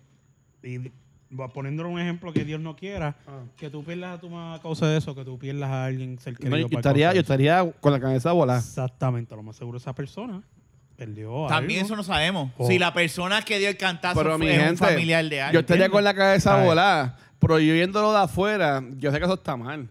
Speaker 1: Y va- poniéndole un ejemplo que Dios no quiera,
Speaker 2: Ah.
Speaker 1: que tú pierdas a tu mamá a causa de eso, que tú pierdas a alguien cercano.
Speaker 2: No, yo, estaría, yo estaría con la cabeza volada.
Speaker 1: Exactamente, lo más seguro esa persona perdió
Speaker 3: También
Speaker 1: algo.
Speaker 3: eso no sabemos.
Speaker 1: Oh.
Speaker 3: Si la persona que dio el cantazo
Speaker 2: Pero mi
Speaker 3: fue un
Speaker 2: gente,
Speaker 3: familiar de alguien.
Speaker 2: yo estaría con la cabeza
Speaker 1: ¿Sabes?
Speaker 2: volada, pero yo viéndolo de afuera, yo sé que eso está mal.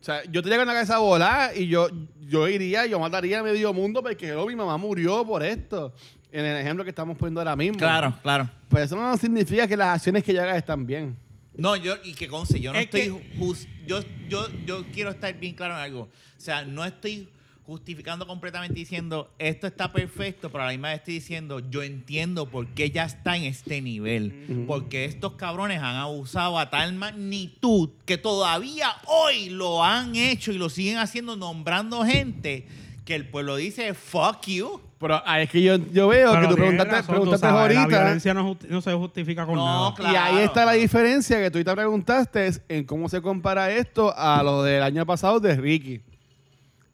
Speaker 2: O sea, yo estaría con la cabeza volada y yo, yo iría, yo mataría a medio mundo porque yo, mi mamá murió por esto. En el ejemplo que estamos poniendo ahora mismo.
Speaker 3: Claro, claro.
Speaker 2: Pero eso no significa que las acciones que yo haga están bien.
Speaker 3: No, yo, y que conste, yo no
Speaker 1: Es
Speaker 3: estoy.
Speaker 1: que-
Speaker 3: jus- yo, yo, yo quiero estar bien claro en algo. O sea, no estoy justificando completamente diciendo esto está perfecto, pero a la misma vez estoy diciendo yo entiendo por qué ya está en este nivel. Porque estos cabrones han abusado a tal magnitud que todavía hoy lo han hecho y lo siguen haciendo nombrando gente que el pueblo dice fuck you.
Speaker 2: Pero ah, es que yo, yo veo
Speaker 1: Pero
Speaker 2: que tú
Speaker 1: tienes
Speaker 2: preguntaste,
Speaker 1: razón, tú
Speaker 2: preguntaste
Speaker 1: sabes, La
Speaker 2: ahorita.
Speaker 1: violencia no, justi- no se justifica con
Speaker 3: No,
Speaker 1: nada.
Speaker 3: claro.
Speaker 2: Y ahí está la diferencia que tú ahorita preguntaste es en cómo se compara esto a lo del año pasado de Ricky.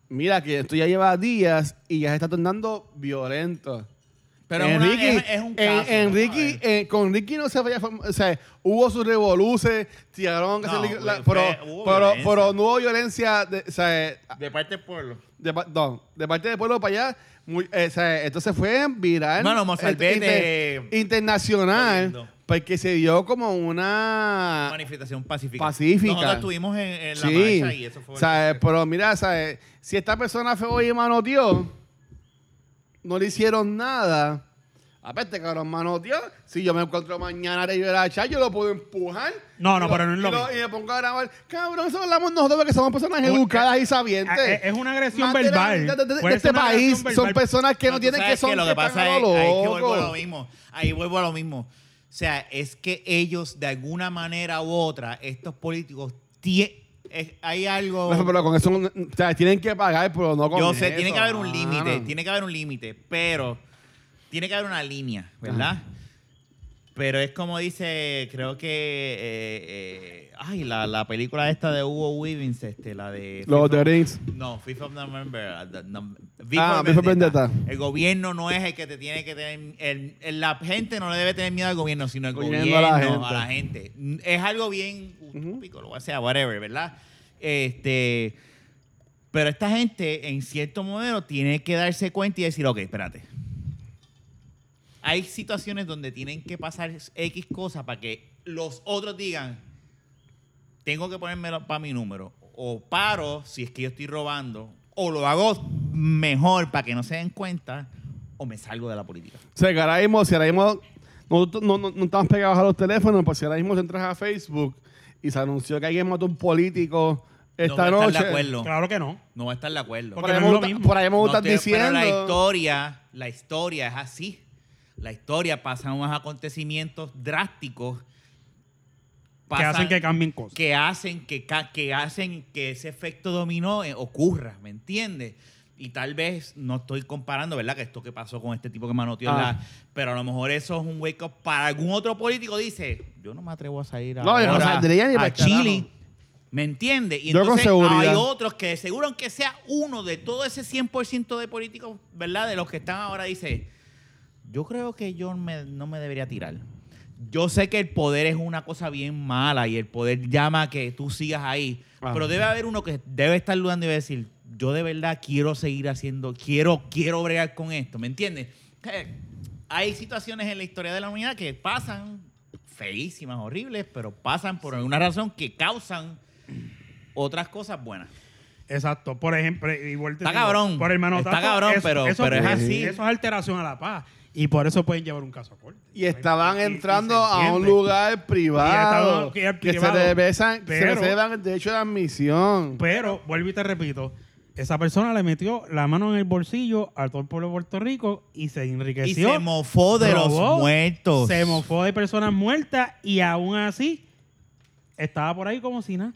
Speaker 2: Mira que esto ya lleva días y ya se está tornando violento.
Speaker 3: Pero es una-
Speaker 2: Enrique,
Speaker 3: es, es un caso.
Speaker 2: en- en
Speaker 3: ¿no?
Speaker 2: Ricky, eh, con Ricky no se vaya, o sea, hubo sus revoluces, tiraron, que
Speaker 3: No,
Speaker 2: se- la-
Speaker 3: güey,
Speaker 2: pero,
Speaker 3: fue- hubo
Speaker 2: pero,
Speaker 3: violencia.
Speaker 2: pero no hubo violencia, de, o sea,
Speaker 3: De parte del pueblo.
Speaker 2: de, pa- no, de parte del pueblo para allá. Muy, eh, o sea, entonces fue viral.
Speaker 3: No, no, Mozalbete,
Speaker 2: inter-
Speaker 3: eh,
Speaker 2: internacional.
Speaker 3: jodiendo.
Speaker 2: Porque se dio como una.
Speaker 3: manifestación pacífica.
Speaker 2: Pacífica.
Speaker 3: Nosotros estuvimos en, en la
Speaker 2: sí.
Speaker 3: marcha y eso fue.
Speaker 2: O sea, pero mira, ¿sabes? si esta persona fue hoy y manoteó, no le hicieron nada. Aparte, cabrón, manoteó. Si yo me encuentro mañana arriba de la chat, yo lo puedo empujar.
Speaker 1: No, no,
Speaker 2: Y
Speaker 1: pero no es lo
Speaker 2: y
Speaker 1: mismo.
Speaker 2: Y me pongo a grabar. Cabrón, eso hablamos nosotros porque somos personas educadas y sabientes.
Speaker 1: Ah, es- es una agresión
Speaker 2: Más de la
Speaker 1: verbal.
Speaker 2: mitad De, de- de
Speaker 1: Puede
Speaker 2: este
Speaker 1: ser una
Speaker 2: país
Speaker 1: agresión
Speaker 2: son
Speaker 1: verbal.
Speaker 2: personas que no,
Speaker 3: tú
Speaker 2: tienen que
Speaker 3: sabes
Speaker 2: son
Speaker 3: Lo
Speaker 2: que
Speaker 3: que pasa
Speaker 2: están
Speaker 3: es,
Speaker 2: a lo
Speaker 3: ahí es que vuelvo a
Speaker 2: loco.
Speaker 3: lo mismo. Ahí vuelvo a lo mismo. sea, es que ellos, de alguna manera u otra, estos políticos, tie- es- hay algo...
Speaker 2: No, pero con eso, no- o sea, tienen que pagar, pero no con
Speaker 3: Yo sé, tiene
Speaker 2: eso,
Speaker 3: que haber un
Speaker 2: mano.
Speaker 3: límite, tiene que haber un límite, pero tiene que haber una línea, ¿verdad? Pero es como dice, creo que, eh, eh, ay, la, la película esta de Hugo Weavings, este, la de...
Speaker 2: Los de Rings.
Speaker 3: No, Fifth of November. uh, the num- V
Speaker 2: Ah,
Speaker 3: for
Speaker 2: V for Vendetta.
Speaker 3: El gobierno no es el que te tiene que tener. el- el- la gente no le debe tener miedo al gobierno, sino el
Speaker 2: Gobierno
Speaker 3: gobierno
Speaker 2: a la
Speaker 3: a la gente. Mm, Es algo bien utópico, lo que sea, whatever, ¿verdad? Este. Pero esta gente, en cierto modelo, tiene que darse cuenta y decir, ok, espérate. Hay situaciones donde tienen que pasar X cosas para que los otros digan, tengo que ponérmelo para mi número. O paro si es que yo estoy robando. O lo hago mejor para que no se den cuenta. O me salgo de la política.
Speaker 2: O sea, que ahora mismo, si ahora mismo nosotros no, no- no estamos pegados a los teléfonos, pues si ahora mismo entras a Facebook y se anunció que alguien mató a un político esta
Speaker 3: no voy a
Speaker 2: noche.
Speaker 3: estar de acuerdo.
Speaker 1: Claro que no.
Speaker 3: No voy a estar de acuerdo.
Speaker 2: Por
Speaker 1: Porque
Speaker 2: ahí
Speaker 1: no
Speaker 2: me
Speaker 1: es lo
Speaker 2: gusta-
Speaker 1: mismo.
Speaker 2: por ahí me
Speaker 3: No
Speaker 2: gustan
Speaker 3: te-
Speaker 2: diciendo.
Speaker 3: Pero la historia, la historia es así. La historia pasa unos acontecimientos drásticos.
Speaker 1: que
Speaker 3: pasan-
Speaker 1: hacen que cambien cosas.
Speaker 3: que hacen que, ca- que hacen que ese efecto dominó eh, ocurra, ¿me entiendes? Y tal vez no estoy comparando, ¿verdad? Que esto que pasó con este tipo que manoteó en
Speaker 2: Ah.
Speaker 3: la- Pero a lo mejor eso es un wake up para algún otro político. Dice, yo no me atrevo a salir
Speaker 2: No, yo no
Speaker 3: ahora
Speaker 2: saldría ni
Speaker 3: a
Speaker 2: para el
Speaker 3: Chile.
Speaker 2: carajo.
Speaker 3: ¿Me entiendes? Y
Speaker 2: Yo con
Speaker 3: entonces
Speaker 2: seguridad.
Speaker 3: hay otros que de seguro, aunque sea uno de todo ese 100% de políticos, ¿verdad? De los que están ahora, dice, yo creo que yo me- no me debería tirar. Yo sé que el poder es una cosa bien mala y el poder llama a que tú sigas ahí.
Speaker 1: Ah.
Speaker 2: Ajá.
Speaker 3: Pero debe haber uno que debe estar dudando y va a decir, yo de verdad quiero seguir haciendo, quiero, quiero bregar con esto, ¿me entiendes? Eh, Hay situaciones en la historia de la humanidad que pasan feísimas, horribles, pero pasan por alguna razón que causan otras cosas buenas.
Speaker 1: Exacto. Por ejemplo, y vuelta y
Speaker 3: Está
Speaker 1: digo,
Speaker 3: cabrón.
Speaker 1: Por el manotazo,
Speaker 3: Está cabrón, pero- pero es así.
Speaker 1: Eso es alteración a la paz. Y por eso pueden llevar un caso a corte.
Speaker 2: Y estaban
Speaker 1: Y- y- y se
Speaker 2: entrando a un
Speaker 1: entiende.
Speaker 2: lugar privado.
Speaker 1: estaban- que era
Speaker 2: que se
Speaker 1: privado,
Speaker 2: le besan, se
Speaker 1: pero-
Speaker 2: le cedan el derecho de admisión.
Speaker 1: Pero, vuelvo y te repito, esa persona le metió la mano en el bolsillo a todo el pueblo de Puerto Rico y se enriqueció.
Speaker 3: Y se mofó de
Speaker 1: oh, robó,
Speaker 3: los muertos.
Speaker 1: Se mofó de personas muertas y aún así estaba por ahí como si nada.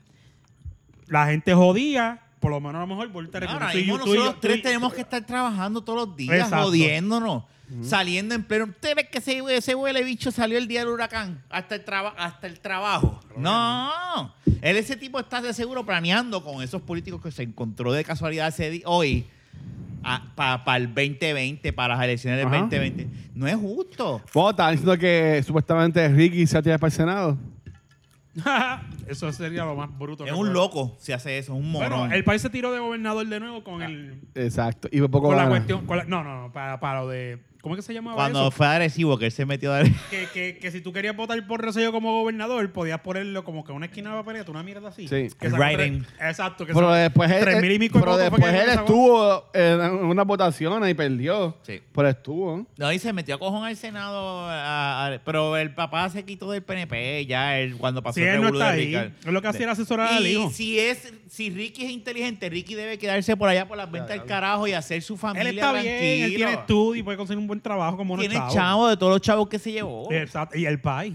Speaker 1: La gente jodía, por lo menos a lo mejor, vuelvo y te repito,
Speaker 3: Ahora
Speaker 1: tú y
Speaker 3: mismo
Speaker 1: yo- tú y yo-
Speaker 3: nosotros
Speaker 1: tú y-
Speaker 3: tres tenemos que estar trabajando todos los días,
Speaker 1: Exacto.
Speaker 3: jodiéndonos, saliendo en pleno. ¿Usted ve que ese, ese huele bicho salió el día del huracán? Hasta el, traba- hasta el trabajo. No. Él, ese tipo, está de seguro planeando con esos políticos que se encontró de casualidad ese di- hoy. Para el 2020, para las elecciones del
Speaker 2: Ajá.
Speaker 3: 2020. No es justo.
Speaker 2: Bueno, estaban diciendo que supuestamente Ricky se atira para el Senado.
Speaker 1: Eso sería lo más bruto.
Speaker 3: Es
Speaker 1: que
Speaker 3: un
Speaker 1: puede-
Speaker 3: loco si hace eso, es un morón.
Speaker 1: Bueno, el país se tiró de gobernador de nuevo con el
Speaker 2: Exacto. Y por poco
Speaker 1: con la
Speaker 2: gana.
Speaker 1: cuestión. con la- no, no, no, para, para lo de. ¿Cómo es que se llamaba
Speaker 3: Cuando
Speaker 1: eso?
Speaker 3: fue agresivo, que él se metió de...
Speaker 1: Que, que, que si tú querías votar por Rosselló como gobernador, podías ponerlo como que en una esquina de la papeleta, una mierda así.
Speaker 2: Sí.
Speaker 1: Que
Speaker 3: El
Speaker 1: sacó
Speaker 3: writing.
Speaker 1: tres- Exacto. Que
Speaker 2: Pero
Speaker 1: sacó
Speaker 2: después él,
Speaker 1: tres mil y pico de
Speaker 2: pero
Speaker 1: votos fue
Speaker 2: después
Speaker 1: que
Speaker 2: él
Speaker 1: sacó.
Speaker 2: estuvo en unas votaciones y perdió.
Speaker 3: Sí.
Speaker 2: Pero estuvo.
Speaker 3: No, y se metió a cojón al Senado, a- a- pero el papá se quitó del PNP ya él, cuando pasó
Speaker 1: Si
Speaker 3: el
Speaker 1: él no
Speaker 3: revolú
Speaker 1: está
Speaker 3: de
Speaker 1: ahí,
Speaker 3: Ricardo.
Speaker 1: es lo que hacía era asesorar al
Speaker 3: Y
Speaker 1: hijo.
Speaker 3: si, es, si Ricky es inteligente, Ricky debe quedarse por allá por las ventas del carajo y hacer su familia
Speaker 1: Él está bien, él tiene
Speaker 3: tranquilo.
Speaker 1: estudio y puede conseguir un buen trabajo como no
Speaker 3: Tiene
Speaker 1: chavo.
Speaker 3: chavo Oh. de todos los chavos que se llevó.
Speaker 1: Exacto. Y el país.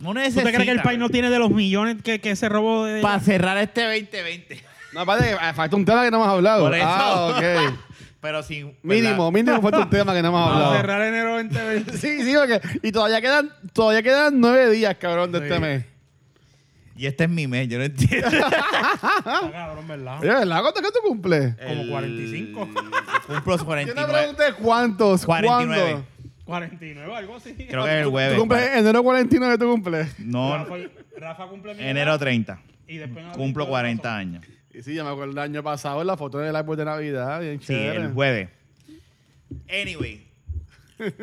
Speaker 3: No
Speaker 1: ¿Tú
Speaker 3: necesita.
Speaker 1: te crees que el país no tiene de los millones que, que se robó de.
Speaker 3: Para cerrar este 2020.
Speaker 2: No, aparte, eh, falta un tema que no hemos hablado.
Speaker 3: Por eso.
Speaker 2: Ah, ok.
Speaker 3: Pero sin...
Speaker 2: Mínimo, mínimo falta un tema que no hemos
Speaker 1: para
Speaker 2: hablado.
Speaker 1: cerrar enero 2020?
Speaker 2: Sí, sí, porque. Y todavía quedan, todavía quedan nueve días, cabrón, de
Speaker 1: Sí.
Speaker 2: este mes.
Speaker 3: Y este es mi mes, yo no entiendo. Ah.
Speaker 1: Está cabrón, ¿verdad?
Speaker 3: Eh.
Speaker 2: Oye, ¿verdad? ¿Cuánto que tú cumples?
Speaker 1: Como 45.
Speaker 3: Cumplo los
Speaker 2: Yo no
Speaker 3: 49.
Speaker 2: pregunté cuántos.
Speaker 3: 49.
Speaker 2: ¿Cuándo?
Speaker 1: 49, algo así.
Speaker 3: Creo que es el
Speaker 2: ¿Tú
Speaker 3: jueves.
Speaker 2: cumples enero 49 tú cumples?
Speaker 3: No,
Speaker 1: Rafa, Rafa cumple mi
Speaker 3: enero
Speaker 1: edad
Speaker 3: 30.
Speaker 1: y después en abril
Speaker 3: Cumplo
Speaker 1: todo
Speaker 3: 40
Speaker 1: pasó.
Speaker 3: años.
Speaker 2: Y sí, ya me acuerdo el año pasado en la foto del árbol de Navidad. Bien
Speaker 3: Sí,
Speaker 2: chévere.
Speaker 3: el jueves. Anyway.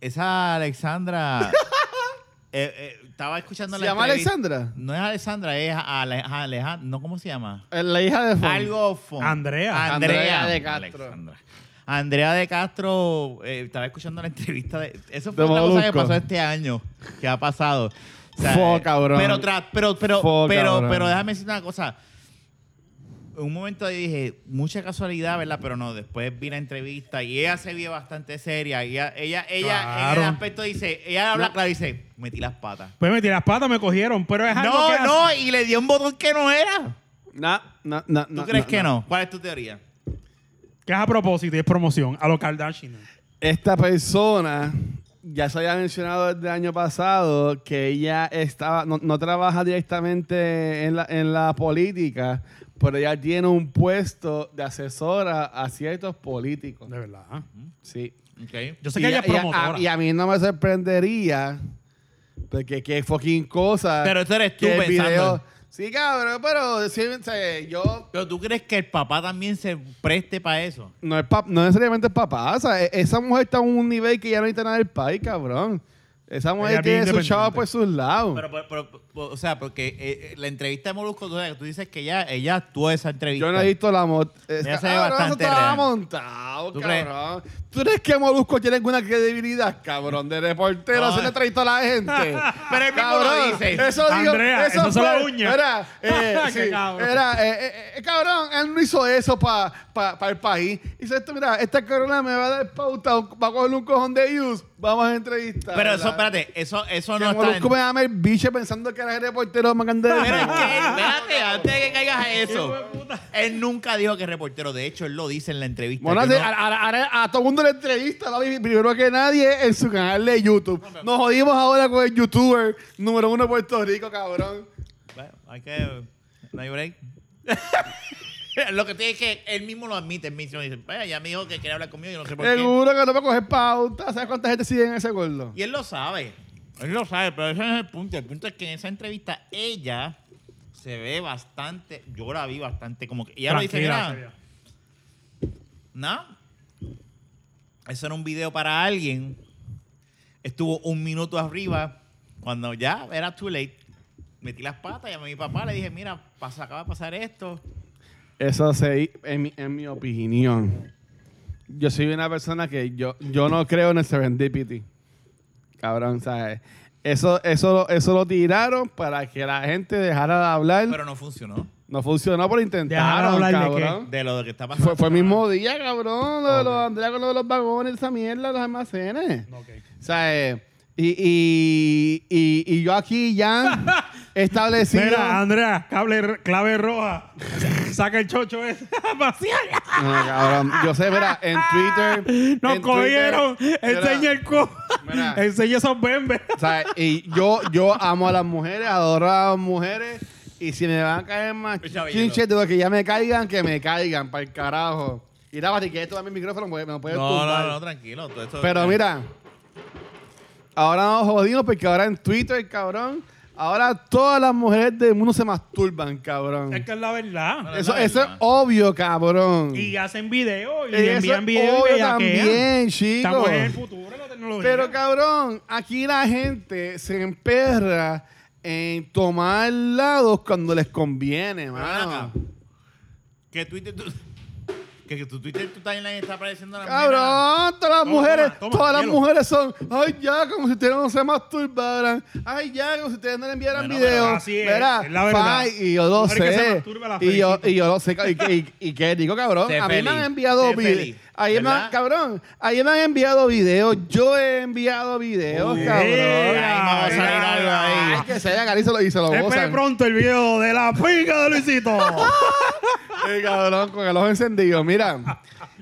Speaker 3: Esa Alexandra. eh, eh, estaba escuchando
Speaker 2: ¿Se
Speaker 3: la
Speaker 2: llama
Speaker 3: entrevista-
Speaker 2: Alexandra?
Speaker 3: No es Alexandra, es Alejandra. No, ¿cómo se llama?
Speaker 2: Eh, La hija de Fon.
Speaker 3: Algo fun.
Speaker 1: Andrea.
Speaker 3: Andrea.
Speaker 2: Andrea de Castro.
Speaker 3: Alexandra. Andrea de Castro, eh, estaba escuchando la entrevista de. Eso fue
Speaker 2: De
Speaker 3: una cosa que
Speaker 2: Molusco.
Speaker 3: pasó este año, que ha pasado. eh,
Speaker 2: Fo, cabrón.
Speaker 3: Pero, tra- pero, pero,
Speaker 2: Fo,
Speaker 3: pero,
Speaker 2: cabrón.
Speaker 3: pero déjame decir una cosa. en un momento yo dije, mucha casualidad, ¿verdad? Pero no, después vi la entrevista y ella se vio bastante seria. Y ella, ella, ella
Speaker 1: Claro.
Speaker 3: en el aspecto dice, ella habla claro, dice, metí las patas.
Speaker 1: Pues metí las patas, me cogieron, pero es algo que
Speaker 3: No,
Speaker 1: hace-
Speaker 3: no, y le dio un botón que no era.
Speaker 2: Nah, nah, nah,
Speaker 3: ¿Tú crees que no? ¿Cuál es tu teoría?
Speaker 1: que es a propósito y es promoción a los Kardashian.
Speaker 2: Esta persona ya se había mencionado desde el año pasado que ella estaba, no, no trabaja directamente en la, en la política, pero ella tiene un puesto de asesora a ciertos políticos.
Speaker 1: De verdad.
Speaker 2: Sí.
Speaker 3: Ok.
Speaker 1: Yo sé
Speaker 2: Y
Speaker 1: que
Speaker 2: a-
Speaker 1: ella es
Speaker 2: y a-
Speaker 1: promotora.
Speaker 2: a- Y a, mí no me sorprendería, porque qué fucking cosa.
Speaker 3: Pero eso eres tú
Speaker 2: que el
Speaker 3: pensando.
Speaker 2: video- Sí, cabrón, pero sí, o sea, yo
Speaker 3: Pero tú crees que el papá también se preste para eso.
Speaker 2: No, es pap- no necesariamente es papá. O sea, e- esa mujer está a un nivel que ya no necesita nada del país, cabrón. Esa mujer
Speaker 1: Ella es bien
Speaker 2: tiene su
Speaker 1: independiente.
Speaker 2: chavo por sus lados.
Speaker 3: Pero, pero- pero- o sea, porque eh, eh, la entrevista de Molusco, tú, sabes, tú dices que ella, ella actuó esa entrevista.
Speaker 2: Yo no he visto la moto.
Speaker 3: Ella se ve bastante
Speaker 2: estaba
Speaker 3: real.
Speaker 2: montado,
Speaker 3: ¿Tú crees?
Speaker 2: cabrón. ¿Tú crees que Molusco tiene alguna credibilidad, cabrón? De reportero,
Speaker 3: No. eh.
Speaker 2: hacerle entrevista a la gente.
Speaker 3: Pero él mismo lo Eh, dice.
Speaker 2: Eso digo,
Speaker 1: Andrea,
Speaker 2: eso
Speaker 1: eso son
Speaker 2: fue-
Speaker 1: las uñas.
Speaker 2: Era, eh,
Speaker 1: Qué
Speaker 2: sí,
Speaker 1: cabrón.
Speaker 2: era, eh, eh, eh, cabrón, él no hizo eso para el país. Dice esto, mira, esta corona me va a dar pauta, va a coger un cojón de views, vamos a entrevistar.
Speaker 3: Pero eso,
Speaker 2: ¿verdad?
Speaker 3: espérate, eso, eso
Speaker 2: Que
Speaker 3: no está. en-
Speaker 2: Molusco me llama el biche pensando que era el reportero más grande del
Speaker 3: Pero es
Speaker 2: mundo.
Speaker 3: que, espérate, antes de que caigas a eso. Él nunca dijo que es reportero. De hecho, él lo dice en la entrevista.
Speaker 2: Bueno,
Speaker 3: Yo
Speaker 2: hace-
Speaker 3: no-
Speaker 2: a, a- a- a todo el mundo le entrevista, papi, primero que nadie en su canal de YouTube. Nos jodimos ahora con el youtuber número uno de Puerto Rico, cabrón.
Speaker 3: Bueno, hay que. No hay break. lo que tiene es que él mismo lo admite. Él mismo dice: Vaya, ya me dijo que quería hablar conmigo. Yo no sé por qué.
Speaker 2: Seguro que no va a coger pauta. ¿Sabes cuánta gente sigue en ese gordo?
Speaker 3: Y él lo sabe. Él lo sabe, pero ese no es el punto. El punto es que en esa entrevista ella se ve bastante. Yo la vi bastante como que. Ella lo dice: Mira,
Speaker 1: Tranquila.
Speaker 3: no. Eso era un video para alguien. Estuvo un minuto arriba. Cuando ya era too late, metí las patas, llamé a mi papá, le dije: Mira, pasa, acaba de pasar esto.
Speaker 2: Eso sí, en mi, en mi opinión. Yo soy una persona que yo, yo no creo en el serendipity. Cabrón, ¿sabes? Eso, eso, eso lo tiraron para que la gente dejara de hablar.
Speaker 3: Pero no funcionó.
Speaker 2: no funcionó por
Speaker 1: Dejar de
Speaker 2: intentar,
Speaker 1: hablar de qué.
Speaker 2: cabrón.
Speaker 3: De lo que está pasando.
Speaker 2: Fue, fue el mismo día, cabrón. Lo de los
Speaker 1: Ok.
Speaker 2: Andrea con lo de los vagones, esa mierda, los almacenes.
Speaker 1: No, ok.
Speaker 2: O sea, eh, y, y, y, y yo aquí ya establecido.
Speaker 1: Mira, Andrea, cable, clave roja. Saca el chocho ese. Vaciala.
Speaker 2: No, cabrón. Yo sé, mira, en Twitter.
Speaker 1: Nos
Speaker 2: en Twitter,
Speaker 1: cogieron.
Speaker 2: mira,
Speaker 1: Enseña el co.
Speaker 2: Mira.
Speaker 1: Enseña esos bembes.
Speaker 2: O sea, y yo, yo amo a las mujeres, adoro a las mujeres. Y si me van a caer más
Speaker 3: Escucha,
Speaker 2: chinches de lo que ya me caigan, que me caigan, para el carajo. Y la que esto también mi micrófono me me lo puede
Speaker 3: No,
Speaker 2: tumbar.
Speaker 3: no, no, tranquilo. todo eso-
Speaker 2: Pero mira, ahora nos jodimos porque ahora en Twitter, cabrón, ahora todas las mujeres del mundo se masturban, cabrón.
Speaker 1: Es que es la verdad.
Speaker 3: Bueno,
Speaker 2: Eso,
Speaker 3: es la
Speaker 2: eso es
Speaker 3: verdad.
Speaker 2: obvio, cabrón.
Speaker 1: Y hacen video y
Speaker 2: Eso
Speaker 1: envían
Speaker 2: es
Speaker 1: video
Speaker 2: obvio
Speaker 1: y bellaquean.
Speaker 2: también, chicos.
Speaker 1: Estamos en el futuro de la tecnología.
Speaker 2: Pero cabrón, aquí la gente se emperra en tomar lados cuando les conviene,
Speaker 3: Pero ven acá.
Speaker 2: mano.
Speaker 3: Que Twitter, tú, que, que tu Twitter, tu timeline está apareciendo la
Speaker 2: Cabrón, todas las
Speaker 1: Toma,
Speaker 2: mujeres,
Speaker 1: toma, toma,
Speaker 2: todas las
Speaker 1: hielo.
Speaker 2: mujeres son, ay ya, como si ustedes no se masturbaran, ay ya, como si ustedes no le enviaran
Speaker 3: Bueno,
Speaker 2: videos.
Speaker 1: pero así es,
Speaker 2: Verá,
Speaker 1: es la verdad.
Speaker 2: fine, y yo lo
Speaker 1: Mujer que se
Speaker 2: sé,
Speaker 1: masturba, la
Speaker 2: y yo,
Speaker 1: felicito.
Speaker 2: y yo lo sé, ca- y, que- y, y qué digo, cabrón,
Speaker 3: Sé
Speaker 2: a mí me
Speaker 3: feliz,
Speaker 2: han enviado
Speaker 3: sé
Speaker 2: videos,
Speaker 3: feliz, ¿verdad?
Speaker 2: cabrón, a mí me han enviado videos, yo he enviado videos,
Speaker 1: Uy,
Speaker 2: Oh, cabrón.
Speaker 1: yeah.
Speaker 3: Ahí vamos a salir algo ahí.
Speaker 2: Ay, que se hagan y se lo, y se lo
Speaker 1: Espere
Speaker 2: gozan.
Speaker 1: pronto el video de la pinga de Luisito.
Speaker 2: Ay, cabrón, con el ojo encendido. Mira,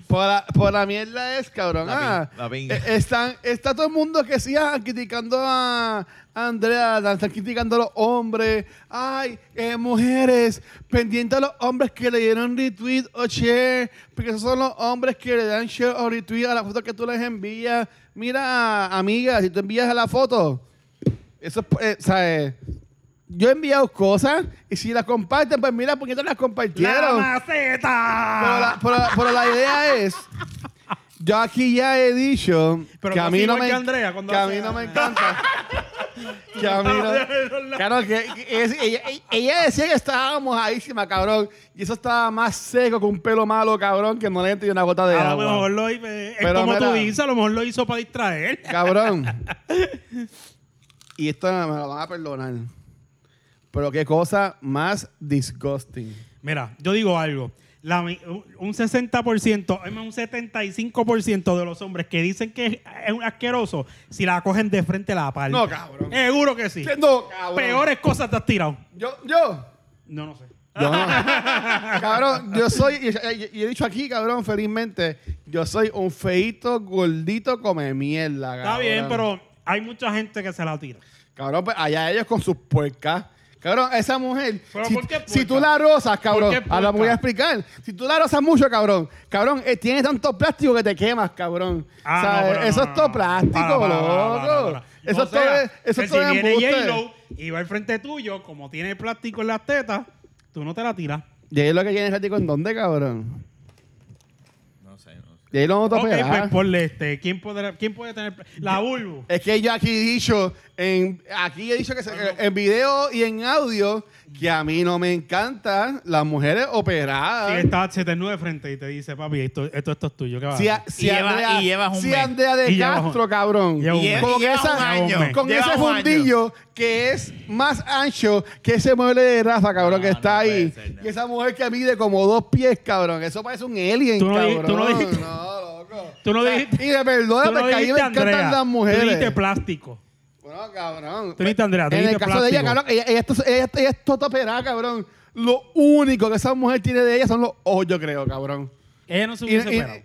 Speaker 2: por la, por la mierda es, cabrón.
Speaker 3: La
Speaker 2: ah,
Speaker 3: pin- la pinga.
Speaker 2: eh, están, está todo el mundo que sí, ah, criticando a Andrea, están criticando a los hombres. Ay, eh, mujeres, pendiente a los hombres que le dieron retweet o share, porque esos son los hombres que le dan share o retweet a la foto que tú les envías. Mira, amiga, si tú envías a la foto, eso es, eh, ¿sabes? Yo he enviado cosas y si las comparten, pues mira, porque no las
Speaker 1: ¡La
Speaker 2: compartieron. Pero
Speaker 1: maceta!
Speaker 2: la, pero la- pero la idea es. Yo aquí ya he dicho
Speaker 1: Pero
Speaker 2: que a
Speaker 1: no
Speaker 2: mí
Speaker 1: es
Speaker 2: no
Speaker 1: igual
Speaker 2: me
Speaker 1: que Andrea cuando
Speaker 2: que a
Speaker 1: hace-
Speaker 2: mí no me encanta. que a mí no. Claro que que es- ella, ella decía que estaba mojadísima, cabrón, y eso estaba más seco que un pelo malo, cabrón, que no le entra ni una gota de
Speaker 1: a lo
Speaker 2: agua.
Speaker 1: Ah, mejor lo hizo, es
Speaker 2: Pero
Speaker 1: como tú
Speaker 2: mira.
Speaker 1: dices, a lo mejor lo hizo para distraer.
Speaker 2: Cabrón. Y esto me lo van a perdonar. Pero qué cosa más disgusting.
Speaker 1: Mira, yo digo algo. La mi- un 60%, es más, un 75% de los hombres que dicen que es- es un asqueroso, si la cogen de frente la parte.
Speaker 2: No, cabrón.
Speaker 1: Seguro que sí.
Speaker 2: No, cabrón.
Speaker 1: Eh, Peores cosas te has tirado.
Speaker 2: Yo, yo.
Speaker 1: No, no sé.
Speaker 2: Yo no. cabrón, yo soy, y, y- y he dicho aquí, cabrón, felizmente, yo soy un feito gordito come mierda,
Speaker 1: Está
Speaker 2: cabrón.
Speaker 1: bien, pero hay mucha gente que se la tira.
Speaker 2: Cabrón, pues allá ellos con sus puercas. Cabrón, esa mujer,
Speaker 1: ¿Pero
Speaker 2: si,
Speaker 1: por qué
Speaker 2: si tú
Speaker 1: puerca?
Speaker 2: la rozas, cabrón,
Speaker 1: ¿Por qué
Speaker 2: ahora voy a
Speaker 1: puerca?
Speaker 2: explicar. Si tú la rozas mucho, cabrón, cabrón, eh, tiene tanto plástico que te quemas, cabrón.
Speaker 1: Ah, no,
Speaker 2: ¿Sabes?
Speaker 1: pero no,
Speaker 2: eso
Speaker 1: no,
Speaker 2: es todo
Speaker 1: no.
Speaker 2: plástico,
Speaker 1: Para, para, para, para,
Speaker 2: loco.
Speaker 1: para.
Speaker 2: Eso
Speaker 1: O
Speaker 2: es todo,
Speaker 1: sea,
Speaker 2: eso
Speaker 1: que
Speaker 2: es todo
Speaker 1: Si viene
Speaker 2: embuste.
Speaker 1: J-Lo y va al frente tuyo, como tiene plástico en las tetas, tú no te la tiras.
Speaker 2: Y ahí lo que tiene el plástico en dónde, cabrón.
Speaker 3: No sé, no sé.
Speaker 2: Y ahí lo no te
Speaker 1: Ok,
Speaker 2: operas.
Speaker 1: pues ponle este. ¿Quién, podrá- quién puede tener pl- la vulvo?
Speaker 2: Es que yo aquí he dicho, en, aquí he dicho que se-
Speaker 1: Ah,
Speaker 2: en video y en audio, que a mí no me encantan las mujeres
Speaker 1: Si
Speaker 2: operadas.
Speaker 1: está 79 frente y te dice, papi, esto, esto, esto es tuyo, ¿qué va?
Speaker 2: Si, a- si
Speaker 3: Y lleva-
Speaker 2: Andrea,
Speaker 3: y llevas un
Speaker 2: si
Speaker 3: mes.
Speaker 2: Andrea de
Speaker 1: Y llevas un-
Speaker 2: Castro, cabrón,
Speaker 1: lleva un
Speaker 3: mes.
Speaker 2: con,
Speaker 3: Y lleva
Speaker 2: esa-
Speaker 3: un año.
Speaker 2: con
Speaker 3: Lleva
Speaker 2: ese
Speaker 3: un año.
Speaker 2: fundillo que es más ancho que ese mueble de Rafa, cabrón,
Speaker 3: No,
Speaker 2: que está
Speaker 3: no puede
Speaker 2: ahí.
Speaker 3: ser, no.
Speaker 2: Y esa mujer que mide como dos pies, cabrón. Eso parece un alien,
Speaker 1: Tú no di-
Speaker 2: cabrón.
Speaker 1: tú no dijiste-
Speaker 2: No, loco.
Speaker 1: Tú no
Speaker 2: O sea,
Speaker 1: dijiste-
Speaker 2: Y de perdona,
Speaker 1: Tú no
Speaker 2: porque pues, a mí me
Speaker 1: dijiste
Speaker 2: encantan
Speaker 1: Andrea,
Speaker 2: las mujeres.
Speaker 1: Tú dijiste plástico.
Speaker 2: Bueno, cabrón.
Speaker 1: Tú dijiste, Andrea, tú
Speaker 2: en el
Speaker 1: dijiste
Speaker 2: caso de ella,
Speaker 1: plástico.
Speaker 2: cabrón, ella, ella, esto- ella- ella es toda operada, cabrón. Lo único que esa mujer tiene de ella son los ojos, yo creo, cabrón.
Speaker 1: Ella no se
Speaker 2: Y-
Speaker 1: hubiese
Speaker 2: y-
Speaker 1: operado.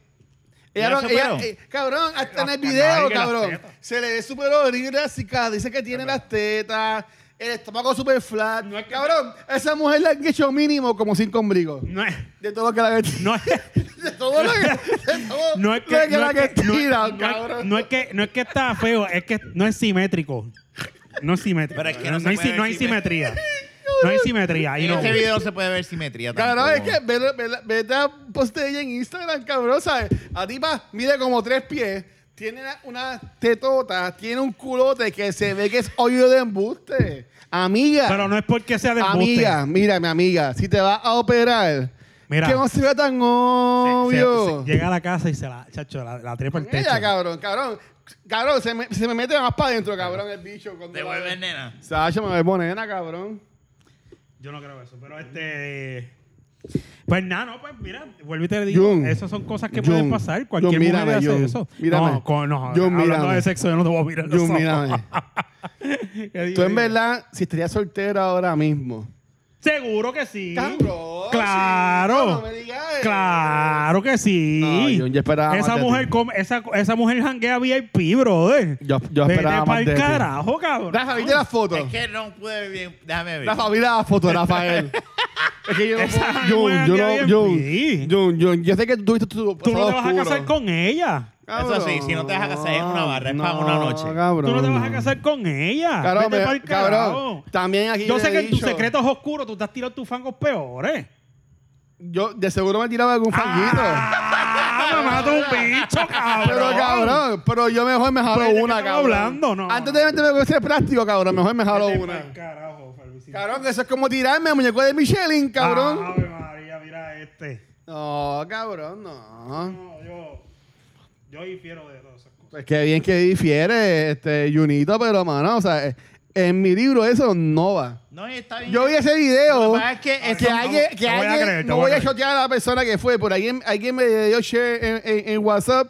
Speaker 2: Ella,
Speaker 3: ¿Ya
Speaker 2: no-
Speaker 3: se
Speaker 2: ella-
Speaker 3: operó?
Speaker 2: eh, cabrón, hasta en el
Speaker 1: Las
Speaker 2: video,
Speaker 1: nalgas y las
Speaker 2: cabrón.
Speaker 1: tetas.
Speaker 2: Se le ve súper horrible así, cara. Dice que tiene las tetas, el estómago súper flat.
Speaker 1: No es que-
Speaker 2: Cabrón, a esa mujer le han hecho mínimo como cinco ombligos.
Speaker 1: No es.
Speaker 2: De todo lo que la
Speaker 1: No es,
Speaker 2: De todo lo que, de todo
Speaker 1: no es
Speaker 2: lo
Speaker 1: que,
Speaker 2: que
Speaker 1: no
Speaker 2: la
Speaker 1: es que-
Speaker 2: que
Speaker 1: no es-
Speaker 2: tira,
Speaker 1: no es-
Speaker 2: cabrón.
Speaker 1: no es que no es que está feo, es que no es simétrico. No es simétrico.
Speaker 3: Pero es que no se
Speaker 1: hay,
Speaker 3: puede
Speaker 1: si- no hay
Speaker 3: ver
Speaker 1: simetría. No hay simetría. Y
Speaker 3: En
Speaker 1: no.
Speaker 3: este video no se puede ver simetría
Speaker 2: Cabrón, es
Speaker 3: tampoco.
Speaker 2: que vete, vete, vete a poste de ella en Instagram, cabrón. ¿sabes? A tipa mide como tres pies, tiene una- una tetota, tiene un culote que se ve que es hoyo de embuste. Amiga.
Speaker 1: Pero no es porque sea de embuste.
Speaker 2: Amiga, mira, mi amiga, si te vas a operar,
Speaker 1: Mira.
Speaker 2: que no se vea tan
Speaker 1: Se- se-
Speaker 2: obvio.
Speaker 1: se- llega a la casa y se la, chacho, la, la trepa el
Speaker 2: Mira,
Speaker 1: techo.
Speaker 2: cabrón, cabrón. Cabrón, se me, se me mete más para adentro, cabrón, el bicho. cuando
Speaker 3: Te
Speaker 2: la-
Speaker 3: vuelves nena.
Speaker 2: Sacho, me voy a poner nena, cabrón.
Speaker 1: Yo no creo eso, pero este... Pues nada, no, pues mira, vuelvo y te digo,
Speaker 2: Jun,
Speaker 1: esas son cosas que
Speaker 2: Jun,
Speaker 1: pueden pasar. Cualquier
Speaker 2: Jun,
Speaker 1: mujer
Speaker 2: mírame,
Speaker 1: hace
Speaker 2: Jun,
Speaker 1: eso.
Speaker 2: mírame.
Speaker 1: No, co- no,
Speaker 2: Jun,
Speaker 1: hablando
Speaker 2: mírame.
Speaker 1: de sexo yo no te voy a mirar los
Speaker 2: Jun,
Speaker 1: ojos.
Speaker 2: mírame. Tú en verdad, si estarías soltero ahora mismo.
Speaker 1: Seguro que sí.
Speaker 2: Cabrón,
Speaker 1: Claro.
Speaker 2: sí, no me digas eso.
Speaker 1: Claro que sí.
Speaker 2: No, Jun, yo esperaba
Speaker 1: esa
Speaker 2: más de
Speaker 1: mujer
Speaker 2: ti.
Speaker 1: come- esa, esa mujer janguea VIP, brother.
Speaker 2: Yo- yo
Speaker 1: Vete
Speaker 2: esperaba más
Speaker 1: pa'l
Speaker 2: de ti.
Speaker 1: carajo, cabrón.
Speaker 2: Rafa, ¿viste la foto?
Speaker 3: Es que no pude ver bien. Déjame ver.
Speaker 2: Rafa, mira la foto, Rafael. es que yo no
Speaker 1: Esa
Speaker 2: puedo-
Speaker 1: mujer
Speaker 2: Jun, yo
Speaker 1: que
Speaker 2: no.
Speaker 1: bien
Speaker 2: Jun,
Speaker 1: vi.
Speaker 2: Jun, Jun, yo sé que tú tuviste tu
Speaker 1: Tú no
Speaker 2: pasado
Speaker 1: te vas a
Speaker 2: oscuro.
Speaker 1: casar con ella.
Speaker 3: Eso sí, si no te dejas casar, es una barra, es para una noche.
Speaker 2: cabrón,
Speaker 1: tú no te vas a casar con ella.
Speaker 2: Cabrón,
Speaker 1: Vete
Speaker 2: me-
Speaker 1: pa'l
Speaker 2: cabrón.
Speaker 1: carajo.
Speaker 2: También aquí.
Speaker 1: Yo
Speaker 2: le
Speaker 1: sé
Speaker 2: he
Speaker 1: que en tus
Speaker 2: dicho-
Speaker 1: secretos oscuros tú te has tirado tus fangos peores.
Speaker 2: Yo de seguro me tiraba algún fanguito.
Speaker 1: ¡Ah! me mató un bicho, cabrón.
Speaker 2: Pero cabrón, pero yo mejor me jalo
Speaker 1: Pues, ¿de qué
Speaker 2: una,
Speaker 1: estamos
Speaker 2: cabrón.
Speaker 1: hablando? No,
Speaker 2: Antes
Speaker 1: no.
Speaker 2: de meterme con ese plástico, cabrón, mejor me jalo
Speaker 1: Vete
Speaker 2: una.
Speaker 1: pa'l carajo, Fermín.
Speaker 2: Cabrón, que eso es como tirarme al muñeco de Michelin, cabrón.
Speaker 1: Ave María, mira este.
Speaker 2: No, cabrón, no.
Speaker 1: No, yo. Yo difiero de todas esas cosas.
Speaker 2: Pues qué bien que difiere, este, Junito, pero mano, o sea, eh, en mi libro eso no va.
Speaker 3: No, está bien.
Speaker 2: Yo vi ese video.
Speaker 3: Lo que pasa es que
Speaker 2: que
Speaker 3: eso no-
Speaker 2: alguien, que
Speaker 1: te voy a
Speaker 2: alguien-
Speaker 1: creer, te
Speaker 2: no
Speaker 1: voy a
Speaker 2: voy a
Speaker 1: creer.
Speaker 2: chotear a la persona que fue, pero alguien, alguien me dio share en, en- en WhatsApp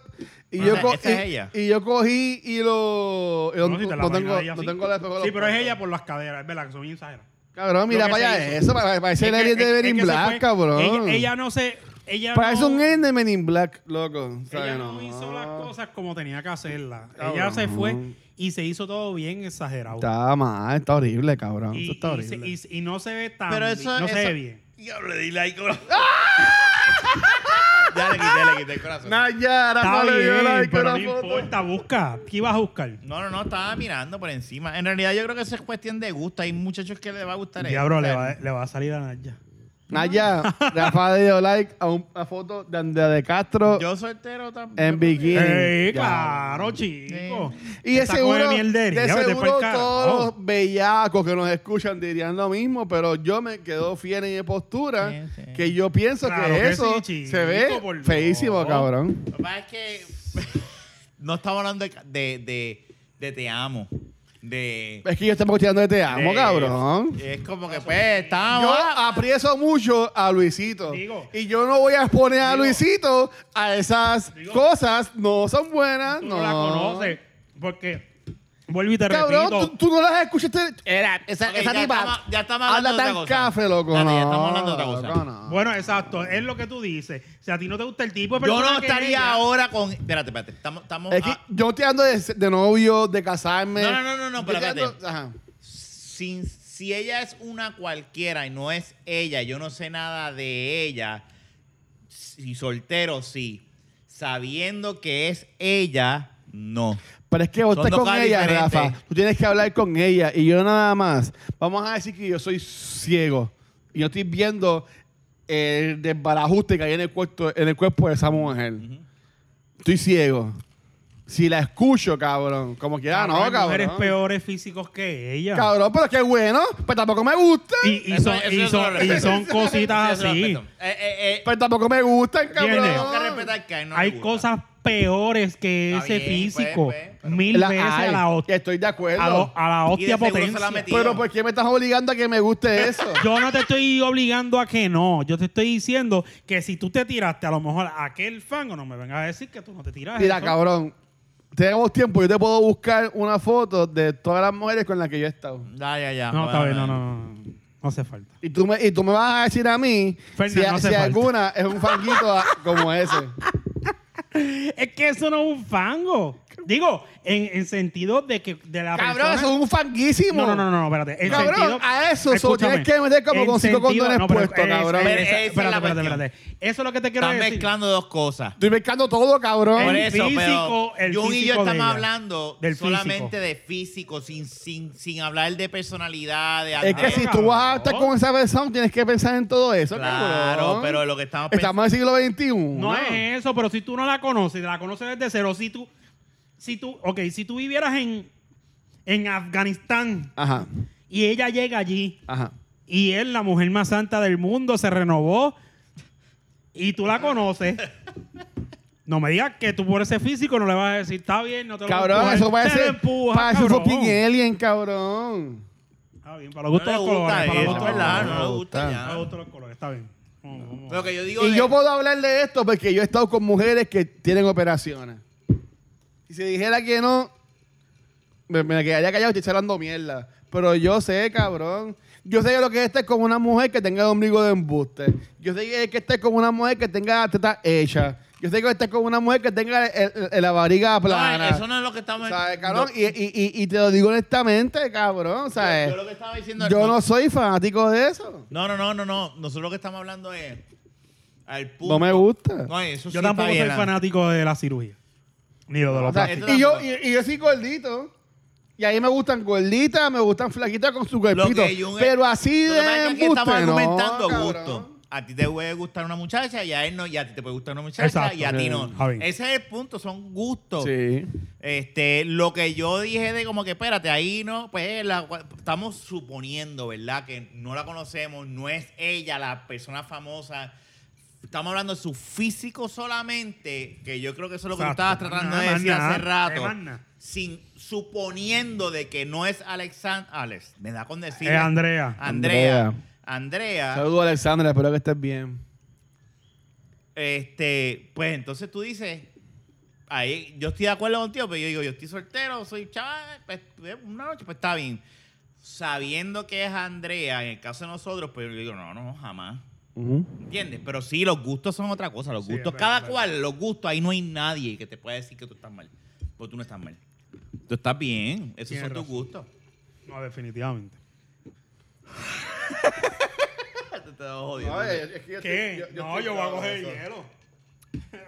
Speaker 2: y
Speaker 3: O
Speaker 2: yo
Speaker 3: sea,
Speaker 2: co-
Speaker 3: esa es
Speaker 2: y-
Speaker 3: ella.
Speaker 2: y yo cogí y lo y lo-
Speaker 1: No, si te la
Speaker 2: no
Speaker 1: vaina
Speaker 2: tengo
Speaker 1: de ella,
Speaker 2: no
Speaker 1: sí.
Speaker 2: tengo la- los-
Speaker 1: Sí, pero es ella por las caderas, es verdad que son bien exageradas.
Speaker 2: Cabrón,
Speaker 1: Lo
Speaker 2: mira
Speaker 1: que
Speaker 2: para
Speaker 1: se
Speaker 2: allá
Speaker 1: hizo.
Speaker 2: eso, pa- parece el
Speaker 1: Es que-
Speaker 2: alien de
Speaker 1: es- es
Speaker 2: Men
Speaker 1: que
Speaker 2: in
Speaker 1: se
Speaker 2: Black,
Speaker 1: fue-
Speaker 2: cabrón.
Speaker 1: Ella, ella no se. Ella
Speaker 2: Parece
Speaker 1: no,
Speaker 2: un alien de Men in Black, loco. O sea,
Speaker 1: Ella
Speaker 2: no. Ah.
Speaker 1: no hizo las cosas como tenía que hacerlas. Ella
Speaker 2: Cabrón.
Speaker 1: se fue y se hizo todo bien exagerado.
Speaker 2: Está mal, está horrible, cabrón.
Speaker 1: Y,
Speaker 2: eso está
Speaker 1: y se-
Speaker 2: horrible.
Speaker 1: y- y no se ve tan
Speaker 3: Pero
Speaker 1: bien,
Speaker 3: eso
Speaker 1: no se
Speaker 3: eso-
Speaker 1: ve bien.
Speaker 3: Diablo, le di like. bro.
Speaker 2: ¡Ah!
Speaker 3: ya le quité, le quité el corazón.
Speaker 2: Naya,
Speaker 1: Está
Speaker 2: Rafa Ah, le dio
Speaker 1: bien,
Speaker 2: like a
Speaker 1: pero
Speaker 2: la
Speaker 1: no
Speaker 2: foto.
Speaker 1: importa, busca. ¿Qué ibas a buscar?
Speaker 3: No, no, no, estaba mirando por encima. En realidad yo creo que eso es cuestión de gusto. Hay muchachos que les va a gustar
Speaker 1: Diablo,
Speaker 3: esto.
Speaker 1: le
Speaker 2: eh.
Speaker 1: va, le va a salir a Naya.
Speaker 2: Naya, Rafa le dio like a una foto de Andrea de Castro.
Speaker 3: Yo soltero también.
Speaker 2: En bikini.
Speaker 1: ¡Ey,
Speaker 2: Ya.
Speaker 1: claro, chico!
Speaker 2: Y de
Speaker 1: Esa coge
Speaker 2: seguro,
Speaker 1: mierdería,
Speaker 2: de
Speaker 1: vete pa'l
Speaker 2: seguro
Speaker 1: carajo.
Speaker 2: todos los bellacos que nos escuchan dirían lo mismo, pero yo me quedo fiel en mi postura,
Speaker 3: Sí, sí.
Speaker 2: que yo pienso
Speaker 1: Claro
Speaker 2: que,
Speaker 1: que
Speaker 2: eso
Speaker 1: sí, chico,
Speaker 2: se ve
Speaker 1: por
Speaker 2: feísimo,
Speaker 1: Dios.
Speaker 2: cabrón.
Speaker 3: Lo que pasa es que no estamos hablando de, de, de- de te amo. de...
Speaker 2: Es que yo estaba escuchando de te amo,
Speaker 3: de-
Speaker 2: cabrón.
Speaker 3: Eh, Es como que, pues, estábamos...
Speaker 2: Yo aprieso mucho a Luisito.
Speaker 1: Digo.
Speaker 2: y yo no voy a exponer a
Speaker 1: Digo.
Speaker 2: Luisito a esas
Speaker 1: Digo.
Speaker 2: cosas. No son buenas.
Speaker 1: Tú
Speaker 2: no
Speaker 1: no la conoces. Porque, vuelvo y te
Speaker 2: Cabrón,
Speaker 1: repito.
Speaker 2: tú, tú no las escuchaste.
Speaker 3: Era,
Speaker 2: esa-
Speaker 3: Ok,
Speaker 2: esa
Speaker 3: ya
Speaker 2: tipa
Speaker 3: estamos- ya estamos hablando
Speaker 2: Habla
Speaker 3: de otra
Speaker 2: tan
Speaker 3: cosa.
Speaker 2: cafre, loco.
Speaker 3: Espérate,
Speaker 2: no,
Speaker 3: ya estamos hablando de otra
Speaker 2: loco,
Speaker 3: cosa.
Speaker 2: no.
Speaker 1: Bueno, exacto. Es lo que tú dices. Si a ti no te gusta el tipo de
Speaker 3: Yo
Speaker 1: persona
Speaker 3: no
Speaker 1: que
Speaker 3: estaría
Speaker 1: ella-
Speaker 3: ahora con... Espérate, espérate. Estamos... estamos
Speaker 2: Es que
Speaker 3: a-
Speaker 2: yo te ando de, de novio, de casarme.
Speaker 3: ah. No, no, no, no, no,
Speaker 2: Yo
Speaker 3: pero
Speaker 2: te ando-
Speaker 3: espérate.
Speaker 2: ajá.
Speaker 3: sin- si ella es una cualquiera y no es ella, yo no sé nada de ella, si soltero sí, sabiendo que es ella, no.
Speaker 2: Pero es que vos
Speaker 3: Son
Speaker 2: estás
Speaker 3: dos
Speaker 2: con
Speaker 3: caras
Speaker 2: ella,
Speaker 3: diferentes.
Speaker 2: Rafa. Tú tienes que hablar con ella y yo nada más. Vamos a decir que yo soy ciego y yo estoy viendo el desbarajuste que hay en el cuerpo, en el cuerpo de esa mujer. Estoy ciego. Si la escucho, cabrón, como
Speaker 3: Ah,
Speaker 2: quiera, no,
Speaker 1: hay mujeres
Speaker 2: cabrón.
Speaker 1: peores físicos que ella.
Speaker 2: Cabrón, pero qué bueno. Pues tampoco me gusta.
Speaker 1: Y, y
Speaker 3: Eso-
Speaker 1: son, y
Speaker 3: eso yo te lo
Speaker 1: son- y
Speaker 3: respeto.
Speaker 1: son cositas
Speaker 3: Eso yo
Speaker 1: así.
Speaker 3: respeto. Eh, eh, eh,
Speaker 2: Pero Pues tampoco me gustan, cabrón.
Speaker 1: ¿Entiendes?
Speaker 3: tengo que respetar que a él no le
Speaker 1: hay
Speaker 3: gusta.
Speaker 1: cosas peores que
Speaker 3: Está
Speaker 1: ese
Speaker 3: bien,
Speaker 1: físico.
Speaker 3: pues, pues, pero-
Speaker 1: mil
Speaker 2: La-
Speaker 1: veces
Speaker 2: ay,
Speaker 1: a la hostia.
Speaker 2: Estoy de acuerdo.
Speaker 1: A, lo- a la
Speaker 3: Y de
Speaker 1: hostia
Speaker 3: seguro se la
Speaker 1: potencia.
Speaker 3: metí.
Speaker 2: Pero ¿por qué me estás obligando a que me guste eso?
Speaker 1: Yo no te estoy obligando a que no. Yo te estoy diciendo que si tú te tiraste a lo mejor a aquel fango, no me vengas a decir que tú no te tiraste.
Speaker 2: Mira, cabrón. Tenemos tiempo, yo te puedo buscar una foto de todas las mujeres con las que yo he estado.
Speaker 3: Ya, ya, ya.
Speaker 1: No,
Speaker 3: Bueno,
Speaker 1: está bien, no,
Speaker 3: bueno.
Speaker 1: no, no. No No hace falta.
Speaker 2: Y tú me, y tú me vas a decir a mí
Speaker 1: Fernan,
Speaker 2: si, a-
Speaker 1: no hace
Speaker 2: si
Speaker 1: falta.
Speaker 2: alguna es un fanguito a- como ese.
Speaker 1: Es que eso no es un fango. Digo, en, en sentido de que de la
Speaker 2: Cabrón,
Speaker 1: persona-
Speaker 2: eso es un fanguísimo.
Speaker 1: No, no, no, no, no, espérate. En
Speaker 2: Cabrón,
Speaker 1: sentido-
Speaker 2: a eso solo
Speaker 1: Escúchame.
Speaker 2: tienes que meter como
Speaker 1: En
Speaker 2: con cinco condones
Speaker 1: pero
Speaker 2: puestos, cabrón.
Speaker 1: esa-
Speaker 3: Esa es
Speaker 1: espérate,
Speaker 3: la
Speaker 1: espérate,
Speaker 3: cuestión.
Speaker 1: espérate. Eso es lo que te quiero
Speaker 3: Están
Speaker 1: decir.
Speaker 3: mezclando dos cosas.
Speaker 2: Estoy pescando todo, cabrón.
Speaker 1: El
Speaker 3: Por eso,
Speaker 1: físico-
Speaker 3: pero
Speaker 1: el
Speaker 3: Jun y yo
Speaker 1: físico de
Speaker 3: estamos
Speaker 1: ella.
Speaker 3: hablando
Speaker 1: Del
Speaker 3: solamente
Speaker 1: físico.
Speaker 3: de físico, sin, sin, sin hablar de personalidad, de
Speaker 2: es que
Speaker 1: Ah,
Speaker 2: si tú
Speaker 1: cabrón.
Speaker 2: vas a estar con esa persona, tienes que pensar en todo eso,
Speaker 3: Claro,
Speaker 2: cabrón.
Speaker 3: pero lo que estamos pensando...
Speaker 2: Estamos en el siglo XXI.
Speaker 1: No, es eso, pero si tú no la conoces, la conoces desde cero, si tú, si tú, ok, si tú vivieras en, en Afganistán
Speaker 2: Ajá,
Speaker 1: y ella llega allí
Speaker 2: ajá.
Speaker 1: y es la mujer más santa del mundo, se renovó y tú la conoces. No me digas que tú por ese físico no le vas a decir, está bien, no te lo
Speaker 2: Cabrón,
Speaker 1: voy a empujar". Te
Speaker 2: eso parece,
Speaker 1: lo empujas,
Speaker 2: parece un
Speaker 1: cabrón.
Speaker 2: fucking alien, cabrón.
Speaker 1: Está bien, para los gustos
Speaker 3: No le
Speaker 1: los
Speaker 3: gusta
Speaker 1: colores. para los
Speaker 3: eso,
Speaker 1: gustos los
Speaker 3: ¿verdad?
Speaker 1: colores.
Speaker 3: No le gusta
Speaker 1: Para
Speaker 3: ya.
Speaker 1: los gustos los colores, está bien. Vamos, vamos.
Speaker 3: Lo que yo digo
Speaker 2: Y
Speaker 3: de-
Speaker 2: yo puedo hablar de esto porque yo he estado con mujeres que tienen operaciones. Si se dijera que no, me, me quedaría callado y estoy hablando mierda. Pero yo sé, cabrón. Yo sé que lo que es estar con una mujer que tenga el ombligo de embuste. Yo sé que es que estar con una mujer que tenga la teta hecha. Yo sé que estar con una mujer que tenga el- el- la variga
Speaker 3: No,
Speaker 2: plana.
Speaker 3: eso no es lo que estamos...
Speaker 2: ¿Sabes, cabrón?
Speaker 3: Yo-
Speaker 2: Y, y- y- y te lo digo honestamente, cabrón. ¿sabes?
Speaker 3: Yo lo que estaba diciendo...
Speaker 2: yo no soy fanático de eso.
Speaker 3: No, no, no, no, no. Nosotros lo que estamos hablando es... Al punto.
Speaker 2: No me gusta.
Speaker 3: No, eso sí
Speaker 1: Yo
Speaker 3: está
Speaker 1: tampoco soy
Speaker 3: bien, ah.
Speaker 1: fanático de la cirugía. Ni de
Speaker 2: O
Speaker 1: los
Speaker 2: sea,
Speaker 1: plásticos.
Speaker 3: esto
Speaker 2: y, yo, y,
Speaker 3: tampoco.
Speaker 2: y yo soy gordito. Y ahí me gustan gorditas, me gustan flaquitas con su cuerpito.
Speaker 3: Lo que Jun es-
Speaker 2: Pero así
Speaker 3: Lo que pasa
Speaker 2: de
Speaker 3: es que aquí estamos
Speaker 2: embuste, no,
Speaker 1: Ah,
Speaker 3: argumentando
Speaker 2: cabrón.
Speaker 3: gusto. A ti te puede gustar una muchacha y a él no, y a ti te puede gustar una muchacha
Speaker 1: Exacto. Eh,
Speaker 3: y a ti no.
Speaker 1: Sí. Está bien.
Speaker 3: Ese es el punto, son gustos.
Speaker 2: Sí.
Speaker 3: Este, lo que yo dije de como que espérate, ahí no, pues la- estamos suponiendo, ¿verdad? Que no la conocemos, no es ella la persona famosa. Estamos hablando de su físico solamente, que yo creo que eso es lo que tú
Speaker 1: Exacto.
Speaker 3: estabas tratando de
Speaker 1: Nada más
Speaker 3: decir
Speaker 1: nada,
Speaker 3: hace rato.
Speaker 1: nada más nada.
Speaker 3: Sin suponiendo de que no es Alexan Alex, me da con decir
Speaker 1: Es
Speaker 3: Ah.
Speaker 1: Andrea.
Speaker 3: Andrea. Andrea.
Speaker 2: Saludos, Alexandra. Espero que estés bien.
Speaker 3: Este, pues entonces tú dices, ahí yo estoy de acuerdo contigo, pero yo digo, yo estoy soltero, soy chaval, pues eh, una noche, pues está bien. Sabiendo que es Andrea, en el caso de nosotros, pues yo digo, no, no, jamás.
Speaker 2: Ujú.
Speaker 3: ¿Entiendes? Pero sí, los gustos son otra cosa. Los
Speaker 1: Sí, es
Speaker 3: gustos,
Speaker 1: verdad,
Speaker 3: cada
Speaker 1: es verdad.
Speaker 3: cual, los gustos, ahí no hay nadie que te pueda decir que tú estás mal. Porque tú no estás mal. Tú estás bien, esos
Speaker 1: Tienes
Speaker 3: son tus
Speaker 1: razón.
Speaker 3: gustos.
Speaker 1: No, definitivamente.
Speaker 3: Te estoy jodiendo.
Speaker 2: No, es- es que yo estoy-
Speaker 1: ¿Qué? no,
Speaker 2: estoy
Speaker 1: yo voy a
Speaker 2: claro
Speaker 1: coger
Speaker 2: en eso.
Speaker 1: hielo.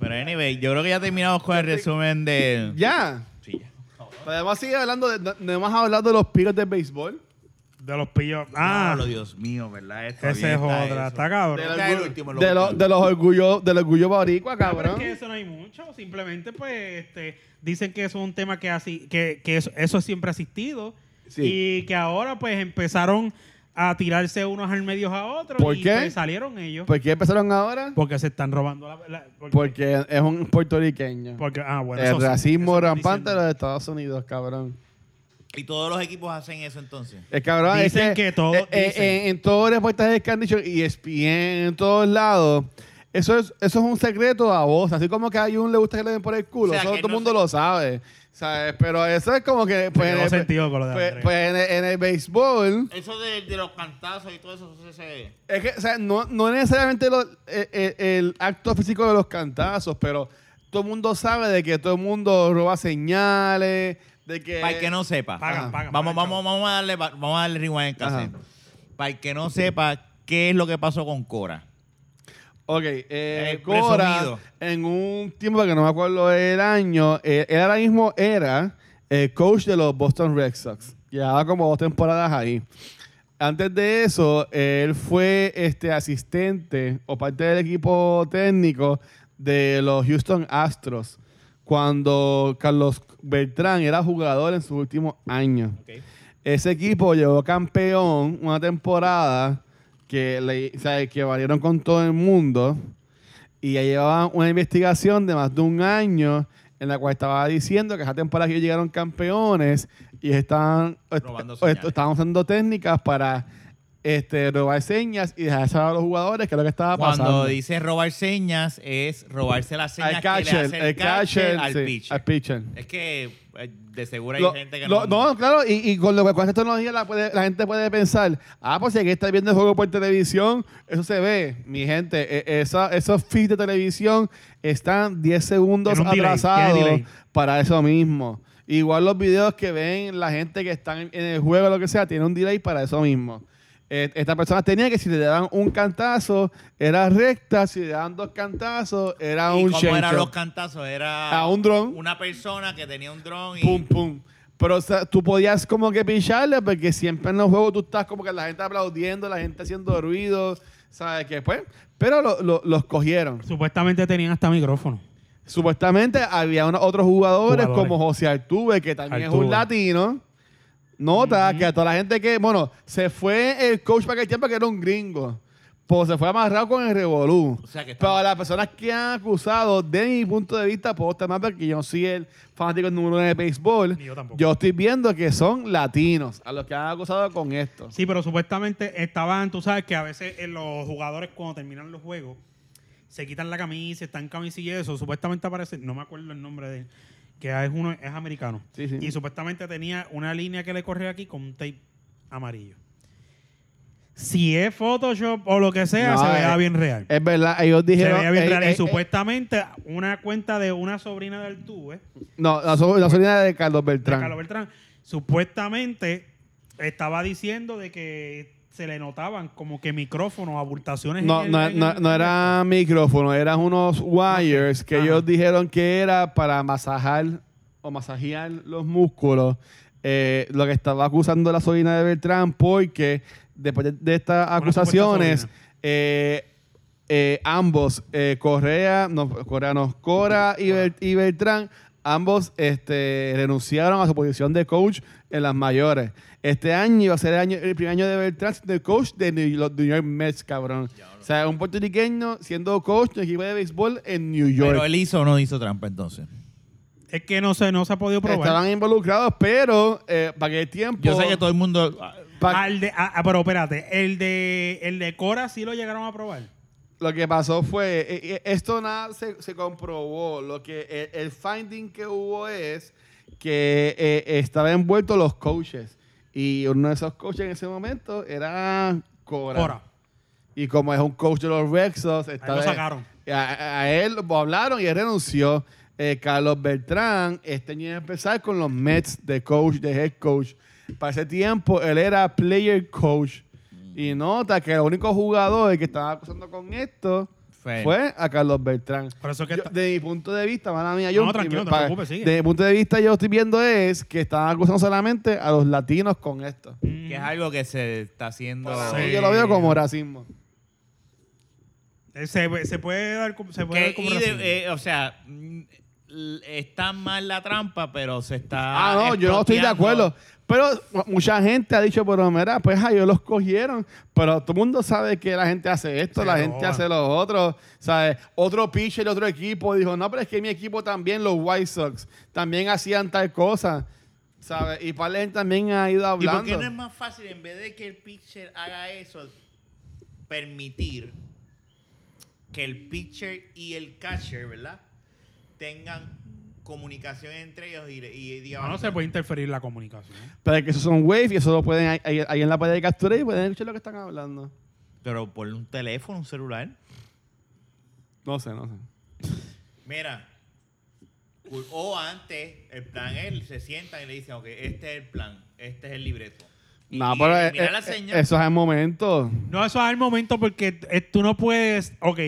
Speaker 3: Pero anyway, yo creo que ya terminamos con el resumen de...
Speaker 2: Ya.
Speaker 3: Sí, ya.
Speaker 2: Podemos seguir hablando de. No, no hemos hablado de los piros de béisbol.
Speaker 1: De los pillos. Ah,
Speaker 3: Diablo, Dios mío, ¿verdad? Esto
Speaker 1: ese
Speaker 3: bien
Speaker 1: es otra.
Speaker 3: está eso.
Speaker 1: Está cabrón.
Speaker 3: Del-
Speaker 1: Ah,
Speaker 3: Está el
Speaker 2: orgullo-
Speaker 3: último, lo
Speaker 2: de,
Speaker 3: último.
Speaker 2: los- de los orgullos, del orgullo boricua,
Speaker 1: Pero es
Speaker 2: cabrón.
Speaker 1: que eso no hay mucho. Simplemente, pues, este, dicen que eso es un tema que así, que, que eso, eso siempre ha existido.
Speaker 2: Sí.
Speaker 1: Y que ahora, pues, empezaron a tirarse unos almedios a otros
Speaker 2: ¿Por
Speaker 1: y
Speaker 2: qué?
Speaker 1: pues, salieron ellos.
Speaker 2: ¿Por qué empezaron ahora?
Speaker 1: porque se están robando la... la- porque,
Speaker 2: Porque es un puertorriqueño.
Speaker 1: porque- ah, bueno, eso
Speaker 2: el
Speaker 1: sí, eso
Speaker 2: racismo
Speaker 1: estoy
Speaker 2: rampante de
Speaker 1: diciendo.
Speaker 2: los Estados Unidos, cabrón.
Speaker 3: Y todos los equipos hacen eso entonces.
Speaker 2: El cabrón
Speaker 1: Dicen
Speaker 2: es
Speaker 1: que todo-
Speaker 2: eh, eh,
Speaker 1: dicen.
Speaker 2: En, en todos los reportajes que han dicho y E ESPN en todos lados. Eso es, eso es un secreto a vos. Así como que hay un le gusta que le den por el culo.
Speaker 3: O sea,
Speaker 2: eso
Speaker 3: que
Speaker 2: todo el
Speaker 3: no
Speaker 2: mundo
Speaker 3: se-
Speaker 2: lo sabe. ¿Sabes? Pero eso es como que. Pues,
Speaker 1: Me
Speaker 2: en
Speaker 1: quedó
Speaker 2: el,
Speaker 1: sentido con lo de
Speaker 2: pues-
Speaker 1: Andrés.
Speaker 2: pues en el- en el béisbol.
Speaker 3: Eso de, de los cantazos y todo eso, eso se-
Speaker 2: Es que, o sea, no, no necesariamente lo- eh, eh, el acto físico de los cantazos, pero todo el mundo sabe de que todo el mundo roba señales, de que...
Speaker 3: Para el que no sepa.
Speaker 1: Pagan,
Speaker 2: Ajá.
Speaker 1: pagan,
Speaker 3: vamos,
Speaker 1: pagan,
Speaker 3: vamos, vamos a darle, pa- vamos a darle rewind en casa.
Speaker 2: Ajá.
Speaker 3: Para el que no sepa qué es lo que pasó con Cora.
Speaker 2: Ok, eh,
Speaker 3: Eh,
Speaker 2: Cora,
Speaker 3: presumido.
Speaker 2: en un tiempo que no me acuerdo el año, eh, él ahora mismo era eh, coach de los Boston Red Sox. Llevaba como dos temporadas ahí. Antes de eso, él fue este asistente o parte del equipo técnico de los Houston Astros cuando Carlos Beltrán era jugador en sus últimos años. Ese equipo llegó campeón una temporada que, le, o sea, que valieron con todo el mundo y ya llevaban una investigación de más de un año en la cual estaba diciendo que esa temporada que ellos llegaron campeones y estaban, est-
Speaker 3: Robando
Speaker 2: est-
Speaker 3: señales.
Speaker 2: estaban usando técnicas para este, robar señas y dejar saber a los jugadores que es lo que estaba
Speaker 3: Cuando
Speaker 2: pasando.
Speaker 3: dice robar señas, es robarse las
Speaker 2: al
Speaker 3: señas que le
Speaker 2: catcher,
Speaker 3: hace el,
Speaker 2: el
Speaker 3: catcher,
Speaker 2: catcher,
Speaker 3: al
Speaker 2: sí,
Speaker 3: pitcher.
Speaker 2: al pitcher.
Speaker 3: Es que eh, de seguro hay
Speaker 2: Lo-
Speaker 3: gente que
Speaker 2: lo-
Speaker 3: no...
Speaker 2: no, claro, y, y con lo que con esta tecnología la, puede- la gente puede pensar, ah, pues si aquí está viendo el juego por televisión, eso se ve, mi gente, e- esa- esos feeds de televisión están 10 segundos
Speaker 1: Tiene un delay,
Speaker 2: atrasados
Speaker 1: tiene delay.
Speaker 2: para eso mismo. Igual los videos que ven la gente que están en el juego o lo que sea, tiene un delay para eso mismo. Eh, Estas personas tenían que si le daban un cantazo, era recta, si le daban dos cantazos, era
Speaker 3: ¿Y
Speaker 2: un
Speaker 3: cómo eran
Speaker 2: shank.
Speaker 3: los cantazos? Era
Speaker 2: A un dron.
Speaker 3: una persona que tenía un dron y...
Speaker 2: pum, pum. Pero o sea, tú podías como que pincharle porque siempre en los juegos tú estás como que la gente aplaudiendo, la gente haciendo ruido, ¿sabes qué? Pues, pero lo- lo- los cogieron.
Speaker 1: Supuestamente tenían hasta micrófono.
Speaker 2: Supuestamente había unos otros jugadores,
Speaker 1: Jugadores.
Speaker 2: como José Artuve, que también es
Speaker 1: Altuve.
Speaker 2: un latino. Nota que a toda la gente que, bueno, se fue el coach para aquel tiempo que era un gringo. Pues se fue amarrado con el revolú.
Speaker 3: O sea que
Speaker 2: Pero
Speaker 3: estamos-
Speaker 2: a las personas que han acusado, de mi punto de vista, puedo estar mal porque yo no soy el fanático número uno de béisbol.
Speaker 1: Ni yo tampoco.
Speaker 2: estoy viendo que son latinos a los que han acusado con esto.
Speaker 1: Sí, pero supuestamente estaban, tú sabes que a veces eh, los jugadores cuando terminan los juegos se quitan la camisa, están camisilla y eso. Supuestamente aparece, no me acuerdo el nombre de él, que es uno, es americano.
Speaker 2: Sí, sí.
Speaker 1: Y supuestamente tenía una línea que le corría aquí con un tape amarillo. Si es Photoshop o lo que sea,
Speaker 2: No,
Speaker 1: se veía
Speaker 2: eh,
Speaker 1: bien real.
Speaker 2: Es verdad, ellos
Speaker 1: se
Speaker 2: dijeron.
Speaker 1: veía bien
Speaker 2: eh,
Speaker 1: real.
Speaker 2: eh,
Speaker 1: y supuestamente una cuenta de una sobrina del tuve.
Speaker 2: no, la, so- la sobrina de Carlos
Speaker 1: de
Speaker 2: Beltrán.
Speaker 1: Carlos Beltrán, supuestamente estaba diciendo de que se le notaban como que micrófonos, abultaciones.
Speaker 2: No,
Speaker 1: en el-
Speaker 2: no,
Speaker 1: en
Speaker 2: no,
Speaker 1: el-
Speaker 2: no era micrófono, eran unos wires que
Speaker 1: Ajá.
Speaker 2: ellos dijeron que era para masajar o masajear los músculos. Eh, lo que estaba acusando la sobrina de Beltrán, porque después de, de estas
Speaker 1: supuesta
Speaker 2: acusaciones,
Speaker 1: sobrina.
Speaker 2: eh, eh, ambos, eh, Correa, no, Correa no, Cora y, Bel- y Beltrán, ambos este, renunciaron a su posición de coach en las mayores. Este año iba a ser el, año- el primer año de Beltrán de coach de New, los New York Mets, cabrón. O sea, un puertorriqueño siendo coach de un equipo de béisbol en New York.
Speaker 3: Pero él hizo o no hizo trampa entonces.
Speaker 1: Es que no se, no se ha podido probar.
Speaker 2: Estaban involucrados, pero eh, para qué tiempo.
Speaker 3: Yo sé que todo el mundo...
Speaker 2: pa-
Speaker 1: Al de- ah, ah, pero espérate, el de, el de Cora sí lo llegaron a probar.
Speaker 2: Lo que pasó fue, eh, eh, esto nada se, se comprobó. Lo que eh, el, finding que hubo es que eh, estaban envueltos los coaches. Y uno de esos coaches en ese momento era Cora.
Speaker 1: Cora.
Speaker 2: Y como es un coach de los Rexos, está
Speaker 1: Ahí lo
Speaker 2: de-
Speaker 1: sacaron.
Speaker 2: a, a- a él lo hablaron y él renunció. Eh, Carlos Beltrán este año iba a empezar con los Mets de coach, de head coach. Para ese tiempo él era player coach. Y nota que el único jugador que estaba acusando con esto
Speaker 3: Fue él.
Speaker 2: fue a Carlos Beltrán.
Speaker 1: Por eso que
Speaker 2: Yo-
Speaker 1: está-
Speaker 2: de mi punto de vista, mala mía,
Speaker 1: No,
Speaker 2: yo
Speaker 1: no, tranquilo, no te
Speaker 2: pa-
Speaker 1: preocupes, sigue.
Speaker 2: de mi punto de vista yo estoy viendo es que están acusando solamente a los latinos con esto.
Speaker 1: Mm.
Speaker 3: Que es algo que se está haciendo...
Speaker 1: Sí.
Speaker 2: Y Yo lo veo como racismo.
Speaker 1: Eh, se, se puede dar, como- se puede
Speaker 3: Que-
Speaker 1: dar como
Speaker 3: y de-
Speaker 1: racismo.
Speaker 3: eh, o sea, mm, l- está mal la trampa, pero se está.
Speaker 2: Ah, no, yo no estoy de
Speaker 3: expropiando.
Speaker 2: acuerdo. Pero mu- mucha gente ha dicho, pero mira, pues a ellos los cogieron. Pero todo el mundo sabe que la gente hace esto,
Speaker 1: Se
Speaker 2: la
Speaker 1: lo
Speaker 2: gente
Speaker 1: roban.
Speaker 2: hace lo otro. ¿sabes? Otro pitcher de otro equipo dijo, no, pero es que mi equipo también, los White Sox, también hacían tal cosa. ¿Sabes? Y para él también ha ido
Speaker 3: ¿Y
Speaker 2: hablando.
Speaker 3: por qué no es más fácil, en vez de que el pitcher haga eso, permitir que el pitcher y el catcher, ¿verdad? Tengan comunicación entre ellos y, y,
Speaker 1: Ah, No, pues".
Speaker 3: digamos,
Speaker 1: no se puede interferir la comunicación.
Speaker 2: Pero es que esos son wave y eso lo pueden ahí- ahí, ahí en la pantalla de captura y pueden escuchar lo que están hablando.
Speaker 3: pero ponle un teléfono, un celular.
Speaker 2: No sé, no sé.
Speaker 3: Mira, u- o antes, el plan es, se sientan y le dicen, ok, este es el plan, este es el libreto. Y-
Speaker 2: No,
Speaker 3: y
Speaker 2: pero
Speaker 3: mira
Speaker 2: eh, eh,
Speaker 3: la
Speaker 2: eh,
Speaker 3: señal.
Speaker 2: eso es el momento.
Speaker 1: No, eso es al momento porque eh, tú no puedes. Ok,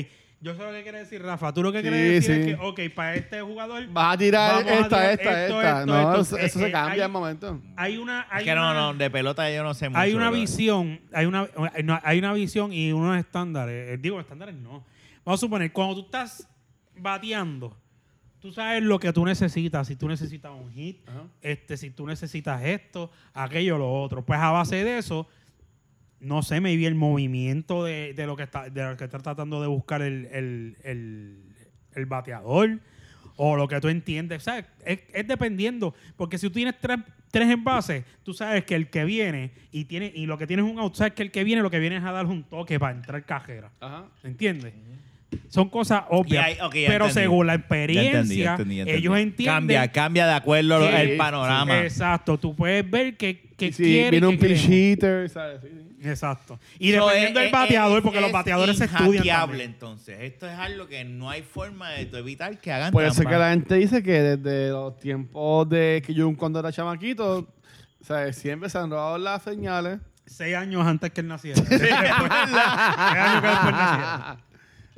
Speaker 1: yo sé lo que quiere decir Rafa. Tú lo que
Speaker 2: Sí,
Speaker 1: quieres decir
Speaker 2: sí.
Speaker 1: es que, ok, para este jugador
Speaker 2: Vas a tirar
Speaker 1: Vamos a
Speaker 2: esta,
Speaker 1: tirar
Speaker 2: esta,
Speaker 1: esto,
Speaker 2: esta.
Speaker 1: esto,
Speaker 2: no,
Speaker 1: esto.
Speaker 2: eso,
Speaker 1: Eh,
Speaker 2: eso
Speaker 1: eh,
Speaker 2: se cambia
Speaker 1: hay-
Speaker 2: al momento.
Speaker 1: hay una.
Speaker 3: es
Speaker 1: Hay
Speaker 3: que
Speaker 1: una,
Speaker 3: no, no, de pelota yo no sé mucho.
Speaker 1: hay una
Speaker 3: ¿verdad?
Speaker 1: visión, hay una, eh, no, hay una visión y unos estándares. Eh, Digo, estándares no. Vamos a suponer, cuando tú estás bateando, tú sabes lo que tú necesitas. Si tú necesitas un hit, este, si tú necesitas esto, aquello, lo otro. Pues a base de eso, no sé, me vi el movimiento de, de lo que está, de lo que está tratando de buscar el, el- el- el bateador. O lo que tú entiendes, ¿sabes? Es, es dependiendo. Porque si tú tienes tres, tres envases, tú sabes que el que viene y tiene y lo que tienes un outside, que el que viene, lo que viene es a darle un toque para entrar cajera.
Speaker 2: Ajá.
Speaker 1: ¿Entiendes? Son cosas obvias.
Speaker 3: Y hay- ok, ya
Speaker 1: pero
Speaker 3: entendí.
Speaker 1: según la
Speaker 3: Ya
Speaker 1: experiencia,
Speaker 3: entendí, ya entendí, ya entendí.
Speaker 1: ellos entienden.
Speaker 3: Cambia, cambia de acuerdo lo-
Speaker 1: Sí,
Speaker 3: el panorama.
Speaker 1: Exacto, tú puedes ver que, que
Speaker 2: Y si
Speaker 1: quiere
Speaker 2: viene
Speaker 1: y
Speaker 2: un
Speaker 1: que
Speaker 2: pitch
Speaker 1: quiere.
Speaker 2: hitter, ¿sabes? Sí, sí.
Speaker 1: Exacto. Y
Speaker 3: So,
Speaker 1: dependiendo
Speaker 3: es-
Speaker 1: del
Speaker 3: es-
Speaker 1: bateador,
Speaker 3: es-
Speaker 1: porque los
Speaker 3: eh, es
Speaker 1: bateadores se estudian.
Speaker 3: inhackeable,
Speaker 1: también.
Speaker 3: entonces. Esto es algo que no hay forma de tú evitar que hagan
Speaker 2: Por eso es
Speaker 3: trampa.
Speaker 2: Pues que la gente dice que desde los tiempos de que yo cuando era chamaquito, ¿sabes? Siempre se han robado las señales.
Speaker 1: Seis años antes que él naciera. Después- Seis años que después naciera.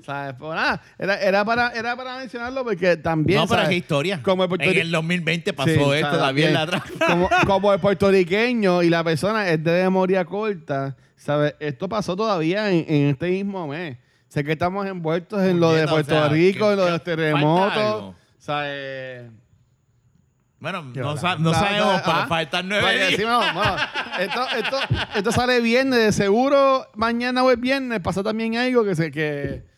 Speaker 2: ¿Sabes? Pues nada, era, era, para, era para mencionarlo porque también.
Speaker 3: No, pero
Speaker 2: ¿sabes?
Speaker 3: es historia.
Speaker 2: Como el
Speaker 3: en
Speaker 2: puertorri-
Speaker 3: el 2020 pasó
Speaker 2: Sí,
Speaker 3: esto,
Speaker 2: o sea,
Speaker 3: todavía
Speaker 2: bien.
Speaker 3: la trampa.
Speaker 2: Como, como el puertorriqueño y la persona es de memoria corta, ¿sabes? Esto pasó todavía en, en este mismo mes. Sé que estamos envueltos en lo de
Speaker 3: Puñeta, o
Speaker 2: Puerto
Speaker 3: sea,
Speaker 2: Rico,
Speaker 3: que-
Speaker 2: en lo de los
Speaker 3: que falta algo.
Speaker 2: terremotos, ¿sabes?
Speaker 3: Bueno, no,
Speaker 1: verdad.
Speaker 3: sa- no
Speaker 2: La-
Speaker 3: sabemos,
Speaker 2: la-
Speaker 3: pa,
Speaker 2: ajá.
Speaker 3: faltan
Speaker 2: Vaya,
Speaker 3: nueve
Speaker 2: sí,
Speaker 3: días.
Speaker 2: vamos, vamos. Esto, esto, esto sale viernes, de seguro mañana o el viernes pasa también algo que se que,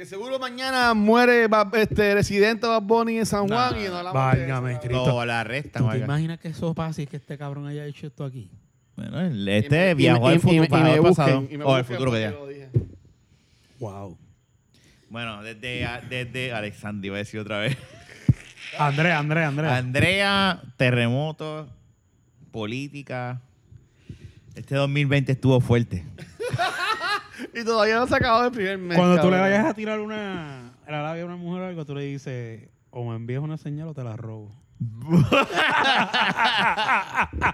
Speaker 2: que seguro mañana muere Bad- este residente Bad Bunny en San Juan
Speaker 3: Nah,
Speaker 2: y no hablamos de
Speaker 1: Válgame,
Speaker 2: eso.
Speaker 1: Cristo.
Speaker 3: No, la resta.
Speaker 1: ¿Tú te imaginas que eso pasa y que este cabrón haya hecho esto aquí?
Speaker 3: Bueno, el-
Speaker 2: Y
Speaker 3: este
Speaker 2: me-
Speaker 3: viajó
Speaker 2: y-
Speaker 3: al
Speaker 2: y- y
Speaker 3: futuro,
Speaker 2: me- y me
Speaker 3: al pasado.
Speaker 2: busquen, y me
Speaker 3: O al
Speaker 2: busquen
Speaker 3: futuro que
Speaker 2: porque
Speaker 3: ya.
Speaker 2: lo dije.
Speaker 1: Wow.
Speaker 3: Bueno, desde, a- desde Alexandria, iba a decir otra vez.
Speaker 1: Andrea, Andrea, Andrea.
Speaker 3: Andrea, terremoto, política. Este 2020 estuvo fuerte.
Speaker 2: Y todavía no se acabó el primer mes.
Speaker 1: Cuando tú le
Speaker 2: cabrón.
Speaker 1: vayas a tirar una a la labia a una mujer o algo, tú le dices, o me envías una señal o te la robo.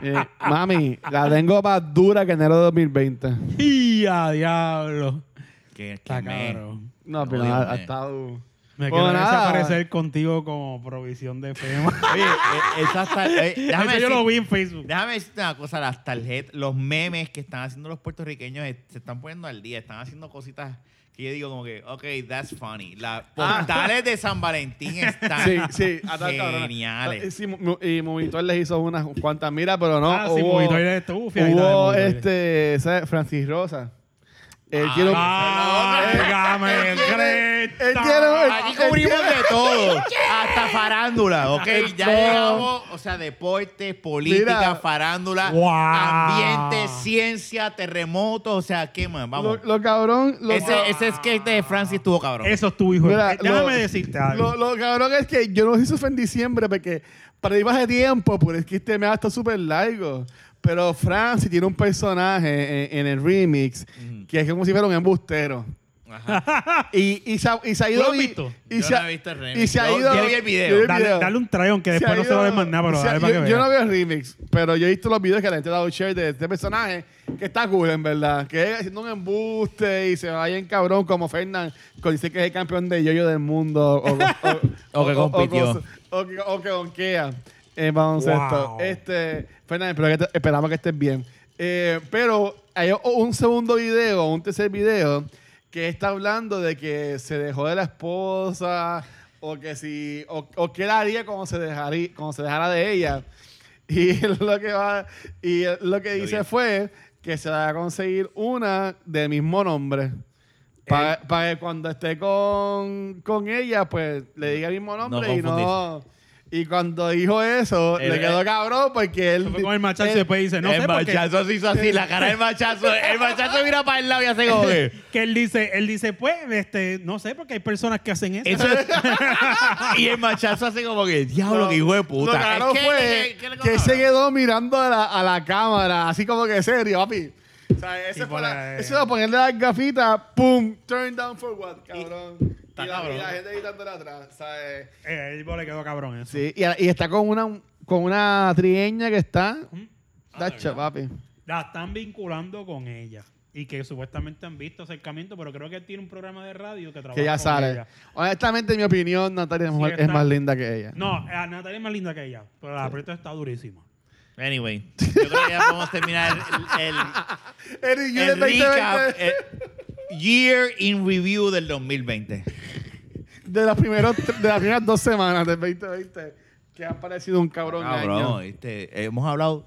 Speaker 2: Eh, mami, la tengo más dura que enero de 2020.
Speaker 1: ¡Y a diablo!
Speaker 3: Que, que
Speaker 1: Está
Speaker 3: me-
Speaker 1: cabrón.
Speaker 2: No,
Speaker 3: No,
Speaker 2: pero
Speaker 1: Oh,
Speaker 3: Dios
Speaker 2: ha, ha
Speaker 3: mío.
Speaker 2: estado.
Speaker 1: Me
Speaker 2: Pues
Speaker 1: quiero
Speaker 2: nada.
Speaker 1: desaparecer contigo como provisión de FEMA.
Speaker 3: Oye, eh, esa está- eh, déjame
Speaker 1: Eso yo
Speaker 3: decir-
Speaker 1: lo vi en Facebook.
Speaker 3: Déjame decirte una cosa, las tarjetas, los memes que están haciendo los puertorriqueños eh, se están poniendo al día, están haciendo cositas que yo digo como que, ok, that's funny. Las portales de San Valentín están
Speaker 2: Sí, sí, ha estado cabrón.
Speaker 3: geniales.
Speaker 2: Sí, Mo- y Movitor les hizo unas cuantas miras, pero no.
Speaker 1: ah, sí,
Speaker 2: hubo-
Speaker 1: Movitor de estufia. y tal,
Speaker 2: Hubo
Speaker 1: Movitor.
Speaker 2: este, ¿sabes? Francis Rosa. Él
Speaker 3: Ah,
Speaker 2: tiene un- Ah, eh,
Speaker 1: ¡Válgame,
Speaker 2: Él tiene- él
Speaker 1: Creta!
Speaker 2: tiene-
Speaker 3: Aquí cubrimos de todo, hasta farándula, ok. Ya
Speaker 2: No.
Speaker 3: llegamos, o sea, deporte, política,
Speaker 2: Mira.
Speaker 3: farándula,
Speaker 1: Wow.
Speaker 3: ambiente, ciencia, terremotos, o sea, ¿qué más? Vamos.
Speaker 2: lo, lo cabrón. Lo,
Speaker 3: ese, ese skate de Francis estuvo cabrón.
Speaker 1: Eso es tu hijo.
Speaker 2: Mira,
Speaker 1: Eh, Déjame
Speaker 2: lo-
Speaker 1: decirte algo.
Speaker 2: lo, lo cabrón es que yo no sé si fue en diciembre porque para ir de tiempo, porque es que este me está súper largo. Pero Francis tiene un personaje en, en el remix
Speaker 3: Ujú.
Speaker 2: que es como si fuera un embustero.
Speaker 3: Ajá.
Speaker 2: Y, y, se, ha- y se ha
Speaker 1: ¿Tú
Speaker 2: ido.
Speaker 1: lo has
Speaker 2: y-
Speaker 1: visto?
Speaker 2: Y
Speaker 3: Yo
Speaker 2: se,
Speaker 3: no
Speaker 2: ha-
Speaker 3: he visto el remix.
Speaker 2: y se ha
Speaker 3: Yo-
Speaker 2: ido.
Speaker 3: yo vi el video.
Speaker 2: yo vi
Speaker 1: Dale,
Speaker 2: video.
Speaker 1: dale un trayón que
Speaker 2: Se
Speaker 1: después
Speaker 2: ha
Speaker 1: no se va a ver
Speaker 2: ido-
Speaker 1: más nada, pero
Speaker 2: se ha-
Speaker 1: dale para que
Speaker 2: yo,
Speaker 1: veas.
Speaker 2: yo no veo el remix, pero yo he visto los videos que la gente ha dado share de este personaje que está cool, en verdad. Que es haciendo un embuste y se va en cabrón como Fernán, que dice que es el campeón de yoyo del mundo. O,
Speaker 3: O que compitió.
Speaker 2: cosas- O, que- o que donkea en baloncesto.
Speaker 1: Wow.
Speaker 2: Este, Fernán, espero que te- esperamos que estés bien. Eh, pero hay o- un segundo video, un tercer video, que está hablando de que se dejó de la esposa o que si o, o qué él haría cuando se, dejaría, cuando se dejara de ella. Y él lo que va, y él lo que
Speaker 3: Lo
Speaker 2: dice
Speaker 3: vi.
Speaker 2: fue que se va a conseguir una del mismo nombre. Para, para que cuando esté con, con ella, pues le diga el mismo nombre y no. Y cuando dijo eso,
Speaker 3: El-
Speaker 2: le quedó cabrón porque él.
Speaker 1: Fue con el machazo y
Speaker 2: él-
Speaker 1: después dice, no
Speaker 3: el
Speaker 1: sé por qué.
Speaker 3: machazo se hizo así, la cara del machazo. El machazo mira para el lado y hace como que.
Speaker 2: eh".
Speaker 1: Que él dice, él dice, pues, este, no sé, porque hay personas que hacen eso.
Speaker 3: Eso es- y el machazo hace como que, diablo,
Speaker 2: No,
Speaker 3: que hijo de
Speaker 2: Lo
Speaker 3: puta.
Speaker 2: cabrón
Speaker 3: Es que-
Speaker 2: fue
Speaker 3: que- que-
Speaker 2: que se quedó mirando a la, a la cámara, así como que serio, papi. O sea, ese
Speaker 1: Tipo
Speaker 2: fue la,
Speaker 1: la-
Speaker 2: ese fue ponerle las gafitas, pum, turn down for what, cabrón. Y,
Speaker 3: Está
Speaker 2: la,
Speaker 3: cabrón.
Speaker 2: y la gente gritándole atrás, ¿sabes?
Speaker 1: Eh, el tipo le quedó cabrón eso.
Speaker 2: Sí, y, y está con una, con una trigueña que está. Tacha, papi.
Speaker 1: La están vinculando con ella. Y que supuestamente han visto acercamiento, pero creo que él tiene un programa de radio que trabaja
Speaker 2: Que ya
Speaker 1: con
Speaker 2: sale.
Speaker 1: ella.
Speaker 2: Honestamente, en mi opinión, Natalia es,
Speaker 1: Sí,
Speaker 2: mujer- es
Speaker 1: está-
Speaker 2: más linda que ella.
Speaker 1: No, eh, Natalia es más linda que ella, pero la aprieta está durísima.
Speaker 3: Anyway, yo creo que ya podemos terminar el, el,
Speaker 2: Eric, yo
Speaker 3: el
Speaker 2: le estoy
Speaker 3: recap.
Speaker 2: diciendo
Speaker 3: el year in Review del 2020.
Speaker 2: de, las primeros tre- de las primeras dos semanas del 2020 que ha parecido un cabrón,
Speaker 3: Ah, Cabrón,
Speaker 2: año.
Speaker 3: este, hemos hablado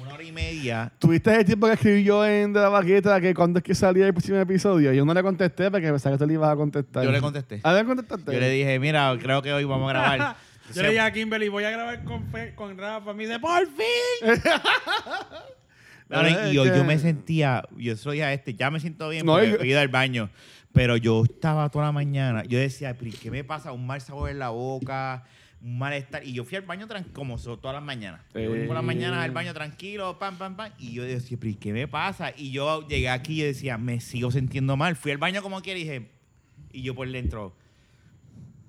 Speaker 3: una hora y media.
Speaker 2: ¿Tuviste el tiempo que escribí yo en De la Vaqueta que cuando es que salía el próximo episodio? Yo no le contesté porque pensaba que tú le ibas a contestar.
Speaker 3: Yo le contesté.
Speaker 2: ¿A ver, contestaste?
Speaker 3: Yo le dije, mira, creo que hoy vamos a grabar.
Speaker 1: Yo le dije a Kimberly, voy a grabar con, Fe- con Rafa. Me dice, ¡por fin!
Speaker 3: Claro, y- y hoy yo me sentía, yo soy a este, ya me siento bien
Speaker 2: Eh, No,
Speaker 3: porque
Speaker 2: yo-
Speaker 3: fui al baño, pero yo estaba toda la mañana, yo decía, "Pero, ¿qué me pasa? Un mal sabor en la boca, un malestar, y yo fui al baño tran- como so- todas las mañanas. Yo voy por las
Speaker 2: Sí.
Speaker 3: mañanas al baño tranquilo, pam, pam, pam, y yo decía, "Pero, ¿qué me pasa? Y yo llegué aquí y yo decía, me sigo sintiendo mal, fui al baño como quiera y dije, y yo por dentro,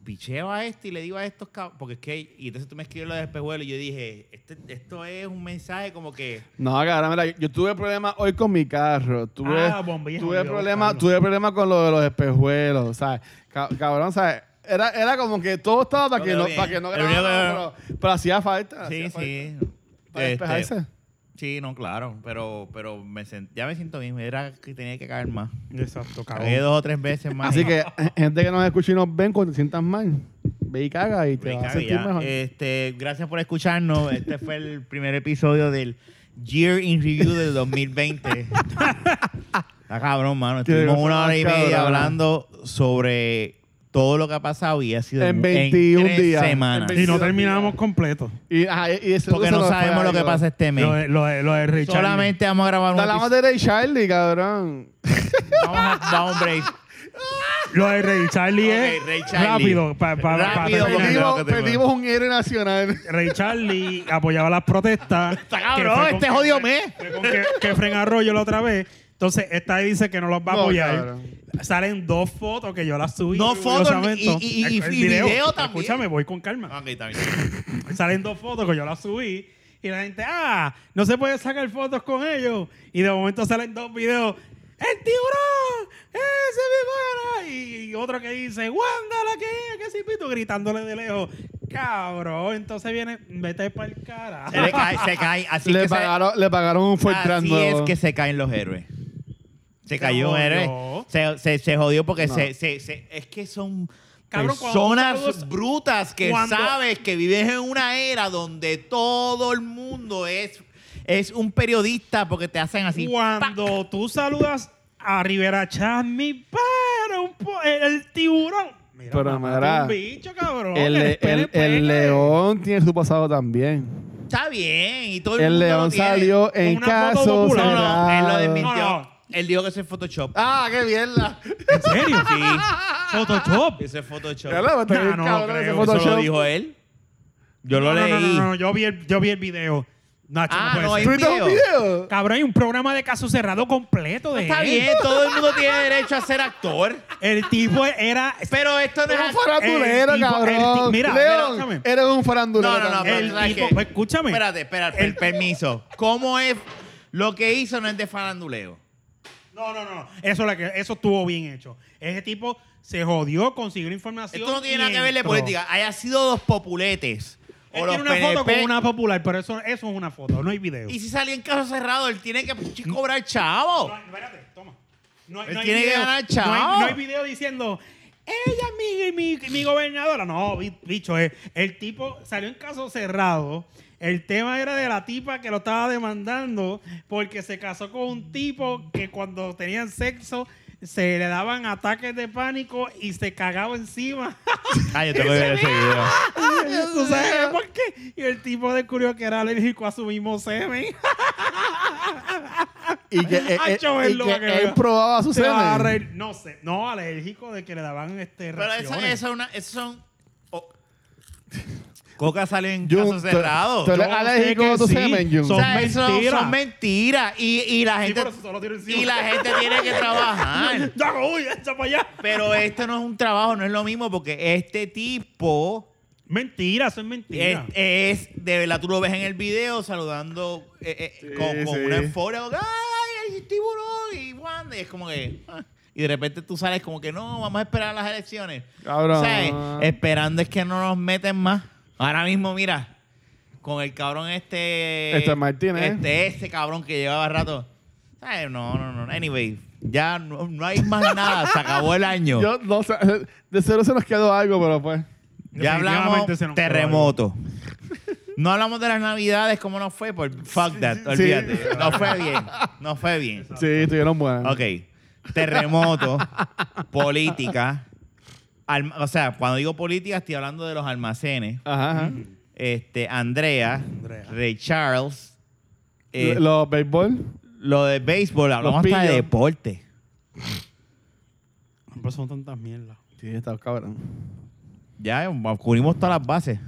Speaker 3: picheo a este y le digo a estos cabros, porque es que, y entonces tú me escribes lo de espejuelo y yo dije, este- esto es un mensaje como que...
Speaker 2: No, cabrón, mira, yo, yo tuve problemas hoy con mi carro. Tuve,
Speaker 1: Ah, bombilla,
Speaker 2: tuve
Speaker 1: olvidó
Speaker 2: problemas,
Speaker 1: buscarlo.
Speaker 2: tuve problemas con lo de los espejuelos, ¿sabes? Ca- cabrón, ¿sabes? Era, era como que todo estaba para
Speaker 3: Lo
Speaker 2: que
Speaker 3: veo
Speaker 2: no,
Speaker 3: bien.
Speaker 2: para que no
Speaker 3: Lo único
Speaker 2: grabara, pero, pero hacía falta.
Speaker 3: Sí,
Speaker 2: Ah, hacía falta.
Speaker 3: sí.
Speaker 2: Para
Speaker 3: Este,
Speaker 2: despejarse.
Speaker 3: sí, no, claro. Pero, pero me sen- ya me siento bien. Era que tenía que caer más.
Speaker 1: Exacto,
Speaker 3: Cagué
Speaker 1: cabrón.
Speaker 3: dos o tres veces más.
Speaker 2: Así
Speaker 3: y-
Speaker 2: que, eh, gente que nos escucha y nos ven cuando te sientas mal, ve y caga y te
Speaker 3: me
Speaker 2: vas a
Speaker 3: cagué
Speaker 2: sentir
Speaker 3: ya.
Speaker 2: mejor.
Speaker 3: Este, gracias por escucharnos. Este fue el primer episodio del Year in Review del 2020. Está cabrón, mano.
Speaker 2: Qué
Speaker 3: Estuvimos
Speaker 2: cosa
Speaker 3: una hora y
Speaker 2: más
Speaker 3: media
Speaker 2: cabrona.
Speaker 3: hablando sobre todo lo que ha pasado y ha sido
Speaker 2: En 21
Speaker 3: tres
Speaker 2: días.
Speaker 3: semanas.
Speaker 2: En
Speaker 1: Y no terminamos completo.
Speaker 2: Y, ajá, y- y ese
Speaker 3: Porque
Speaker 2: uso
Speaker 3: no
Speaker 2: lo
Speaker 3: sabemos lo que
Speaker 2: traigo.
Speaker 3: pasa este mes.
Speaker 1: Lo de, lo de, lo de Richard.
Speaker 3: Solamente vamos a grabar un
Speaker 2: Te hablamos
Speaker 3: episodio.
Speaker 2: de Ray Charlie, cabrón.
Speaker 3: Vamos a dar un break.
Speaker 1: Lo de Ray Charlie es
Speaker 3: Ok, Ray Charlie.
Speaker 1: rápido. pa- pa- pa-
Speaker 3: Rápido,
Speaker 1: pa-
Speaker 3: porque-
Speaker 2: Perdimos,
Speaker 3: que te-
Speaker 2: perdimos un héroe nacional.
Speaker 1: Ray Charlie apoyaba las protestas.
Speaker 3: Está cabrón,
Speaker 1: Que fue con-
Speaker 3: este jodido mes.
Speaker 1: fue con que, que Fren Arroyo la otra vez. Entonces, esta ahí dice que no los va a
Speaker 2: No,
Speaker 1: apoyar.
Speaker 2: cabrón.
Speaker 1: Salen dos fotos que yo las subí.
Speaker 3: Dos fotos
Speaker 1: orgullosamente.
Speaker 3: y- y- y-
Speaker 1: El- el
Speaker 3: y video también.
Speaker 1: Escúchame, voy con calma.
Speaker 3: Ok, está bien.
Speaker 1: Salen dos fotos que yo las subí. Y la gente, ah, no se puede sacar fotos con ellos. Y de momento salen dos videos. ¡El tiburón! ¡Ese mi pana! Y otro que dice, ¡Wanda, la que es! ¡Qué cipito! Gritándole de lejos. Cabrón, entonces viene, vete para el cara.
Speaker 3: Se le cae, se cae. Así,
Speaker 2: Le
Speaker 3: que, se-
Speaker 2: pagaron, le pagaron un Fortran
Speaker 3: así es
Speaker 2: nuevo.
Speaker 3: que se caen los héroes. Se
Speaker 1: Se
Speaker 3: cayó un
Speaker 1: jodió.
Speaker 3: héroe. Se, se, se jodió porque
Speaker 2: No.
Speaker 3: se, se- se- es que son
Speaker 1: Cabrón,
Speaker 3: personas
Speaker 1: cuando tú-
Speaker 3: brutas que
Speaker 1: cuando-
Speaker 3: sabes que vives en una era donde todo el mundo es, es un periodista porque te hacen así. ¡pac!
Speaker 1: Cuando tú saludas a Rivera Chas, mi pana, un po- el, el tiburón. Mira,
Speaker 2: Pero,
Speaker 1: mamá,
Speaker 2: mira,
Speaker 1: un bicho, cabrón.
Speaker 2: El,
Speaker 1: que
Speaker 2: el-
Speaker 1: después le
Speaker 2: el
Speaker 1: pega.
Speaker 2: león tiene su pasado también.
Speaker 3: Está bien. Y todo el,
Speaker 2: El
Speaker 3: mundo lo
Speaker 2: león
Speaker 3: tiene.
Speaker 2: salió en
Speaker 1: Una foto
Speaker 2: caso
Speaker 1: popular.
Speaker 3: No, no, él lo
Speaker 2: cerrado.
Speaker 3: desmintió.
Speaker 1: No, no.
Speaker 3: Él dijo que eso es Photoshop.
Speaker 2: Ah, qué mierda.
Speaker 1: ¿En serio?
Speaker 3: Sí,
Speaker 1: Photoshop.
Speaker 3: eso es Photoshop.
Speaker 2: Ya lo- está bien,
Speaker 1: no lo
Speaker 2: cabrón,
Speaker 1: creo,
Speaker 2: ese
Speaker 1: eso
Speaker 3: Eso lo
Speaker 2: Photoshop.
Speaker 3: dijo él. Yo lo
Speaker 1: no,
Speaker 3: leí.
Speaker 1: No, no, no, no, yo vi el, yo vi el video. Nacho,
Speaker 3: Ah,
Speaker 1: no
Speaker 3: no,
Speaker 1: puede
Speaker 3: hay
Speaker 2: ¿Tú
Speaker 1: ser.
Speaker 2: viste un video?
Speaker 1: Cabrón, hay un programa de caso cerrado completo de
Speaker 3: Está
Speaker 1: él.
Speaker 3: bien, todo el mundo tiene derecho a ser actor.
Speaker 1: El tipo era...
Speaker 3: Pero esto no es
Speaker 2: Un
Speaker 3: actor.
Speaker 2: farandulero,
Speaker 1: el tipo- el
Speaker 2: cabrón.
Speaker 1: ti- mira, mira,
Speaker 2: León,
Speaker 1: escúchame.
Speaker 2: eres un farandulero.
Speaker 3: No, no, no,
Speaker 2: también.
Speaker 3: pero
Speaker 1: El
Speaker 3: tú sabes
Speaker 1: tipo-
Speaker 3: que-
Speaker 1: pues, escúchame.
Speaker 3: Espérate, espérate,
Speaker 1: El-
Speaker 3: permiso. ¿Cómo es lo que hizo no es de faranduleo?
Speaker 1: No, no, no. Eso, la que, eso estuvo bien hecho. Ese tipo se jodió, consiguió la información.
Speaker 3: Esto no tiene
Speaker 1: y
Speaker 3: nada que ver de
Speaker 1: entró.
Speaker 3: política. Haya sido dos populetes.
Speaker 1: Él
Speaker 3: O los
Speaker 1: tiene una foto
Speaker 3: PNP.
Speaker 1: con una popular, pero eso, eso es una foto, no hay video.
Speaker 3: Y si salió en caso cerrado, él tiene que cobrar chavo.
Speaker 1: No, espérate, toma. No, hay-
Speaker 3: Él
Speaker 1: no hay
Speaker 3: tiene que
Speaker 1: video.
Speaker 3: ganar,
Speaker 1: No hay-
Speaker 3: chavo.
Speaker 1: No hay, video diciendo, ella es mi, mi, mi gobernadora. No, bi- bicho, eh, el tipo salió en caso cerrado. El tema era de la tipa que lo estaba demandando porque se casó con un tipo que cuando tenían sexo se le daban ataques de pánico y se cagaba encima.
Speaker 3: Ay, yo tengo que ver ese video.
Speaker 1: ¿Tú sabes por qué? Y el tipo descubrió que era alérgico a su mismo semen.
Speaker 2: Y que, eh,
Speaker 1: Ah,
Speaker 2: eh,
Speaker 1: Joel,
Speaker 2: y
Speaker 1: lo
Speaker 2: que
Speaker 1: va a querer.
Speaker 2: él probaba su
Speaker 1: Se va a
Speaker 2: semen.
Speaker 1: reír. No sé. No, alérgico de que le daban este
Speaker 3: Pero esa,
Speaker 1: reacciones.
Speaker 3: esa una, esas son. oh. Coca sale en
Speaker 2: Jun,
Speaker 3: caso
Speaker 2: tú-
Speaker 3: cerrado.
Speaker 2: tú
Speaker 3: O
Speaker 2: eres
Speaker 1: Yo sé
Speaker 2: alérgico
Speaker 1: que
Speaker 2: a tu
Speaker 1: sí.
Speaker 2: semen, Jun.
Speaker 1: Son-
Speaker 3: sea, eso
Speaker 1: mentiras.
Speaker 3: son mentiras. Y, y la
Speaker 1: Sí,
Speaker 3: gente.
Speaker 1: pero eso solo tiene encima.
Speaker 3: Y la gente tiene que trabajar.
Speaker 1: Yago, uy, echa para allá.
Speaker 3: Pero esto no es un trabajo, no es lo mismo, porque este tipo
Speaker 1: Mentira, eso es mentira.
Speaker 3: Este, es, es- de verdad, tú lo ves en el video saludando eh, eh,
Speaker 2: Sí,
Speaker 3: con, con
Speaker 2: sí.
Speaker 3: una euforia, como que, ¡ay, el tiburón! Y Wanda, y es como que. ah. Y de repente tú sales como que no, vamos a esperar las elecciones.
Speaker 2: Cabrón.
Speaker 3: ¿Sabes? Esperando es que no nos meten más. Ahora mismo, mira, con el cabrón este.
Speaker 2: Este Martínez.
Speaker 3: Este, este cabrón que llevaba rato. ¿Sabes? No, no, no. Anyway, ya no, no hay más nada. Se acabó el año.
Speaker 2: Yo no sé, de cero se nos quedó algo, pero pues.
Speaker 3: Ya hablamos
Speaker 1: Definitivamente se nos quedó
Speaker 3: terremoto. No hablamos de las navidades, cómo nos fue, por fuck that, olvídate. No fue bien, no fue bien.
Speaker 2: Sí, estuvieron buenas.
Speaker 3: Ok, terremoto, política. alm- o sea, cuando digo política estoy hablando de los almacenes.
Speaker 2: Ajá, ajá.
Speaker 1: Mm.
Speaker 3: Este, Andrea,
Speaker 1: Andrea.
Speaker 3: Ray Charles, eh,
Speaker 2: L-
Speaker 3: lo,
Speaker 2: Los béisbol.
Speaker 3: de béisbol, hablamos hasta de
Speaker 2: pillos.
Speaker 3: deporte.
Speaker 1: Pero son tantas mierdas.
Speaker 2: Sí, está cabrón.
Speaker 3: Ya, cubrimos todas las bases.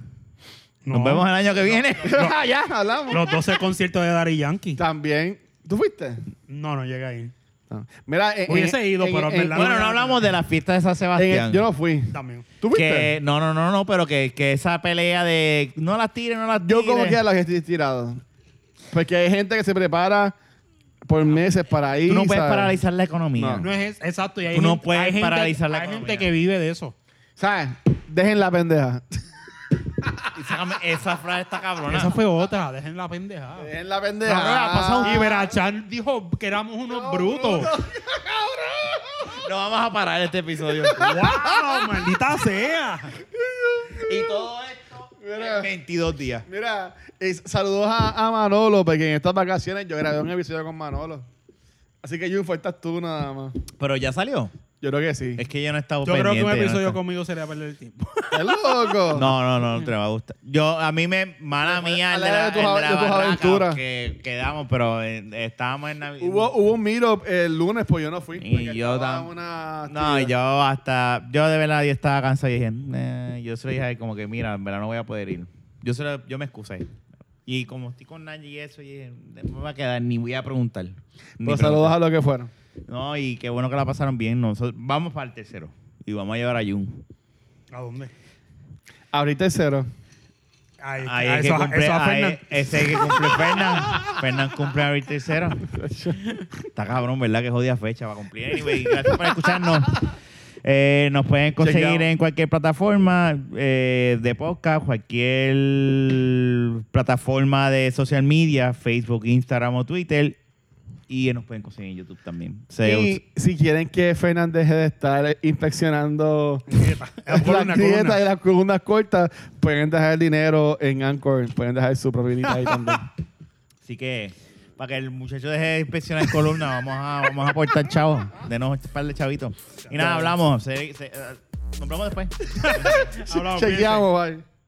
Speaker 3: Nos
Speaker 1: No.
Speaker 3: vemos el año que viene.
Speaker 2: ya, hablamos.
Speaker 1: Los 12 conciertos de Daddy Yankee.
Speaker 2: También. ¿Tú fuiste?
Speaker 1: No, no llega ahí.
Speaker 2: No. Mira, en,
Speaker 1: Hubiese
Speaker 2: en-
Speaker 1: ido,
Speaker 2: en-
Speaker 1: pero
Speaker 2: en-
Speaker 1: en verdad-
Speaker 3: Bueno, no hablamos de la fiesta de San
Speaker 2: en-
Speaker 3: Sebastián.
Speaker 2: yo no fui.
Speaker 1: También.
Speaker 2: ¿Tú fuiste?
Speaker 3: Que, no, no, no, no, pero que, que esa pelea de no las tires, no las tires.
Speaker 2: Yo como que las estoy tirado. Porque hay gente que se prepara por meses para ir.
Speaker 3: Tú no puedes
Speaker 2: ¿sabes?
Speaker 3: paralizar la
Speaker 2: No.
Speaker 3: economía.
Speaker 1: No es es- exacto. Y hay
Speaker 3: Tú no
Speaker 1: gente-
Speaker 3: puedes
Speaker 1: hay gente-
Speaker 3: paralizar la
Speaker 1: Hay gente
Speaker 3: economía.
Speaker 1: que vive de eso.
Speaker 2: ¿Sabes? Dejen la pendeja.
Speaker 3: Y sácame- esa frase está cabrona.
Speaker 1: Esa fue otra. Dejen la pendejada.
Speaker 2: Dejen la Ah,
Speaker 3: Cabrón, ha pasado
Speaker 1: Y Verachan dijo que éramos unos brutos.
Speaker 3: No vamos a parar este episodio.
Speaker 1: ¡Wow! ¡Maldita sea!
Speaker 3: y todo esto
Speaker 2: Mira.
Speaker 3: en 22 días.
Speaker 2: Mira, y saludos a, a Manolo, porque en estas vacaciones yo grabé un episodio con Manolo. Así que, Jun, faltas tú nada más.
Speaker 3: Pero ya salió.
Speaker 2: Yo creo que sí.
Speaker 3: Es que yo no estaba
Speaker 1: Yo creo que un
Speaker 3: pendiente, yo no
Speaker 1: episodio
Speaker 3: estaba-
Speaker 1: conmigo sería perder el tiempo.
Speaker 2: ¡Es loco!
Speaker 3: No, no, no, no te va a gustar. Yo, a mí me, mala mía, el de
Speaker 2: Habla
Speaker 3: la,
Speaker 2: de tus
Speaker 3: el de
Speaker 2: av-
Speaker 3: la
Speaker 2: de tus
Speaker 3: barraca,
Speaker 2: aventuras.
Speaker 3: que quedamos, pero eh, estábamos en Navidad.
Speaker 2: Hubo, hubo un meetup el lunes, pues yo no fui.
Speaker 3: Y
Speaker 2: porque
Speaker 3: yo
Speaker 2: estaba
Speaker 3: tam-
Speaker 2: una
Speaker 3: No,
Speaker 2: actividad.
Speaker 3: yo hasta. Yo de verdad yo estaba cansado y dije, "Nah", yo se lo dije a él como que, mira, en verdad no voy a poder ir. Yo, se lo- yo me excusé. Y como estoy con Nagy y eso, y dije, no me va a quedar, ni voy a preguntar. Ni
Speaker 2: Pues
Speaker 3: preguntar.
Speaker 2: saludos a los que fueron.
Speaker 3: No, y qué bueno que la pasaron bien. Nosotros, vamos para el tercero. Y vamos a llevar a Jun.
Speaker 1: ¿A dónde?
Speaker 2: Ahorita es cero.
Speaker 1: Ahí,
Speaker 3: Ahí
Speaker 1: a
Speaker 3: es que
Speaker 1: eso,
Speaker 3: cumple,
Speaker 1: eso a
Speaker 3: ahí-
Speaker 1: Fernan.
Speaker 3: ese es que cumple Fernan. Fernan cumple ahorita el tercero. Está cabrón, ¿verdad? Que jodida fecha va a cumplir. Anyway, gracias por escucharnos. Eh, nos pueden conseguir
Speaker 2: Chequeado.
Speaker 3: en cualquier plataforma eh, de podcast, cualquier plataforma de social media, Facebook, Instagram o Twitter. Y nos pueden conseguir en YouTube también. Se-
Speaker 2: Y si quieren que Fernan deje de estar inspeccionando
Speaker 1: La
Speaker 2: las
Speaker 1: columna,
Speaker 2: grietas
Speaker 1: columna.
Speaker 2: y las columnas cortas, pueden dejar el dinero en Anchor. Pueden dejar su propinita ahí también.
Speaker 3: Así que, para que el muchacho deje de inspeccionar columna, vamos a, vamos a aportar chavos. Denos un par de chavitos. Y nada, hablamos. Se- se- eh, nos vemos después.
Speaker 1: Hablamos, cuídense.
Speaker 2: Chequeamos, bye.